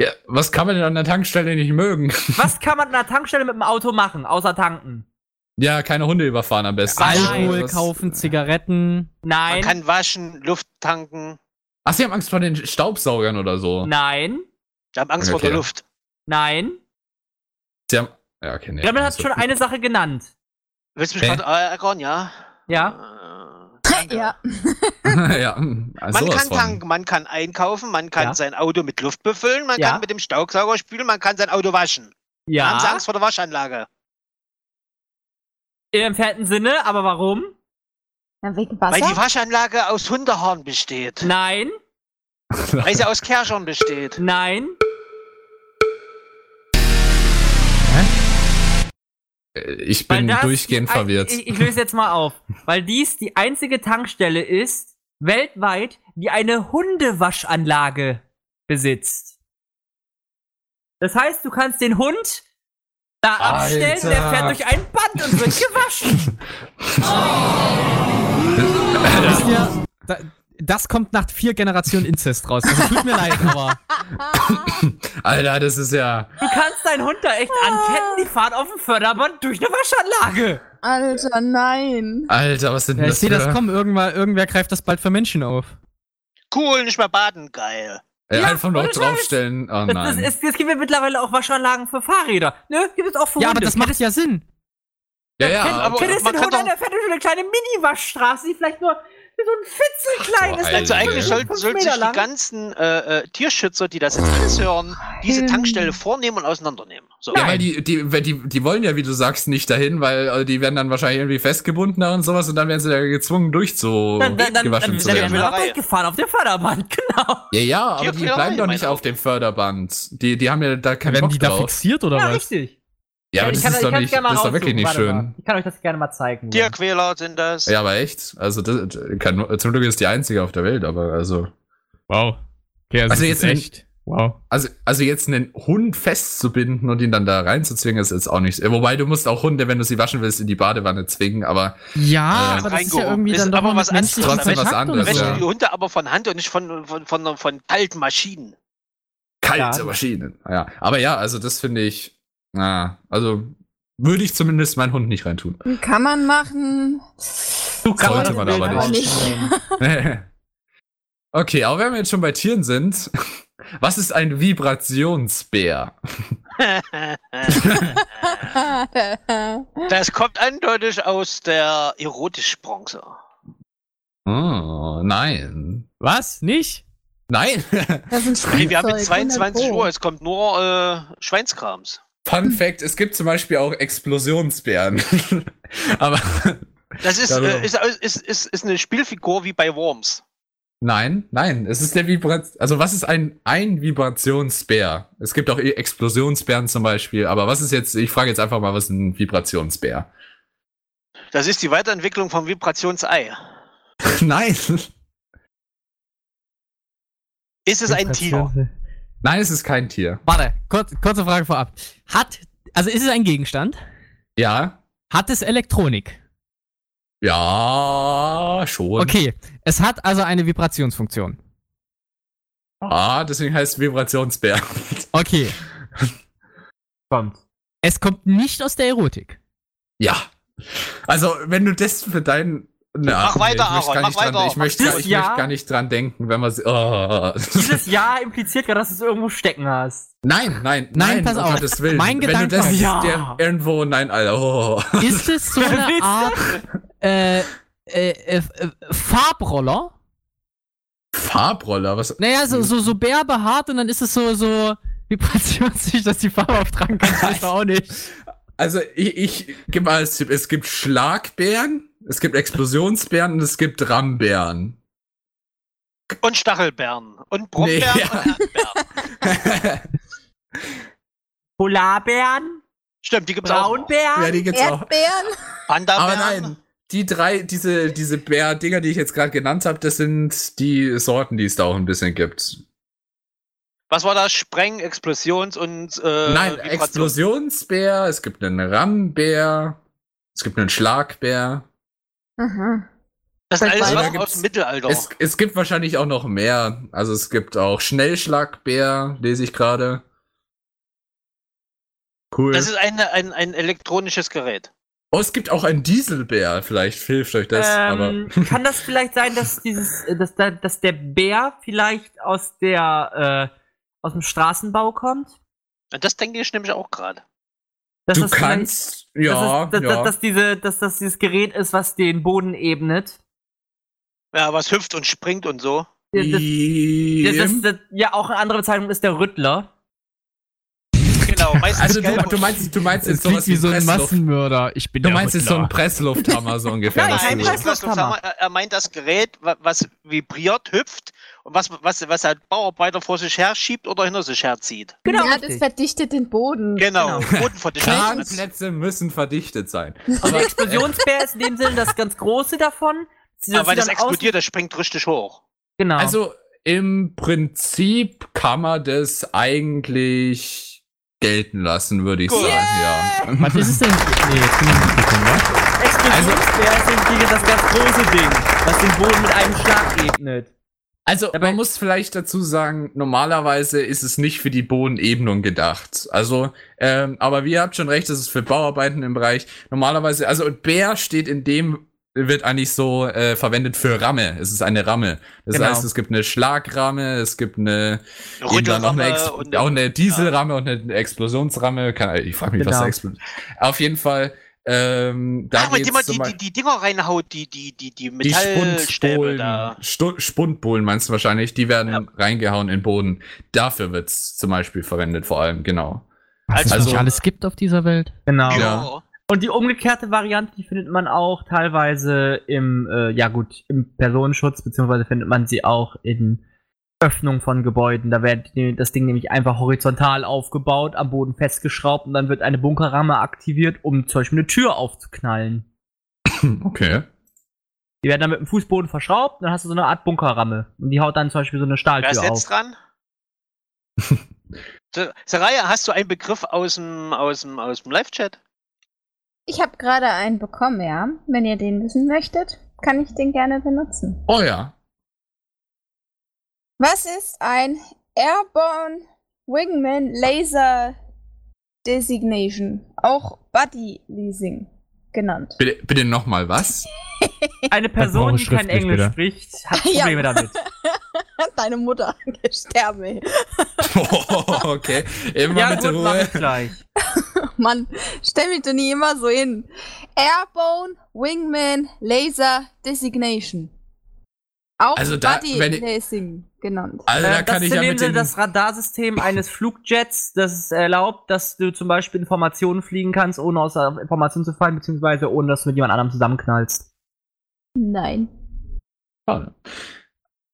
ja, was kann man denn an der Tankstelle nicht mögen?
Was kann man an einer Tankstelle mit dem Auto machen, außer tanken?
Ja, keine Hunde überfahren am besten.
Äh,
Alkohol
Was-
kaufen, Zigaretten.
Man
Nein.
kann waschen, Luft tanken.
Ach, sie haben Angst vor den Staubsaugern oder so.
Nein.
Die haben Angst vor
Okay.
der Luft.
Nein.
Sie haben. Ja, okay, nee.
Gremlin hat
also-
schon
(laughs)
eine Sache genannt.
Willst du mich
Hä?
gerade ärgern, ja?
Ja.
Äh, danke.
Ja.
ja, also
Man
sowas
kann
von.
tanken, man kann einkaufen, man kann
Ja.
sein Auto mit Luft befüllen, man
Ja.
kann mit dem Staubsauger spülen, man kann sein Auto waschen. Da Haben sie
Ja.
Angst vor der Waschanlage?
Im entfernten Sinne, aber warum?
Na, wegen
Weil die
Wasser.
Waschanlage aus Hundehaaren besteht.
Nein.
Weil sie aus Kerschern besteht.
Nein.
Ich
Weil
bin
das
durchgehend
die ein-
verwirrt.
Ich, ich löse jetzt mal
(laughs)
auf. Weil dies die einzige Tankstelle ist, weltweit, die eine Hundewaschanlage besitzt. Das heißt, du kannst den Hund da abstellen,
Alter.
der fährt durch ein Band und
(laughs)
wird gewaschen.
Wisst ihr, da, das kommt nach vier Generationen Inzest raus. Also tut mir leid,
(laughs)
aber
Alter, das ist ja.
Du kannst deinen Hund da echt anketten, die fahren auf dem Förderband durch eine Waschanlage.
Alter, nein.
Alter, was sind
ja,
denn das
ich sehe das
äh,
für-
kommen. Irgendwer, irgendwer greift das bald für Menschen auf.
Cool, nicht mehr baden, geil.
Äh,
Ja,
einfach noch
ohne Scheiß.
draufstellen.
Das,
Oh
das,
nein.
es, es gibt ja mittlerweile auch Waschanlagen für Fahrräder. Ne, gibt es auch für
Ja, aber
Hunde.
das macht ja Sinn.
ja, ja.
aber-
aber-
Kennst du
man
den
kann
Hund an
doch-
der fährt durch eine kleine Mini-Waschstraße, die vielleicht nur wie so ein Fitzelklein
Ach,
ist.
so,
Also
Alter.
eigentlich sollten,
Fünf
sollten
Meter
sich die
lang. Ähm.
ganzen äh, äh, Tierschützer, die das jetzt alles hören, diese Tankstelle vornehmen und auseinandernehmen. So.
Ja, weil die, die, weil die, die wollen ja, wie du sagst, nicht dahin, weil äh, die werden dann wahrscheinlich irgendwie festgebunden und sowas und dann werden sie da gezwungen,
Dann, dann, dann, dann,
durchgewaschen
dann
zu
werden wir
werden.
dann-
auch gefahren auf der Förderband, (laughs) genau.
Ja, ja,
Die
aber die
Flederei,
bleiben doch nicht
mein
auf dem Förderband. Die, die haben ja da keinen
Werden
Bock
die da
drauf.
fixiert oder was?
richtig.
Ja, aber das ist doch nicht, das ist doch wirklich nicht schön.
Ich kann euch das gerne mal zeigen.
Tierquäler sind das.
Ja, aber echt. Also, das, kann, zum Glück ist die einzige auf der Welt, aber also.
Wow. Okay,
Also
also, das ist
jetzt ein-
echt. Wow.
Also, also jetzt einen Hund festzubinden und ihn dann da reinzuzwingen, ist jetzt auch nicht. Wobei du musst auch Hunde, wenn du sie waschen willst, in die Badewanne zwingen, aber
Ja,
Äh,
aber das ist ja
reingehoben.
irgendwie
Ist
dann doch
aber
noch
was
mit menschlichem
anderes.
Trotzdem was
Kontakt und
anderes,
so.
Wäschen
ja.
die Hunde aber von Hand und nicht von, von, von, von kalten Maschinen.
kalte Maschinen. Ja. Aber ja, also das finde ich. Na, also würde ich zumindest meinen Hund nicht reintun. (laughs)
Kann man machen. (laughs)
Du
Sollte man aber
aber
nicht.
nicht.
(laughs) okay, aber wenn wir jetzt schon bei Tieren sind, (laughs) was ist ein Vibrationsbär?
Das kommt eindeutig aus der Erotisch-Bronze.
Oh, nein.
Was? Nicht?
Nein! (laughs)
Das sind
Hey,
Spielzeug.
wir haben jetzt 22
100
Uhr, es kommt nur äh, Schweinskrams.
Fun Fact: Es gibt zum Beispiel auch Explosionsbären. (laughs) aber (laughs)
Das ist,
Darüber-
äh, ist, ist, ist, ist eine Spielfigur wie bei Worms.
nein, nein, es ist der Vibration. Also, was ist ein, ein Vibrationsbär? Es gibt auch E-, Explosionsbären zum Beispiel, aber was ist jetzt, ich frage jetzt einfach mal, was ist ein Vibrationsbär?
Das ist die Weiterentwicklung vom Vibrationsei.
(laughs)
nein!
Ist es ein Tier?
Nein, es ist kein Tier.
Warte, kurz, kurze Frage vorab. Hat, also ist es ein Gegenstand?
Ja.
Hat es Elektronik?
Ja, schon.
Okay, es hat also eine Vibrationsfunktion.
Ah, deswegen heißt es Vibrationsbär.
Okay,
Kommt.
es kommt nicht aus der Erotik.
ja. Also, wenn du das für deinen. Na,
Mach weiter,
ich möchte
Aaron,
gar
mach
nicht dran,
weiter.
Ich, möchte,
Mach
gar- ich
das, ja.
möchte gar nicht dran denken, wenn man. sie- Oh.
Dieses Jahr impliziert gerade, dass du es irgendwo stecken hast.
(laughs) Nein, nein, nein,
pass
um
auf.
Gottes Willen.
Mein
Wenn
Gedanke
du das
war-
Ja.
der irgendwo, nein, Alter. Oh.
Ist es (laughs) so eine
Willst du?
Art äh, äh, äh, äh, Farbroller?
Farbroller, was?
Naja, so, so, so bärbehaart und dann ist es so, so vibrationssicher, dass die Farbe auftragen kann. Ich weiß auch nicht.
Also ich, ich gebe mal als Tipp, es gibt Schlagbären, es gibt Explosionsbären und es gibt
(laughs)
Rambären.
Und Stachelbeeren. Und Brombeeren
Nee, ja.
und Erdbeeren.
Polarbären?
Stimmt, die gibt's auch. noch.
Braunbären?
ja, die gibt's auch.
Erdbeeren?
Aber
Panda-Bären.
nein, die drei, diese, diese Bär-Dinger, die ich jetzt gerade genannt habe, das sind die Sorten, die es da auch ein bisschen gibt.
Was war das? Spreng, Explosions- und äh,
nein,
Vibrations-
Explosionsbär, es gibt einen Rambär, es gibt einen Schlagbär.
Mhm.
Das sind
Oder
alles Sachen aus
gibt's-
dem Mittelalter.
Es, es gibt wahrscheinlich auch noch mehr. Also es gibt auch Schnellschlagbär, lese ich gerade. Cool.
Das ist eine, ein, ein elektronisches Gerät.
oh, es gibt auch einen Dieselbär. Vielleicht hilft euch das.
ähm,
(laughs)
kann das vielleicht sein, dass dieses, äh, dass, da, dass der Bär vielleicht aus der, äh, aus dem Straßenbau kommt?
Und das denke ich nämlich auch gerade.
aber
Dass
du
das vielleicht-
kannst.
dass,
Ja,
es, dass,
ja.
dass, dass, diese, dass das dieses Gerät ist, was den Boden ebnet.
Ja, was hüpft und springt und so.
Das, das, das, das,
Ihm-
das, ja, auch eine andere Bezeichnung ist der Rüttler.
Genau, meistens
also du,
gelb
du
und-
meinst, du meinst
Es
jetzt
klingt
sowas
wie so ein
Pressluft-
Massenmörder. Ich bin
Du
der
meinst jetzt so
Hitler.
ein Presslufthammer (laughs) so ungefähr.
Nein,
was
Nein,
ein
du-
das was du
Presslufthammer.
sag mal, er meint das Gerät, wa- was vibriert, hüpft und was, was, was halt Bauarbeiter vor sich her schiebt oder hinter sich herzieht.
Genau,
ja, das
richtig.
verdichtet den Boden.
Genau,
(laughs)
Boden vor den Schaden.
Kranplätze müssen verdichtet sein.
Also der Explosionsbär ist in dem Sinne das ganz große davon. dass
Aber
sie
weil das
dann außen-
explodiert, das springt richtig hoch.
Genau.
Also im Prinzip kann man das eigentlich gelten lassen, würde ich
Gut.
sagen, ja.
Was ist (laughs) es denn? Nee, jetzt bin ich nicht gekommen, wa?
Explosionsbär
Also-
ist im Kriege das ganz große Ding, was den Boden mit einem Schlag ebnet.
Also
Dabei-
man muss vielleicht dazu sagen, normalerweise ist es nicht für die Bodenebenung gedacht. Also, ähm, aber wir habt schon recht, es ist für Bauarbeiten im Bereich. Normalerweise, also und Bär steht in dem wird eigentlich so äh, verwendet für Ramme. Es ist eine Ramme. Das
Genau.
heißt, es gibt eine Schlagramme, es gibt eine Eben dann auch eine, Ex
und- äh,
auch eine Dieselramme und eine Explosionsramme. Keine Ahnung, Ich frage mich, was da
Genau.
explodiert. Auf jeden Fall, ähm, da
Ach, mit
geht's
dem man
zum
die, die,
Beispiel-
die Dinger reinhaut, die, die, die, die
die
Metallstäbe da.
Spundbohlen- Stu- Spundbohlen meinst du wahrscheinlich, die werden reingehauen in den Boden. Dafür wird's zum Beispiel verwendet, vor allem, genau.
Was es
Also-
nicht alles gibt auf dieser Welt.
Genau.
Ja.
Und die umgekehrte Variante, die findet man auch teilweise im, äh, ja gut, im Personenschutz, beziehungsweise findet man sie auch in Öffnung von Gebäuden. Da wird die- das Ding nämlich einfach horizontal aufgebaut, am Boden festgeschraubt und dann wird eine Bunkerramme aktiviert, um zum Beispiel eine Tür aufzuknallen.
Hm, Okay.
Die werden dann mit dem Fußboden verschraubt, dann hast du so eine Art Bunkerramme. Und die haut dann zum Beispiel so eine
Wer ist
halt
Stahltür
jetzt
auf.
(laughs)
dran? So, Saraya, hast du einen Begriff aus dem, aus dem, aus dem Live-Chat?
Ich habe gerade einen bekommen, ja. Wenn ihr den wissen möchtet, kann ich den gerne benutzen.
Oh ja.
Was ist ein Airborne Wingman Laser Designation? Auch Buddy Leasing genannt. (laughs)
Bitte, bitte nochmal was? (laughs)
Eine Person, die kein
schriftlich
Englisch
wieder.
spricht, hat Probleme
Ja.
damit.
Deine Mutter (laughs) sterbe.
Oh, okay. Immer
Ja,
mit der
gut, mach
Ruhe.
ich gleich.
Mann, stell mich doch nie immer so hin. Airborne Wingman Laser Designation. Auch
Also da-
Buddy
wenn ich-
Leasing genannt.
Also da
Äh,
kann
das
ich
ist
ja
in dem
mit
Sinne
den,
das Radarsystem eines Flugjets, das es erlaubt, dass du zum Beispiel Informationen fliegen kannst, ohne aus der Information zu fallen, beziehungsweise ohne, dass du mit jemand anderem zusammenknallst.
Nein.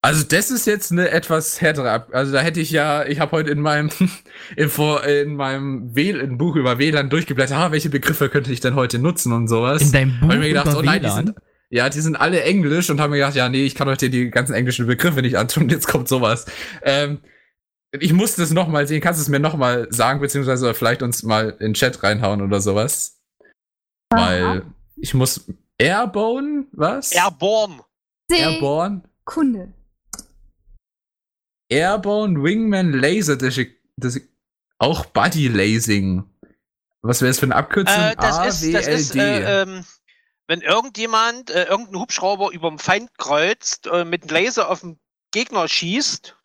Also das ist jetzt eine etwas härtere Ab Also da hätte ich ja, ich habe heute in meinem (laughs) in, vor, in meinem WL in Buch über WLAN durchgeblättert, ah, welche Begriffe könnte ich denn heute nutzen und sowas.
In deinem Buch
Hab ich mir gedacht,
über
oh nein, die
WLAN?
sind, ja, die sind alle Englisch und haben mir gedacht, ja, nee, ich kann heute die ganzen englischen Begriffe nicht antun, (laughs) jetzt kommt sowas. Ähm, ich muss das nochmal sehen, kannst du es mir nochmal sagen, beziehungsweise vielleicht uns mal in den Chat reinhauen oder sowas? Weil ich muss Airborne, was?
Airborne.
Airborne?
Sekunde.
Airborne Wingman Laser Desi- Desi- auch Buddy Lasing. Was wäre das für eine Abkürzung?
Äh, das ist, das ist
AWLD.
äh, ähm, wenn irgendjemand, äh, irgendein Hubschrauber über dem Feind kreuzt, äh, mit einem Laser auf den Gegner schießt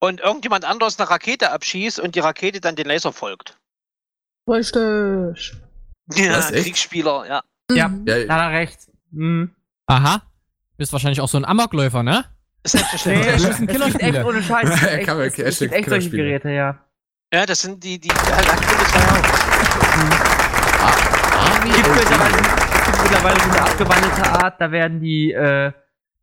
und irgendjemand anderes eine Rakete abschießt und die Rakete dann den Laser folgt.
Richtig.
Ja,
Was, echt?
Kriegsspieler, ja.
Ja.
Mhm.
äh,
ja,
Da hat er recht. Hm.
Aha. Bist wahrscheinlich auch so ein Amokläufer, ne?
Selbstverständlich.
Das ist ein
Echt
Killerspiel.
ohne Scheiß.
(laughs)
Es gibt echt,
Kann man-
es, es
echt
gibt echt solche
Killerspiele.
Geräte, ja.
Ja, das sind die, die. Ja, da gibt es ja
Es gibt mittlerweile, es gibt mittlerweile so eine abgewandelte Art, da werden die, äh,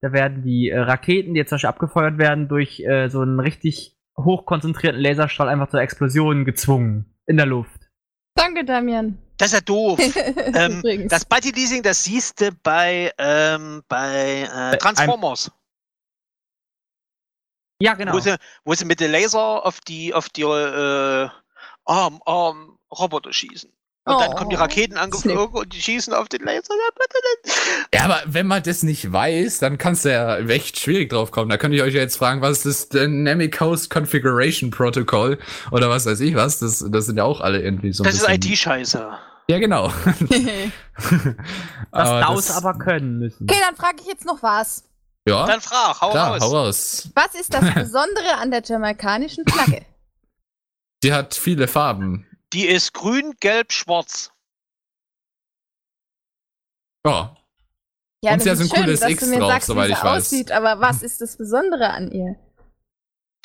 da werden die äh, Raketen, die jetzt zum Beispiel abgefeuert werden, durch äh, so einen richtig hochkonzentrierten Laserstrahl einfach zur Explosion gezwungen. In der Luft.
Danke, Damian.
Das ist
(laughs)
ja doof. (laughs) ähm,
Übrigens.
das Buddy Leasing, das siehst du bei, ähm, bei äh, Transformers,
Ja, genau.
wo, sie, wo sie mit dem Laser auf die, auf die äh, Arm, Arm Roboter schießen. Und dann
Oh.
kommen
(laughs)
die Raketen angeflogen und die schießen auf den Laser.
ja, aber wenn man das nicht weiß, dann kannst du ja echt schwierig drauf kommen. Da könnte ich euch ja jetzt fragen, was ist das Dynamic Host Configuration Protocol oder was weiß ich was. Das, das sind ja auch alle irgendwie so. ein
Das ist
bisschen-
IT-Scheiße.
Ja,
(laughs)
genau.
Das
Aber
DAOs aber können müssen.
Okay, dann frage ich jetzt noch was.
Ja,
Dann frag, hau
klar,
raus.
hau raus.
Was ist
(laughs)
das Besondere an der jamaikanischen Flagge?
Die hat viele Farben.
Die ist grün, gelb, schwarz.
Ja,
Ja,
Und sie
das
hat so ein
ist schön,
cooles
dass
X
du mir
drauf,
sagst,
soweit
wie
ich
sie
weiß.
aussieht, aber was ist das Besondere an ihr?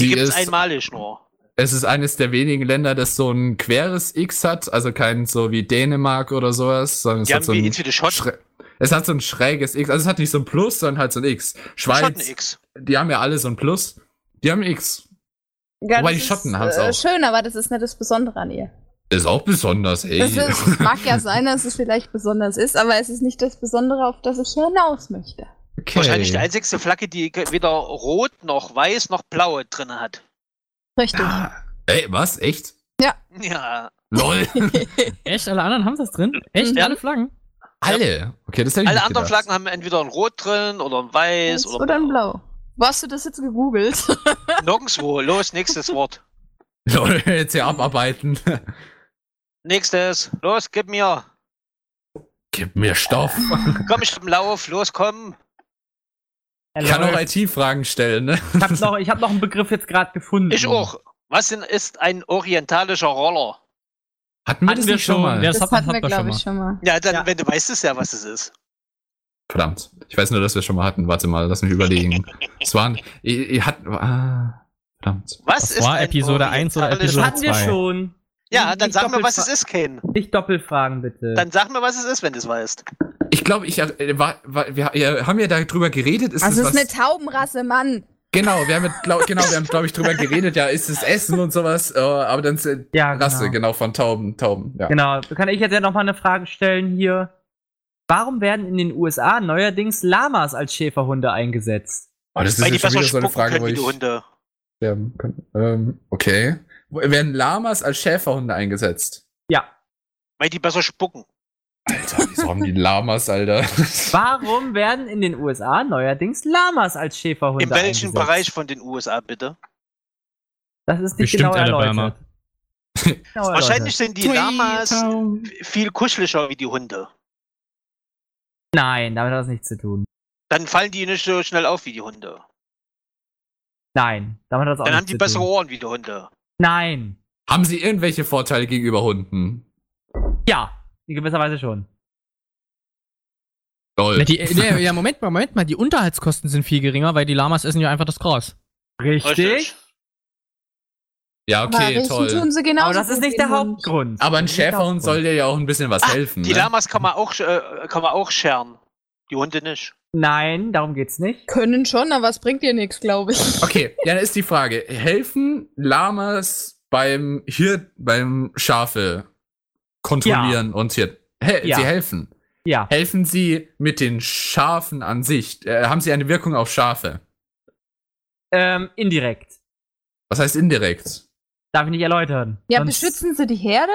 Die,
die
gibt's
ist
einmalig nur.
Es ist eines der wenigen Länder, das so ein queres X hat, also kein so wie Dänemark oder sowas, sondern es
Die
hat
haben
so
wie
ein
entweder Schotten,
schrä- es hat so ein schräges X, also es hat nicht so ein Plus, sondern halt so ein X. Schweiz,
Schotten-X.
die haben ja alle so ein Plus, die haben ein X.
Ja,
Wobei
das
die Schotten
ist, äh,
haben's auch.
Schön, aber das ist nicht das Besondere an ihr.
Ist auch besonders, ey.
Das ist,
(laughs)
mag ja sein, dass es vielleicht besonders ist, aber es ist nicht das Besondere, auf das ich hinaus möchte.
okay.
Wahrscheinlich die einzigste Flagge, die ge- weder rot noch weiß noch blaue drin hat.
Richtig.
Ey, was? Echt?
Ja,
LOL.
(laughs) Echt? Alle anderen haben das drin? Echt?
Ja.
Alle Flaggen?
Alle. Okay, das hätte ich
alle
nicht
anderen
gedacht.
Flaggen haben entweder ein Rot drin oder ein Weiß oder,
Oder ein Blau. Wo hast du das jetzt gegoogelt?
Nirgendwo. Los, nächstes Wort.
LOL, jetzt hier abarbeiten. (laughs)
Nächstes. Los, gib mir.
Gib mir Stoff.
Komm, ich hab einen Lauf. Los, komm.
Er
Ich kann auch
läuft.
IT-Fragen stellen, ne?
Ich hab noch, ich hab noch einen Begriff jetzt gerade gefunden.
Ich auch. Was denn ist ein orientalischer Roller?
Hatten wir das nicht schon mal?
Ja,
Das,
das, hat,
hatten
hat
wir,
man schon
glaube
mal.
ich, schon mal.
Ja, dann,
Ja.
wenn du weißt es ja, was es ist.
Verdammt. Ich weiß nur, dass wir schon mal hatten. Warte mal, lass mich überlegen. Es waren. Ihr, ihr hatten. Ah, verdammt.
Was
Das
ist
war
ein
Episode 1 oder
orientalischer-
Episode
Hatten wir
2.
schon.
Ja, dann
Nicht
sag mir, was
Doppelfra-
es ist, Kane.
Nicht Doppelfragen, bitte.
Dann sag mir, was es ist, wenn du es weißt.
Ich glaube, ich äh, war, war, wir ja, haben ja darüber geredet. Ist
Also
das
es ist eine
was?
Taubenrasse, Mann.
Genau, wir haben ja, glaub, genau, wir haben glaube ich drüber geredet. Ja, ist es Essen und sowas. Äh, aber dann ist äh,
Ja, genau.
Rasse genau von Tauben, Tauben. Ja.
Genau, kann ich jetzt ja nochmal eine Frage stellen hier. Warum werden in den USA neuerdings Lamas als Schäferhunde eingesetzt?
Oh, das ist
Weil
ja
die
schon
besser
wieder so eine
spucken
Frage,
können
wo
wie die
ich
Hunde.
sterben kann. Ähm, okay. Wo- Werden Lamas als Schäferhunde eingesetzt?
Ja.
Weil die besser spucken.
Alter, wieso
(laughs)
haben die Lamas, Alter?
(laughs)
Warum werden in den USA neuerdings Lamas als Schäferhunde
In welchem
eingesetzt?
Bereich von den USA bitte?
Das ist nicht genau
Bestimmt
erläutert.
Alabama.
(laughs) Genau erläutert.
Wahrscheinlich sind die Lamas viel kuscheliger wie die Hunde.
Nein, damit hat das nichts zu tun.
Dann fallen die nicht so schnell auf wie die Hunde.
Nein, damit hat das auch
Dann haben
nichts
die
zu
bessere
tun.
Ohren wie die Hunde.
Nein.
haben sie irgendwelche Vorteile gegenüber Hunden?
Ja, in gewisser Weise schon.
Toll.
Na, die, nee, ja, Moment mal, Moment mal, die Unterhaltskosten sind viel geringer, weil die Lamas essen ja einfach das Gras.
Richtig.
Ja,
Aber
okay,
riechen
toll.
tun sie genauso
Aber das ist
gut
nicht
wie
der
ein Hund.
Hauptgrund.
Aber ein
Das ist nicht der
Schäferhund
Hauptgrund.
soll dir ja auch ein bisschen was helfen.
Ah, Die
ne?
Lamas kann man auch, äh, kann man auch scheren. Die Hunde nicht.
Nein, darum geht's nicht.
Können schon, aber es bringt dir nichts, glaube ich.
Okay, ja, dann ist die Frage, helfen Lamas beim Hirt, beim Schafe kontrollieren und Hirten? He
Ja.
Sie helfen.
Ja.
Helfen sie mit den Schafen an sich? Äh, haben sie eine Wirkung auf Schafe?
Ähm, indirekt.
Was heißt indirekt?
Darf ich nicht erläutern.
Ja,
Sonst-
beschützen sie die Herde?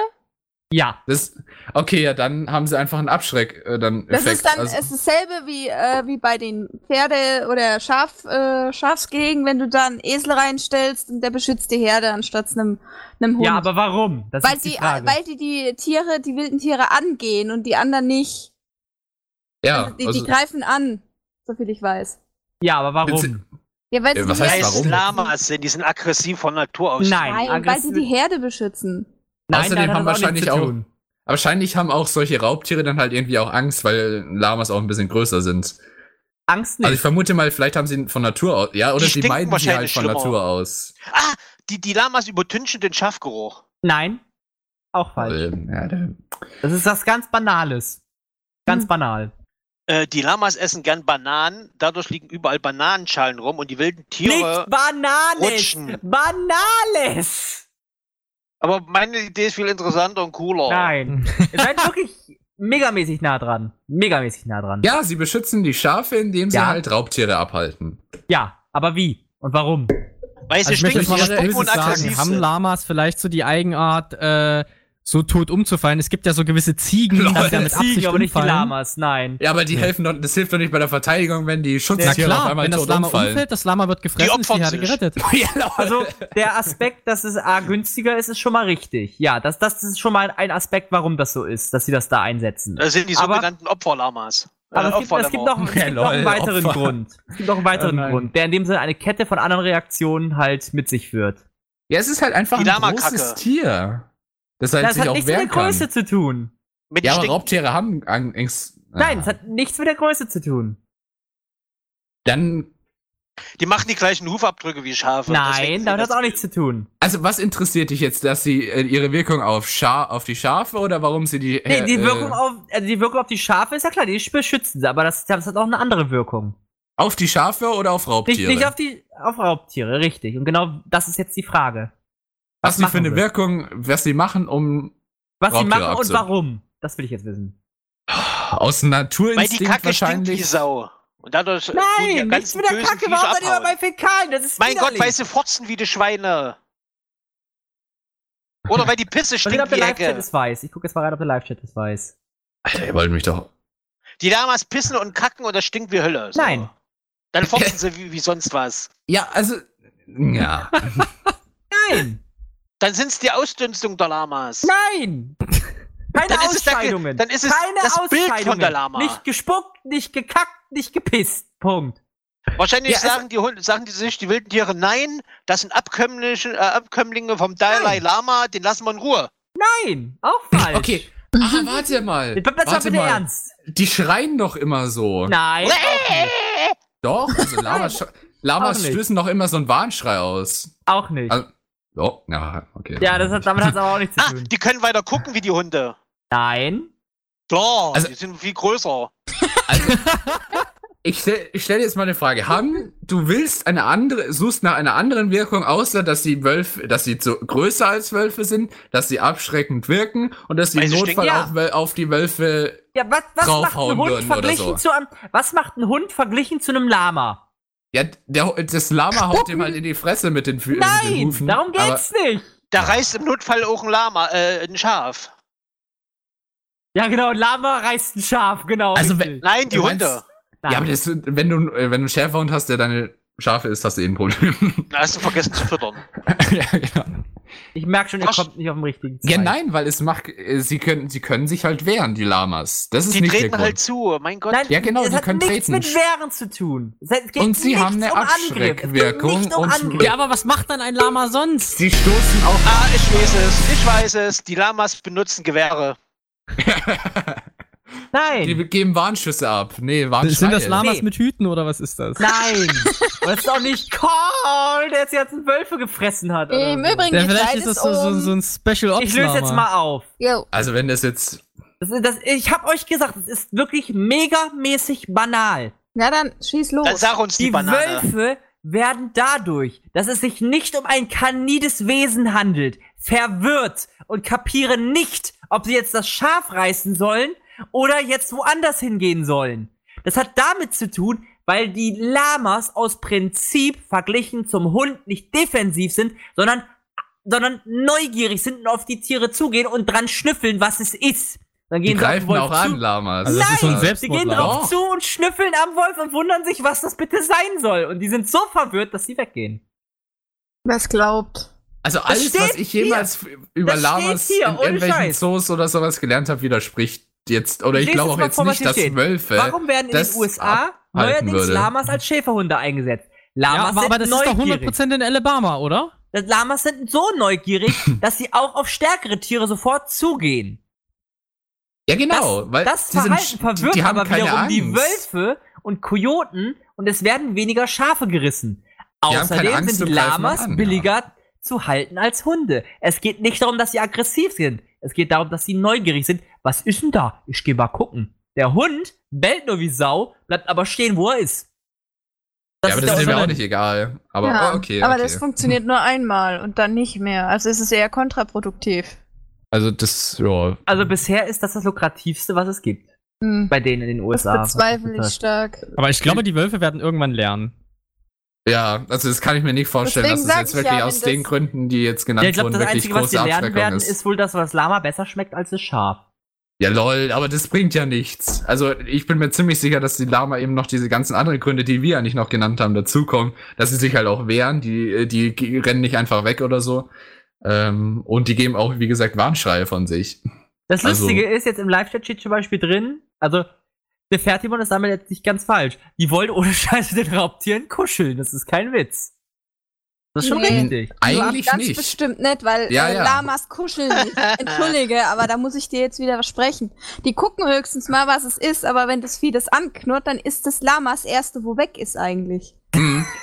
Ja.
Das, okay, ja, dann haben sie einfach einen Abschreck, äh, dann
Das
Effekt.
ist dann
also,
es ist dasselbe wie, äh, wie bei den Pferde- oder Schaf, äh, Schafsgegen, wenn du da einen Esel reinstellst und der beschützt die Herde anstatt einem, einem Hund.
Ja, aber warum? Das
weil,
ist die
die,
Frage.
weil die die Tiere, die wilden Tiere angehen und die anderen nicht.
ja,
also die,
also,
die greifen an, soviel ich weiß.
ja, aber
Jetzt-
warum?
Ja, weil
Äh,
sie
was
die
heißt
Herde
warum?
beschützen.
Lamas sind, die sind aggressiv von Natur aus.
Nein,
Nein, weil sie die Herde beschützen.
Außerdem
damit hat
haben
das nichts
wahrscheinlich
zu
auch-
tun.
wahrscheinlich haben auch solche Raubtiere dann halt irgendwie auch Angst, weil Lamas auch ein bisschen größer sind.
Angst
Also ich
nicht.
vermute mal, vielleicht haben sie von Natur aus, ja, oder
Die
sie
stinken
meiden sie halt
wahrscheinlich
von
schlimmer.
Natur aus.
Ah, die, die Lamas übertünchen den Schafgeruch.
Nein. Auch falsch.
Ähm, ja, da-
Das ist was ganz Banales. Ganz banal.
Äh, die Lamas essen gern Bananen, dadurch liegen überall Bananenschalen rum und die wilden Tiere.
Banales!
rutschen.
Banales!
Aber meine Idee ist viel interessanter und
Oh.
cooler.
Nein.
(laughs)
Ihr seid wirklich megamäßig nah dran. Megamäßig nah dran.
ja, sie beschützen die Schafe, indem sie
Ja.
halt Raubtiere abhalten.
Ja, aber wie? Und warum?
Weil sie
Also ich möchte
stinken,
jetzt mal was
stinken und
Böses
aggressiv
sagen. Haben
sind.
Lamas vielleicht so die Eigenart, äh, so tot umzufallen? Es gibt ja so gewisse Ziegen,
Lol,
die damit
Ziegen,
Absicht
aber nicht die
umfallen.
Lamas, nein.
Ja, aber die helfen doch, das hilft doch nicht bei der Verteidigung, wenn die
Na
Schutztiere auf
klar,
einmal
wenn das
tot
Lama
umfallen. (laughs) Oh
umfällt, das Lama wird gefressen, ist die
opfern
Herde
sich.
gerettet.
ja, lol.
Also der Aspekt, dass es A günstiger ist, ist schon mal richtig. Ja, das, das ist schon mal ein Aspekt, warum das so ist, dass sie das da einsetzen.
Äh,
Das Äh, sind die
Aber-
sogenannten Opferlamas. Äh,
Aber es gibt, es gibt,
Opferlämmer.
noch, es gibt
Ja,
noch einen
lol,
weiteren
Opfer.
Grund. Es gibt noch einen weiteren
Oh nein.
Grund, der in dem Sinne eine Kette von anderen Reaktionen halt mit sich führt.
ja, es ist halt einfach
Die
ein
Lama-Kacke.
großes Tier. Das halt
Das
sich
hat
auch
nichts mit der
wehren kann.
Größe zu tun.
Mit
Ja, aber
Stinken-
Raubtiere haben Ang- Angst.
Nein,
Ah.
es hat nichts mit der Größe zu tun.
Dann,
Die machen die gleichen Hufabdrücke wie Schafe.
Nein, damit hat
das
es auch nichts zu tun.
also was interessiert dich jetzt, dass sie äh, ihre Wirkung auf Scha auf die Schafe oder warum sie die.
Nee, die
äh,
Wirkung auf, also die Wirkung auf die Schafe ist ja klar, die beschützen sie, aber das, das hat auch eine andere Wirkung.
auf die Schafe oder auf
Nicht,
Raubtiere?
nicht auf die auf Raubtiere, richtig. Und genau das ist jetzt die Frage.
was sie für
machen
eine
wir?
Wirkung, was sie machen, um
Was sie
Raubtiere
machen und
abzu-
warum? Das will ich jetzt wissen.
aus
Weil die
Naturinstinkt
Kacke stinkt wie
wahrscheinlich.
Sau. Und dadurch
Nein, nichts mit der Kacke, warum seid ihr immer bei Fäkalien? Das ist
Mein Gott,
widerlich.
weißt du, furzen wie die Schweine. Oder weil die Pisse
Mal sehen, ob
stinkt
der
wie
Live-Chat
Hecke.
es weiß. Ich gucke jetzt mal rein, ob der Live-Chat es weiß.
Alter, ihr wollt mich doch.
Die Lamas pissen und kacken und das stinkt wie Hölle. So.
Nein.
Dann furzen sie wie, wie sonst was.
Ja, also. Ja.
Nein!
Dann sind es die Ausdünstung der Lamas.
Nein! Keine
Dann ist es der Ge-
Ausscheidungen.
dann ist es
Keine
das Bild
Ausscheidungen.
von der Lama.
Nicht gespuckt, nicht gekackt, nicht gepisst. Punkt.
Wahrscheinlich
Ja, es-
sagen, die, Hunde- sagen die sich, die wilden Tiere, nein, das sind Abkömmlinge, äh, Abkömmlinge vom Dalai Lama, den lassen wir in Ruhe.
Nein,
(laughs)
auch falsch.
Okay. Ah, warte mal.
Jetzt bleibt das mal
warte
bitte
mal.
ernst.
Die schreien doch immer so.
Nein. auch nicht.
Doch, also Lamas, sch-
Auch
Lamas
nicht.
stößen doch immer so einen Warnschrei aus.
Auch nicht.
Also, Oh, na, okay.
Ja, das hat, damit hat es aber auch nichts
Ah,
zu tun.
die können weiter gucken wie die Hunde.
Nein.
Klar,
Also-
die sind viel größer.
Ich stelle ich stell dir jetzt mal eine Frage. Haben, du willst eine andere, suchst nach einer anderen Wirkung, außer dass sie Wölfe, dass sie zu, größer als Wölfe sind, dass sie abschreckend wirken und dass sie
Weil
im
sie
Notfall
stinken.
auch wel- auf die Wölfe.
Ja, was, was macht
Draufhauen
ein Hund
würden oder
verglichen
so.
zu einem. Was macht ein Hund verglichen zu einem Lama?
Ja, der, das Lama haut dem halt in die Fresse mit den, Fü mit den
Nein!
Hufen.
Darum
aber-
geht's nicht!
Da reißt im Notfall auch ein Lama, äh, ein Schaf.
Ja, genau, ein Lama reißt ein Schaf, genau.
Also,
richtig.
Nein, die
Du meinst-
Hunde.
Nein.
Ja, aber das, wenn du, äh, wenn du einen Schäferhund hast, der deine Schafe isst, hast du eh ein Problem.
Da hast du vergessen zu
(laughs)
füttern.
ja, genau.
ich merke schon, ihr
Was?
kommt nicht auf den richtigen
ja,
Zweig.
nein, weil es macht, äh, sie können, sie können sich halt wehren, die Lamas. Das ist
Die
nicht der
treten
Grund.
halt zu, mein Gott.
Nein,
Ja, genau,
es
die
hat
können
nichts
treten.
mit Wehren zu tun. Es geht
Und sie
nichts
haben eine
um Angriff. Es geht
Abschreckwirkung
nicht um
und-
Angriff.
Ja,
Ja,
aber was macht dann ein Lama sonst?
Sie stoßen auch
Ah, ich weiß es, ich weiß es. Die Lamas benutzen Gewehre.
nein,
Die geben Warnschüsse ab. Nee, Warnschüsse.
Sind das Lamas
Nee.
mit Hüten oder was ist das?
nein. (laughs) Und das ist auch nicht Karl, der jetzt die ganzen Wölfe gefressen hat. oder
Im
so.
Übrigen,
Ja,
die
vielleicht
Zeit
ist
ist,
das so, so,
um.
so ein Special Ops.
Ich löse jetzt mal auf.
Jo.
Also wenn das jetzt.
Das, ist- das, ich habe euch gesagt, es ist wirklich megamäßig banal.
Na dann, schieß los.
Dann sag uns die,
Die
Banane.
Wölfe werden dadurch, dass es sich nicht um ein kanides Wesen handelt, verwirrt und kapieren nicht, ob sie jetzt das Schaf reißen sollen oder jetzt woanders hingehen sollen. Das hat damit zu tun, weil die Lamas aus Prinzip verglichen zum Hund nicht defensiv sind, sondern, sondern neugierig sind und auf die Tiere zugehen und dran schnüffeln, was es ist. Dann
Die
gehen sie auf den
greifen
Wolf
auch
zu.
an, Lamas.
Also das ist so ein
Nein, Sie gehen
Selbstmordlager.
drauf zu und schnüffeln am Wolf und wundern sich, was das bitte sein soll. Und die sind so verwirrt, dass sie weggehen.
Was glaubt?
Also alles,
steht
was ich jemals über
Das
Lamas
steht hier,
in
ohne
irgendwelchen
Scheiß.
Zoos oder sowas gelernt habe, widerspricht jetzt. Oder
Ich
ich
lese
glaube
jetzt
auch
mal
jetzt
vor, was
nicht,
hier
dass
steht.
Wölfe.
Warum werden in den
das
USA
abhalten
neuerdings
würde.
Lamas als Schäferhunde eingesetzt?
Ja,
Lamas
aber, aber das
sind neugierig.
ist doch 100% in Alabama, oder?
Das Lamas sind so
(laughs)
neugierig, dass sie auch auf stärkere Tiere sofort zugehen.
Ja genau, weil
das
die sind
Verhalten
sch-
verwirrt
die haben
aber
keine
wiederum
Angst.
die Wölfe und Kojoten und es werden weniger Schafe gerissen.
haben keine
Außerdem
Angst
sind die
und greifen
Lamas
an, ja.
billiger zu halten als Hunde. Es geht nicht darum, dass sie aggressiv sind. Es geht darum, dass sie neugierig sind. Was ist denn da? Ich geh mal gucken. Der Hund bellt nur wie Sau, bleibt aber stehen, wo er ist.
ja, aber das ist
der
mir auch
Unterschied.
nicht egal. Aber
ja,
oh, okay.
aber
okay.
das funktioniert nur einmal und dann nicht mehr. Also ist es eher kontraproduktiv.
also das, ja.
Also bisher ist das das lukrativste, was es gibt.
Hm.
Bei denen in den
Das
USA.
bezweifle ich stark.
Aber ich glaube, die Wölfe werden irgendwann lernen.
Ja, also das kann ich mir nicht vorstellen,
Deswegen
dass
sag
es jetzt
ich ja,
wirklich
wenn
aus
das-
den Gründen, die jetzt genannt
Ja, ich glaube,
wurden,
das
wirklich
Einzige, was sie
große
lernen
Abschreckung
werden,
ist.
ist wohl, dass das Lama besser schmeckt als das Schaf.
Ja, lol, aber das bringt ja nichts. Also, ich bin mir ziemlich sicher, dass die Lama eben noch diese ganzen anderen Gründe, die wir ja nicht noch genannt haben, dazukommen, dass sie sich halt auch wehren, die, äh, die ge- rennen nicht einfach weg oder so. Ähm, und die geben auch, wie gesagt, Warnschreie von sich.
Das
Also-
Lustige ist, jetzt im Live-Chat steht zum Beispiel drin, also der Fertimon ist damit jetzt nicht ganz falsch. Die wollen ohne Scheiße den Raubtieren kuscheln. Das ist kein Witz. Das ist schon
Nee.
richtig.
Eigentlich
Ganz
nicht.
bestimmt nicht, weil
Ja,
äh,
ja.
Lamas kuscheln nicht. Entschuldige, aber da muss ich dir jetzt wieder versprechen. Die gucken höchstens mal, was es ist, aber wenn das Vieh das anknurrt, dann ist das Lamas erste, wo weg ist eigentlich.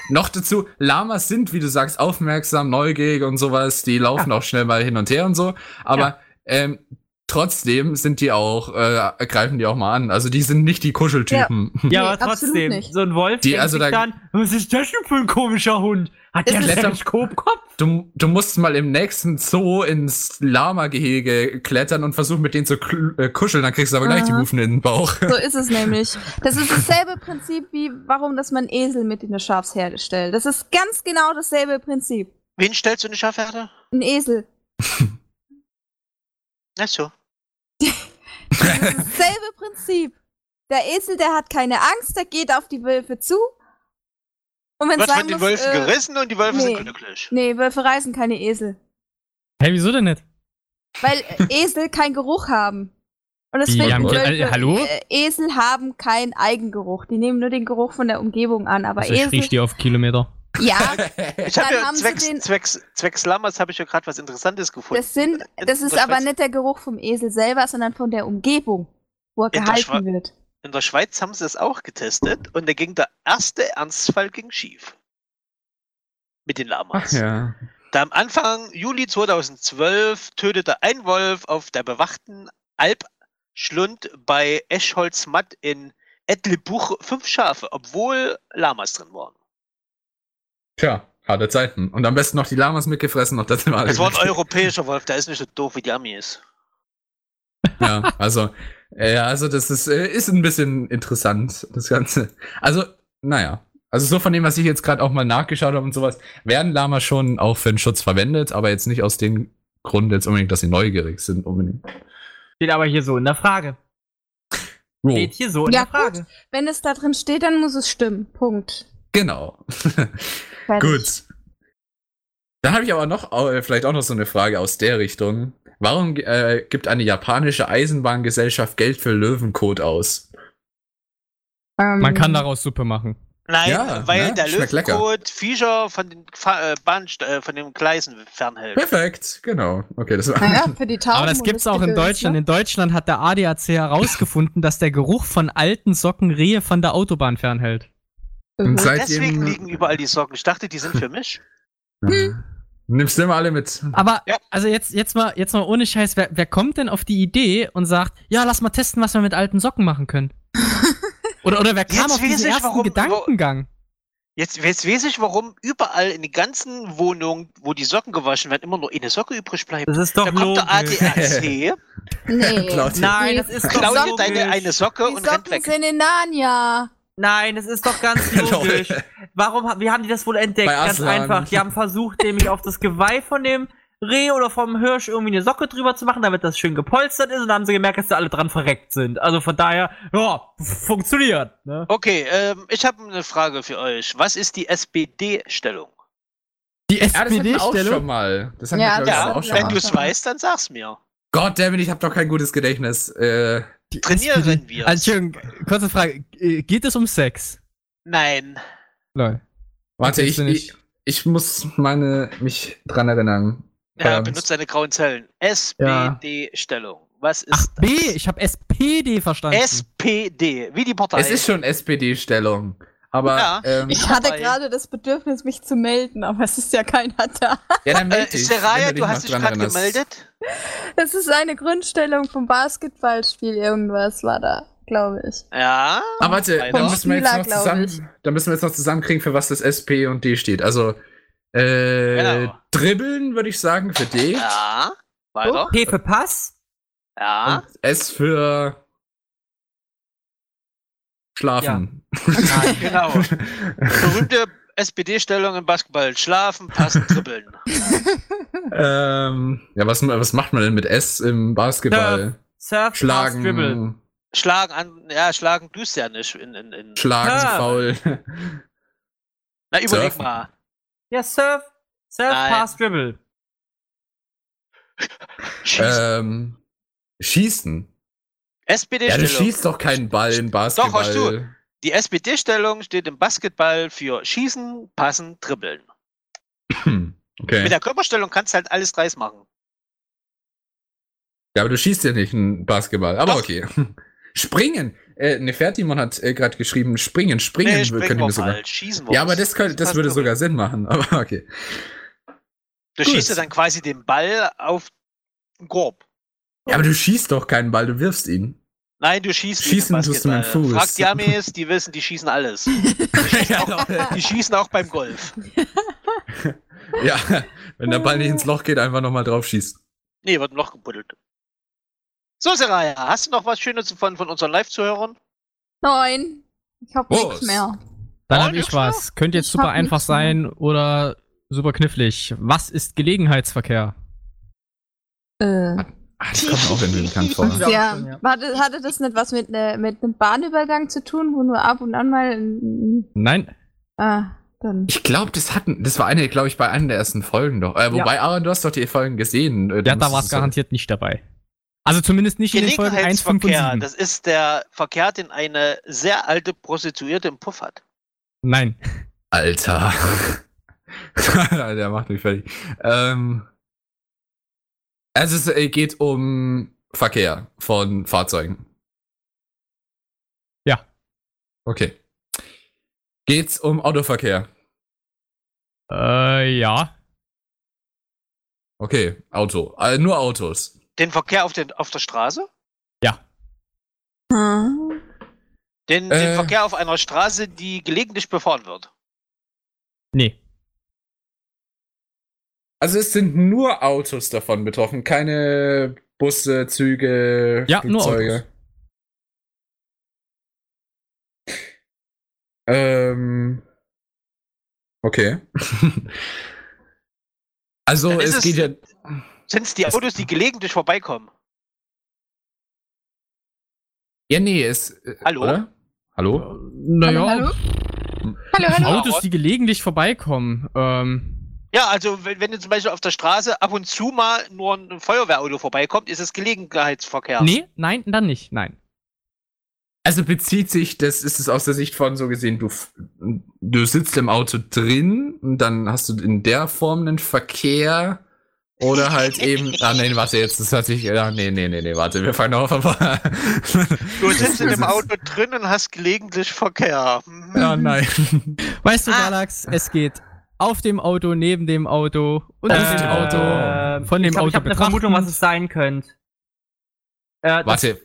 Noch dazu, Lamas sind, wie du sagst, aufmerksam, neugierig und sowas. Die laufen auch schnell mal hin und her und so. Aber ähm, trotzdem sind die auch, äh, greifen die auch mal an. Also, die sind nicht die Kuscheltypen.
Ja,
Nee,
aber
absolut
trotzdem,
nicht.
so ein Wolf
Die-
denkt
also
sich
da-
dann, was ist das denn für ein komischer Hund? Hat der
Es
einen
ist-
Teleskopkopf?
(laughs) Du, du musst mal im nächsten Zoo ins Lama-Gehege klettern und versuchen, mit denen zu kl- äh, kuscheln. Dann kriegst du aber gleich die
Aha.
Hufen in den Bauch. (laughs)
So ist es nämlich. Das ist dasselbe Prinzip wie, warum dass man Esel mit in eine Schafsherde stellt. Das ist ganz genau dasselbe Prinzip.
Wen stellst du in die Schafherde?
Ein Esel.
Ach so.
(laughs) Das ist dasselbe Prinzip. Der Esel, der hat keine Angst, der geht auf die Wölfe zu. Und wenn es
Wird
sein
von
muss,
den Wölfen
äh,
gerissen und die Wölfe
nee.
sind glücklich.
Nee, Wölfe reißen keine Esel.
Hä, wieso denn nicht?
Weil äh,
(laughs)
Esel keinen Geruch haben. Und das
Die
finden
haben-
Wölfe,
äh, hallo?
äh, Esel haben keinen Eigengeruch. Die nehmen nur den Geruch von der Umgebung an. Aber
Also ich riech
Esel.
dir auf Kilometer.
(laughs)
(laughs)
Ja,
Ich
Dann
habe ja
haben sie
zwecks,
den-
zwecks, zwecks Lamas habe ich ja gerade was Interessantes gefunden. Äh,
das, sind, das ist aber nicht der Geruch vom Esel selber, sondern von der Umgebung, wo er
In der Schwa-
gehalten wird.
In der Schweiz haben sie es auch getestet und da ging der erste Ernstfall ging schief. Mit den Lamas.
ja.
Da am Anfang Juli 2012 tötete ein Wolf auf der bewachten Alpschlund bei Eschholzmatt in Etlebuch fünf Schafe, obwohl Lamas drin waren.
Tja, harte Zeiten. Und am besten noch die Lamas mitgefressen, noch Also das
immer alle. Es war ein europäischer Wolf, der ist nicht so doof wie die Amis.
Ja, also, äh, also das ist, äh, ist ein bisschen interessant, das Ganze. Also, naja. Also so von dem, was ich jetzt gerade auch mal nachgeschaut habe und sowas, werden Lamas schon auch für den Schutz verwendet, aber jetzt nicht aus dem Grund jetzt unbedingt, dass sie neugierig sind unbedingt.
Steht aber hier so in der Frage.
Oh. Steht hier so in ja, der Frage. Gut. Wenn es da drin steht, dann muss es stimmen. Punkt.
Genau. (laughs) Gut. Dann habe ich aber noch äh, vielleicht auch noch so eine Frage aus der Richtung. Warum äh, gibt eine japanische Eisenbahngesellschaft Geld für Löwenkot aus?
Ähm. Man
Mhm.
kann daraus Suppe machen.
Nein, ja, weil ne? der Löwenkot Viecher von den, Fa Band, äh, von den Gleisen fernhält.
Perfekt, genau. Okay, das war
Äh.
naja, für die Tauben Aber das gibt's auch in Deutschland. Ne? In Deutschland hat der ADAC herausgefunden, dass der Geruch von alten Socken Rehe von der Autobahn fernhält.
(laughs)
Und seitdem, Deswegen liegen überall die Socken. Ich dachte, die sind für mich.
Hm. Nimmst du immer alle mit.
Aber, ja. also jetzt, jetzt, mal, jetzt mal ohne Scheiß, wer, wer kommt denn auf die Idee und sagt, ja, lass mal testen, was wir mit alten Socken machen können? oder, oder wer kam jetzt auf diesen ich, ersten warum, Gedankengang?
Jetzt, jetzt weiß ich, warum überall in den ganzen Wohnungen, wo die Socken gewaschen werden, immer nur eine Socke übrig bleibt.
Das ist doch
Da kommt der ADAC.
(laughs)
nee.
Nein, das ist
Klau dir deine eine Socke
Die
und rennt
Socken
weg.
sind in Narnia.
Nein, das ist doch
(laughs)
ganz
Genau.
logisch. Warum, ha- wie haben die das wohl entdeckt?
Bei
Ganz
Aslan.
einfach. Die haben
(laughs)
versucht, nämlich auf das Geweih von dem Reh oder vom Hirsch irgendwie eine Socke drüber zu machen, damit das schön gepolstert ist. Und dann haben sie gemerkt, dass da alle dran verreckt sind. Also von daher, ja, f- funktioniert. Ne?
Okay, ähm, ich habe eine Frage für euch. Was ist die SPD-Stellung?
Die
Ja, das hatten wir auch schon
SPD-Stellung?
mal. Das hatten
Ja,
wir, glaub ich,
das
Ja,
auch
hatten
schon
wenn
mal.
du es weißt, dann sag's mir.
Goddammit, ich habe doch kein gutes Gedächtnis. Äh,
Trainieren wir.
Also, Entschuldigung, kurze Frage. Äh, Geht es um Sex?
Nein.
Lol.
warte,
Willst
ich,
du
ich,
nicht?
ich muss meine, mich dran erinnern.
Ja,
Ähm,
benutzt deine grauen Zellen.
Ja.
SPD-Stellung. Was ist
Ach,
das?
B, ich habe SPD verstanden.
SPD, wie die Partei.
Es ist schon SPD-Stellung. Aber
Ja.
ähm,
Ich hatte
Dabei.
gerade das Bedürfnis, mich zu melden, aber es ist ja keiner da.
ja, dann meld
äh,
dich,
Seraya,
wenn
du hast
noch
dich
dran
gerade
erinnerst.
gemeldet.
Das ist eine Grundstellung vom Basketballspiel, irgendwas war da, glaube ich.
Ja.
Aber Ah, warte,
Vom
dann müssen, wir jetzt
Spieler,
noch
glaub
zusammen, dann müssen wir jetzt noch zusammenkriegen, für was das SP und D steht. Also, äh,
Genau.
dribbeln würde ich sagen für D.
Ja. Weiter.
P für Pass.
Oh.
Ja.
Und S für Schlafen.
Genau. (laughs) Berühmte SPD-Stellung im Basketball. Schlafen, passen, dribbeln.
Ja, ähm, ja was, was macht man denn mit S im Basketball?
Surf, Pass, Dribble.
Schlagen,
Schlagen an, ja, schlagen tust du ja nicht. In, in, in.
schlagen,
Ah.
faul.
Na, überleg
Surfen.
mal.
Ja, Surf, Surf,
Nein.
Pass, Dribble.
Schießen.
ähm, schießen. Ja, du
SPD-Stellung.
schießt doch keinen Ball im Basketball.
hörst du. Die SPD-Stellung steht im Basketball für Schießen, Passen, Dribbeln.
Hm, Okay.
Mit der Körperstellung kannst du halt alles dreis machen.
Ja, aber du schießt ja nicht einen Basketball. Aber
Doch.
okay. (laughs) Springen. Äh, Nefertimon hat äh, gerade geschrieben, springen, springen
Nee,
wür-
springen
könnte
wir
mir sogar.
falsch. Schießen wir
Ja, aber
falsch.
das, könnte, das
passt
würde
doch.
sogar Sinn machen. (laughs) Aber okay.
Du
Gut.
schießt ja dann quasi den Ball auf den Korb.
Ja, aber du schießt doch keinen Ball, du wirfst ihn. (laughs)
Nein, du schießt
Schießen tust du mit dem
Basketball.
Fuß.
Äh, Frag die Amis, die wissen, die schießen alles. Die schießen auch beim Golf.
ja,
(laughs)
wenn der Ball nicht ins Loch geht, einfach nochmal drauf schießt.
Nee, wird ein Loch gebuddelt. So, Seraya, hast du noch was Schönes von, von unseren Live-Zuhörern?
Neun. Ich hab
Prost.
nichts mehr.
Dann
Oh,
habe ich
nix mehr?
was. Könnte jetzt
Ich
super
hab
einfach
nix mehr.
sein oder super knifflig. Was ist Gelegenheitsverkehr?
Äh,
Ah, das kommt auch in den Kant vor.
ja.
schon, ja.
Hatte, hatte das nicht was mit, ne, mit einem Bahnübergang zu tun, wo nur ab und an mal. ein-
Nein.
Ah, dann.
Ich glaube, das hatten, das war eine, glaube ich, bei einer der ersten Folgen doch. Äh, wobei, Aaron, du hast doch die Folgen gesehen. Äh, du
Ja, da
musstest
war es
es-
garantiert nicht dabei. Also zumindest nicht in den Folgen 1, 5 und
Gelegenheitsverkehr,
7.
das ist der Verkehr, den eine sehr alte Prostituierte im Puff hat.
Nein.
Alter. (laughs) Der macht mich fertig. Ähm, also es äh, geht um Verkehr von Fahrzeugen.
Ja.
Okay. Geht's um Autoverkehr?
Äh, ja.
Okay, Auto. Äh, nur Autos.
Den Verkehr auf, den, auf der Straße?
Ja.
Den, den
Äh.
Verkehr auf einer Straße, die gelegentlich befahren wird.
Nee.
Also es sind nur Autos davon betroffen, keine Busse, Züge,
Ja, nur Autos.
Ähm. Okay. (laughs) also
Dann ist
es
es-
geht ja.
Sind es die
Es-
Autos, die gelegentlich vorbeikommen?
Ja, nee, es. äh,
Hallo?
Oder? Hallo?
Naja.
Hallo, Hallo,
(laughs)
hallo.
Autos, die gelegentlich vorbeikommen. Ähm,
Ja, also wenn, wenn du zum Beispiel auf der Straße ab und zu mal nur ein Feuerwehrauto vorbeikommt, ist es Gelegenheitsverkehr.
Nee, nein, dann nicht. Nein.
Also bezieht sich, das ist es aus der Sicht von so gesehen, du, f- du sitzt im Auto drin und dann hast du in der Form einen Verkehr. Oder halt
(laughs)
eben. Ah, nee, warte, jetzt, das hat sich. Ah, nee, nee, nee, nee, warte, wir fangen auf. Aber
Du sitzt in
Das
dem
ist-
Auto drin und hast gelegentlich Verkehr. Hm.
ja,
(laughs)
nein.
Weißt du,
Ah.
Galax, es geht auf dem Auto, neben dem Auto und
Auf
aus dem
dem
Auto.
Ähm,
Von
Äh,
dem
ich hab, Ich
Auto
habe eine Vermutung, was es sein könnte. Äh, das,
Warte.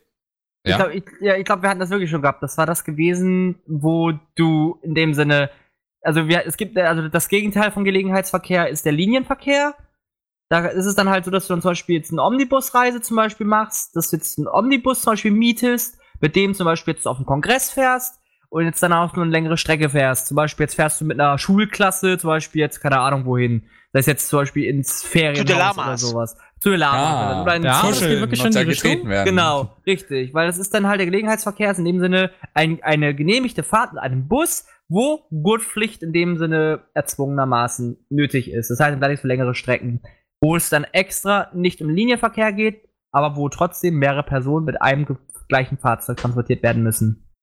ich
ja.
glaube, ich, ja, ich glaub, wir hatten das wirklich schon gehabt. Das war das gewesen, wo du in dem Sinne, also wir, es gibt, äh, also das Gegenteil von Gelegenheitsverkehr ist der Linienverkehr. Da ist es dann halt so, dass du dann zum Beispiel jetzt eine Omnibusreise zum Beispiel machst, dass du jetzt einen Omnibus zum Beispiel mietest, mit dem zum Beispiel jetzt auf einen Kongress fährst und jetzt dann auch nur eine längere Strecke fährst. Zum Beispiel jetzt fährst du mit einer Schulklasse, zum Beispiel jetzt keine Ahnung wohin. Das ist jetzt zum Beispiel ins Ferienhaus oder
Lamas.
sowas. Zu den Lamas.
Ah,
oder in
ja,
Zoo.
das geht wirklich schon in
und da
die Richtung.
getreten werden.
Genau, richtig. Weil das ist dann halt der Gelegenheitsverkehr, ist in dem Sinne ein, eine genehmigte Fahrt mit einem Bus, wo Gurtpflicht in dem Sinne erzwungenermaßen nötig ist. Das heißt, im Gleich für längere Strecken. Wo es dann extra nicht um Linienverkehr geht, aber wo trotzdem mehrere Personen mit einem ge- gleichen Fahrzeug transportiert werden müssen.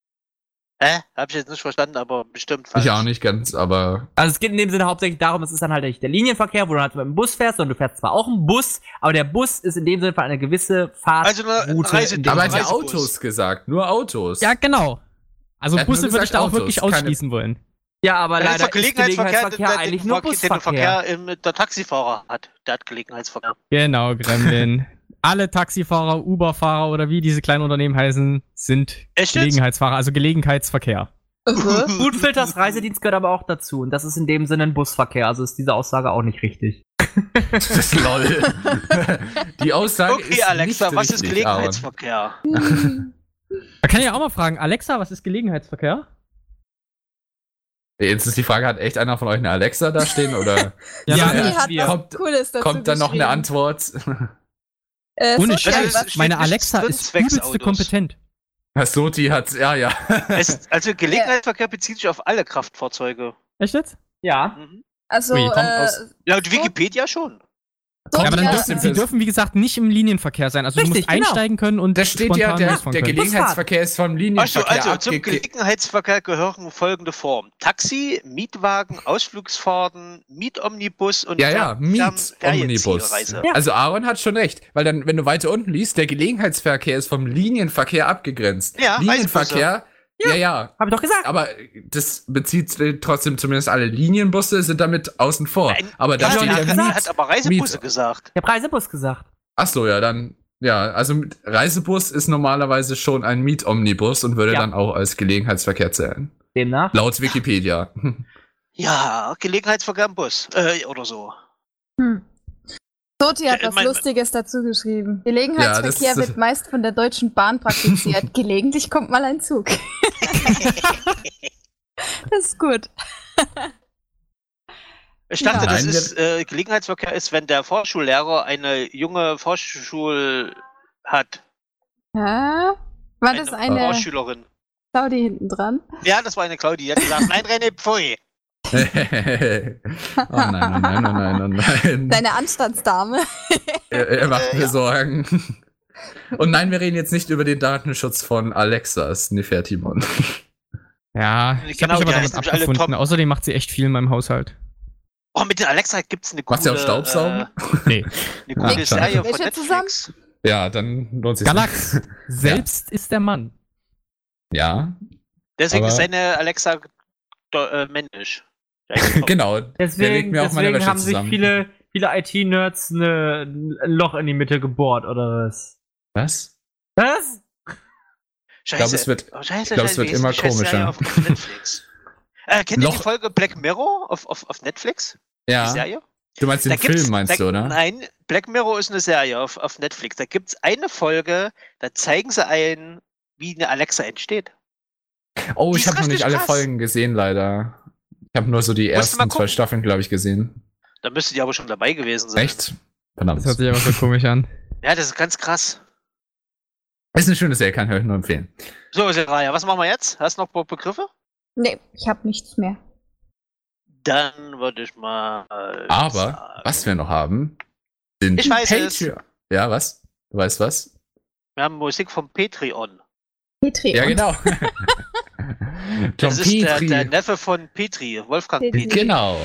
Hä? Hab ich jetzt nicht verstanden, aber bestimmt falsch.
Ich auch nicht ganz, aber.
Also es geht in dem Sinne hauptsächlich darum, es ist dann halt nicht der Linienverkehr, wo du halt mit dem Bus fährst, sondern du fährst zwar auch einen Bus, aber der Bus ist in dem Sinne für eine gewisse Fahrt.
Also eine
Route
Reise-
in dem
Aber
Aber
hat ja
Reisebus.
Autos gesagt, nur Autos.
Ja, genau. Also
Er hat nur
Busse würde ich
gesagt
da auch
Autos,
wirklich
keine-
ausschließen wollen.
Ja, aber
Das ist
leider
doch
ist Gelegenheitsverkehr,
der-
eigentlich
den,
nur
Ver-
Busverkehr.
den Verkehr ähm, der Taxifahrer hat. Der hat Gelegenheitsverkehr.
Genau, Gremlin. Alle Taxifahrer, Uberfahrer oder wie diese kleinen Unternehmen heißen, sind
Echt jetzt?
Gelegenheitsfahrer, also Gelegenheitsverkehr.
Also, (laughs)
Gutfilters Reisedienst gehört aber auch dazu und das ist in dem Sinne ein Busverkehr, also ist diese Aussage auch nicht richtig.
(laughs) Das ist
(laughs)
lol. Die Aussage
Okay,
ist
Alexa,
nicht
was ist
richtig, Aaron.
(laughs)
Gelegenheitsverkehr?
Hm.
Man kann ja auch mal fragen, Alexa, was ist Gelegenheitsverkehr?
Jetzt ist die Frage, hat echt einer von euch eine Alexa da stehen oder
(laughs) Ja,
Ja,
natürlich
ja.
wir.
kommt,
Cooles dazu
kommt dann noch eine
geschrieben.
Antwort? (laughs)
Äh,
Ohne
Sophia,
Scheiß.
was-
steht
Meine
nicht
Alexa
drin,
ist
zwecks
übelste
Autos.
kompetent.
Soti hat, ja, ja.
Es, also Gelegenheitsverkehr bezieht sich auf alle Kraftfahrzeuge.
Echt jetzt?
Ja.
Also,
Ui, kommt
äh,
aus-
Laut Wikipedia schon.
ja, aber dann
Sophia,
aus
dürfen,
dem
sie
Bus.
dürfen, wie gesagt, nicht im Linienverkehr sein. Also du
Richtig,
musst
genau.
einsteigen können und
Da steht ja, der,
losfahren
der
können.
Gelegenheitsverkehr ist vom
Also,
Linienverkehr
also zum
abgekippt.
Gelegenheitsverkehr gehören folgende Formen: Taxi, Mietwagen, Ausflugsfahrten, Mietomnibus und
Ja, ja, Mietomnibus.
Ferienzielreise.
Also Aaron hat schon recht, weil dann, wenn du weiter unten liest, der Gelegenheitsverkehr ist vom Linienverkehr abgegrenzt.
Ja,
Linienverkehr, ja, ja,
Hab ich doch gesagt.
aber das bezieht äh, trotzdem zumindest alle Linienbusse, sind damit außen vor.
Nein,
aber da
Ja,
steht
hat-
ja Miet.
hat aber Reisebusse
Miet-
gesagt.
Ich hab Reisebus gesagt.
Ach so, ja, dann. Ja, also mit- Reisebus ist normalerweise schon ein Mietomnibus und würde
Ja.
dann auch als Gelegenheitsverkehr zählen.
Demnach.
Laut
(laughs)
Wikipedia. (laughs) Oh
Ja, Gelegenheitsverkehr im Bus äh, oder so.
Sophia Hm. hat
Ja,
was
mein-
Lustiges dazu geschrieben.
Ja,
Gelegenheitsverkehr
das-
wird meist von der Deutschen Bahn praktiziert. (laughs) Gelegentlich kommt mal ein
(laughs)
Zug. das ist gut.
Ich dachte,
Ja.
das
Nein,
ist äh, Gelegenheitsverkehr ist, wenn der Vorschullehrer eine junge Vorschul hat.
Ja? War das eine
Vorschülerin.
Claudi hinten dran?
Ja, das war eine Claudia. Die hat gesagt, nein, René, pfui.
oh nein, oh nein, oh nein, oh nein, oh nein.
Deine Anstandsdame.
er, er macht
Äh,
mir
ja.
Sorgen. (laughs) Und nein, wir reden jetzt nicht über den Datenschutz von Alexas Nefertimon.
Ja, ich
Genau,
habe mich
die heißen
aber damit
nämlich alle Tom.
abgefunden. Außerdem macht sie echt viel in meinem Haushalt.
Oh, mit den Alexa gibt's eine
Macht
gute,
sie auch Staubsaugen?
Nee.
äh, eine gute
Ah, schade.
Serie von
Welche
Netflix.
(laughs) Ja, dann lohnt sich
Galax, selbst ist der Mann.
Ja,
Deswegen
Aber-
ist seine Alexa do- äh, männlich. Ja, ich-
genau. Der legt (laughs)
Deswegen,
mir auch meine
deswegen
Wäsche
haben sich
zusammen.
viele,
viele IT-Nerds ne, ein Loch in die Mitte gebohrt oder was?
Was?
Was?
Ich glaube, es wird,
Oh, scheiße,
ich glaub, es
scheiße,
wird
wie
immer
hieß die scheiß Serie
komischer.
Auf
(laughs)
Netflix. äh, kennt ihr die
Loch-
Folge Black Mirror auf, auf, auf Netflix? Die
Ja.
Serie?
Du meinst den
Da gibt's-
Film, meinst
da,
du, oder?
Nein, Black Mirror ist eine Serie auf, auf Netflix. Da gibt es eine Folge, da zeigen sie einen, wie eine Alexa entsteht.
Oh,
Die
ich
ist
habe noch nicht
richtig
alle
krass.
Folgen gesehen, leider. Ich habe nur so die
Musst du mal
ersten zwei
gucken.
Staffeln, glaube ich, gesehen.
Da müsstet ihr aber schon dabei gewesen sein.
Echt? Verdammt.
Das hört sich aber so komisch an.
Ja, das ist ganz krass.
Ist eine schöne Serie, kann ich euch nur empfehlen.
So, Seraya, was machen wir jetzt? Hast du noch Be- Begriffe?
Nee, ich habe nichts mehr.
Dann würde ich mal. äh,
Aber,
sagen-
was wir noch haben, sind
Ich weiß es.
Ja, was? Du weißt was?
Wir haben Musik vom Patreon.
Petri.
Ja,
(laughs)
genau. Tom
Das ist der,
Petri.
der Neffe von Petri, Wolfgang Petri.
Genau.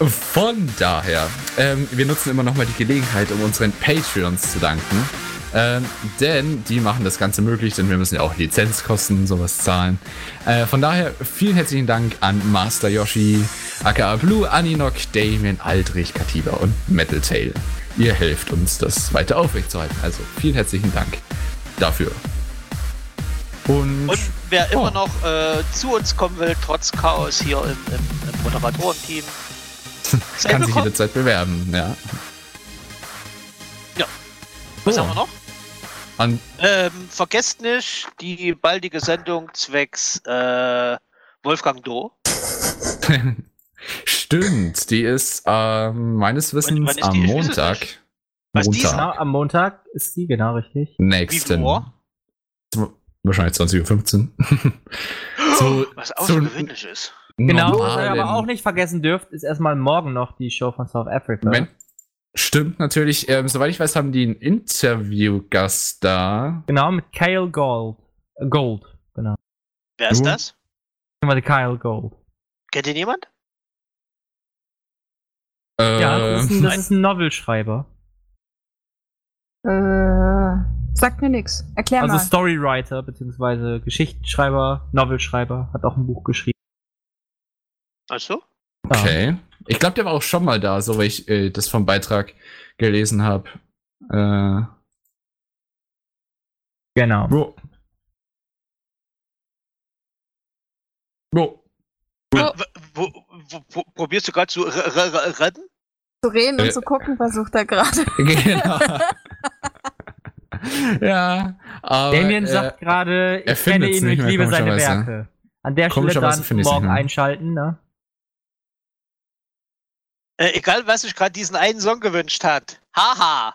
Von daher, ähm, wir nutzen immer nochmal die Gelegenheit, um unseren Patreons zu danken. Ähm, denn die machen das Ganze möglich, denn wir müssen ja auch Lizenzkosten und sowas zahlen. Äh, von daher vielen herzlichen Dank an Master Yoshi, aka Blue, Aninok, Damien, Aldrich, Katiba und Metal Tail. Ihr helft uns, das weiter aufrechtzuerhalten. Also vielen herzlichen Dank dafür. Und,
Und wer
Oh.
immer noch äh, zu uns kommen will, trotz Chaos hier im, im,
(laughs)
im Moderatorenteam,
kann sich
willkommen.
jederzeit bewerben, ja.
was
Oh.
haben wir noch?
Und
Ähm, vergesst nicht die baldige Sendung zwecks äh, Wolfgang Do.
(laughs) Stimmt, die ist ähm, meines Wissens
wann ist
am
die? Ich weiß es
Montag.
nicht. Was,
Montag.
diesmal?
Ja, am Montag ist die, genau richtig.
Nächsten.
Wie viel Uhr?
Zw- Wahrscheinlich (laughs) 20.15 Uhr. so,
(gasps) Was
so
außergewöhnlich ist.
Genau, was ihr
normalen-
aber auch nicht vergessen dürft, ist erstmal morgen noch die Show von South Africa.
Moment. Stimmt natürlich. Ähm, soweit ich weiß, haben die einen Interviewgast da.
Genau, mit Kyle Gold. Äh, Gold, genau.
Wer ist
Du?
das?
Beziehungsweise Kyle Gold.
Kennt ihr jemand?
Äh,
Ja, das ist ein, das ist ein Novelschreiber.
Genau.
Äh, sagt mir nichts. Erklär
Also
mal.
Storywriter, beziehungsweise Geschichtenschreiber, Novelschreiber, hat auch ein Buch geschrieben.
Ach so?
Ja.
okay. Ich glaube, der war auch schon mal da, so weil ich äh, das vom Beitrag gelesen habe. Äh,
Genau.
wo? Wo? (laughs)
W- Wo, wo, wo, probierst du gerade zu re- re- re- retten?
zu reden
äh,
und zu gucken versucht er gerade.
(laughs)
Genau. ja, aber.
Damien
äh,
sagt gerade,
er
ich kenne
findet's
ihn und
nicht
ich
mehr,
liebe seine
komischerweise.
Werke. An der Stelle
Komischerweise
dann
find ich's nicht
morgen
mehr.
einschalten, ne?
Äh, egal, was sich gerade diesen einen Song gewünscht hat. Haha.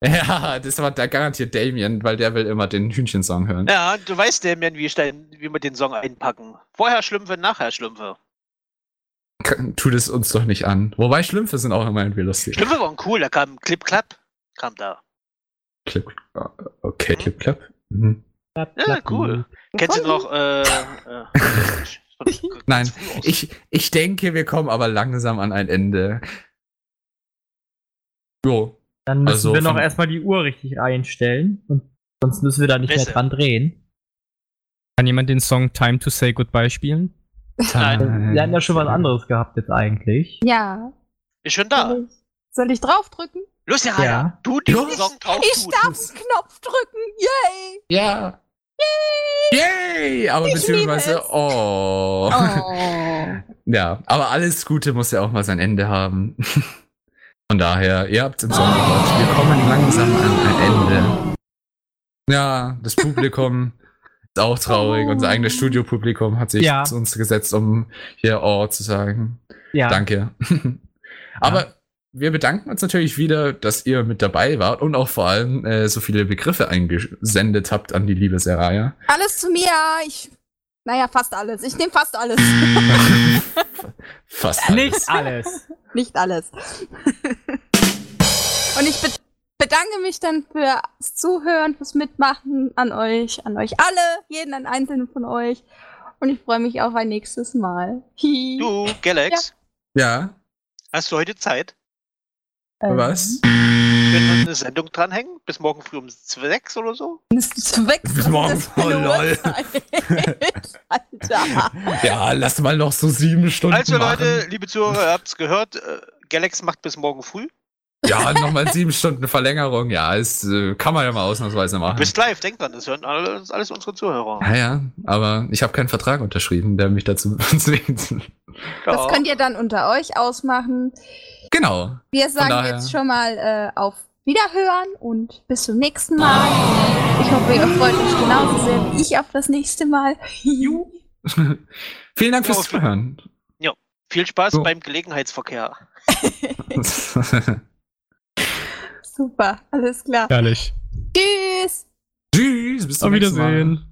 äh, (laughs) Ja, das war da garantiert Damien, weil der will immer den Hühnchensong hören.
Ja, du weißt, Damian, wie, ich dein, wie wir den Song einpacken. Vorher Schlümpfe, nachher Schlümpfe.
K- Tu das uns doch nicht an. Wobei Schlümpfe sind auch immer irgendwie lustig.
Schlümpfe waren cool, da kam Clip Clap. Kam da.
Clip. ah, Okay, Clip, Clip. Mhm.
Ja, cool. Kennst du noch? Äh, äh,
Nein, Ich, ich denke, wir kommen aber langsam an ein Ende. Jo.
Dann müssen
Also
wir noch
von-
erstmal die Uhr richtig einstellen. Und sonst müssen wir da nicht
Besser.
mehr dran drehen.
Kann jemand den Song Time to Say Goodbye spielen?
Nein.
Wir hatten ja schon was anderes gehabt jetzt eigentlich.
ja.
Ist schon da.
Soll ich, soll ich draufdrücken?
Los, Herr ja.
Ja.
Du diesen
Los.
Song drauf
Ich
tun.
darf einen Knopf drücken. Yay!
Ja. Yay! Aber
Ich liebe
beziehungsweise,
es.
oh.
Oh.
Ja, aber alles Gute muss ja auch mal sein Ende haben. (laughs) Von daher, ihr habt's im Sommer gehört. Wir kommen langsam an ein Ende. Ja,
(laughs)
das Publikum ist auch traurig. Unser eigenes Studiopublikum hat sich
Ja.
zu uns gesetzt, um hier Oh zu sagen.
Ja.
Danke. (laughs) aber wir bedanken uns natürlich wieder, dass ihr mit dabei wart und auch vor allem äh, so viele Begriffe eingesendet habt an die liebe Seraya.
(laughs) Alles zu mir. Ich. Naja, fast alles. Ich nehme fast alles. (laughs)
Fast
Nicht
alles.
alles.
Nicht alles. (laughs) Und ich be bedanke mich dann fürs Zuhören, fürs Mitmachen an euch, an euch alle, jeden an einzelnen von euch. Und ich freue mich auf ein nächstes Mal. Hi.
Du, Galax,
Ja,
hast du heute Zeit?
Ähm,
was?
Können wir eine Sendung dranhängen? Bis morgen früh um sechs oder so?
Bist du weg?
Bis
(laughs)
morgen.
Das ist keine
Oh, lol.
Uhrzeit. (laughs) Alter.
(laughs) Ja, lass mal noch so sieben Stunden.
Also
machen.
Leute, liebe Zuhörer, ihr habt's gehört. Äh, Galax macht bis morgen früh.
Ja, nochmal sieben Stunden Verlängerung. Ja, ist, äh, kann man ja mal ausnahmsweise machen.
Bist live, denk dran, das hören alle, alles unsere Zuhörer.
Ja, ja, aber ich habe keinen Vertrag unterschrieben, der mich dazu (laughs) zwingt.
Das könnt ihr dann unter euch ausmachen.
Genau.
Wir sagen jetzt schon mal äh, auf Wiederhören und bis zum nächsten Mal. Ich hoffe, ihr freut euch genauso sehr wie ich auf das nächste Mal. (laughs)
Vielen Dank fürs Zuhören.
Ja, viel Spaß so. beim Gelegenheitsverkehr.
Super, alles klar.
(laughs)
Herrlich.
Tschüss.
Tschüss, bis zum
Auf Wiedersehen.
nächsten Mal.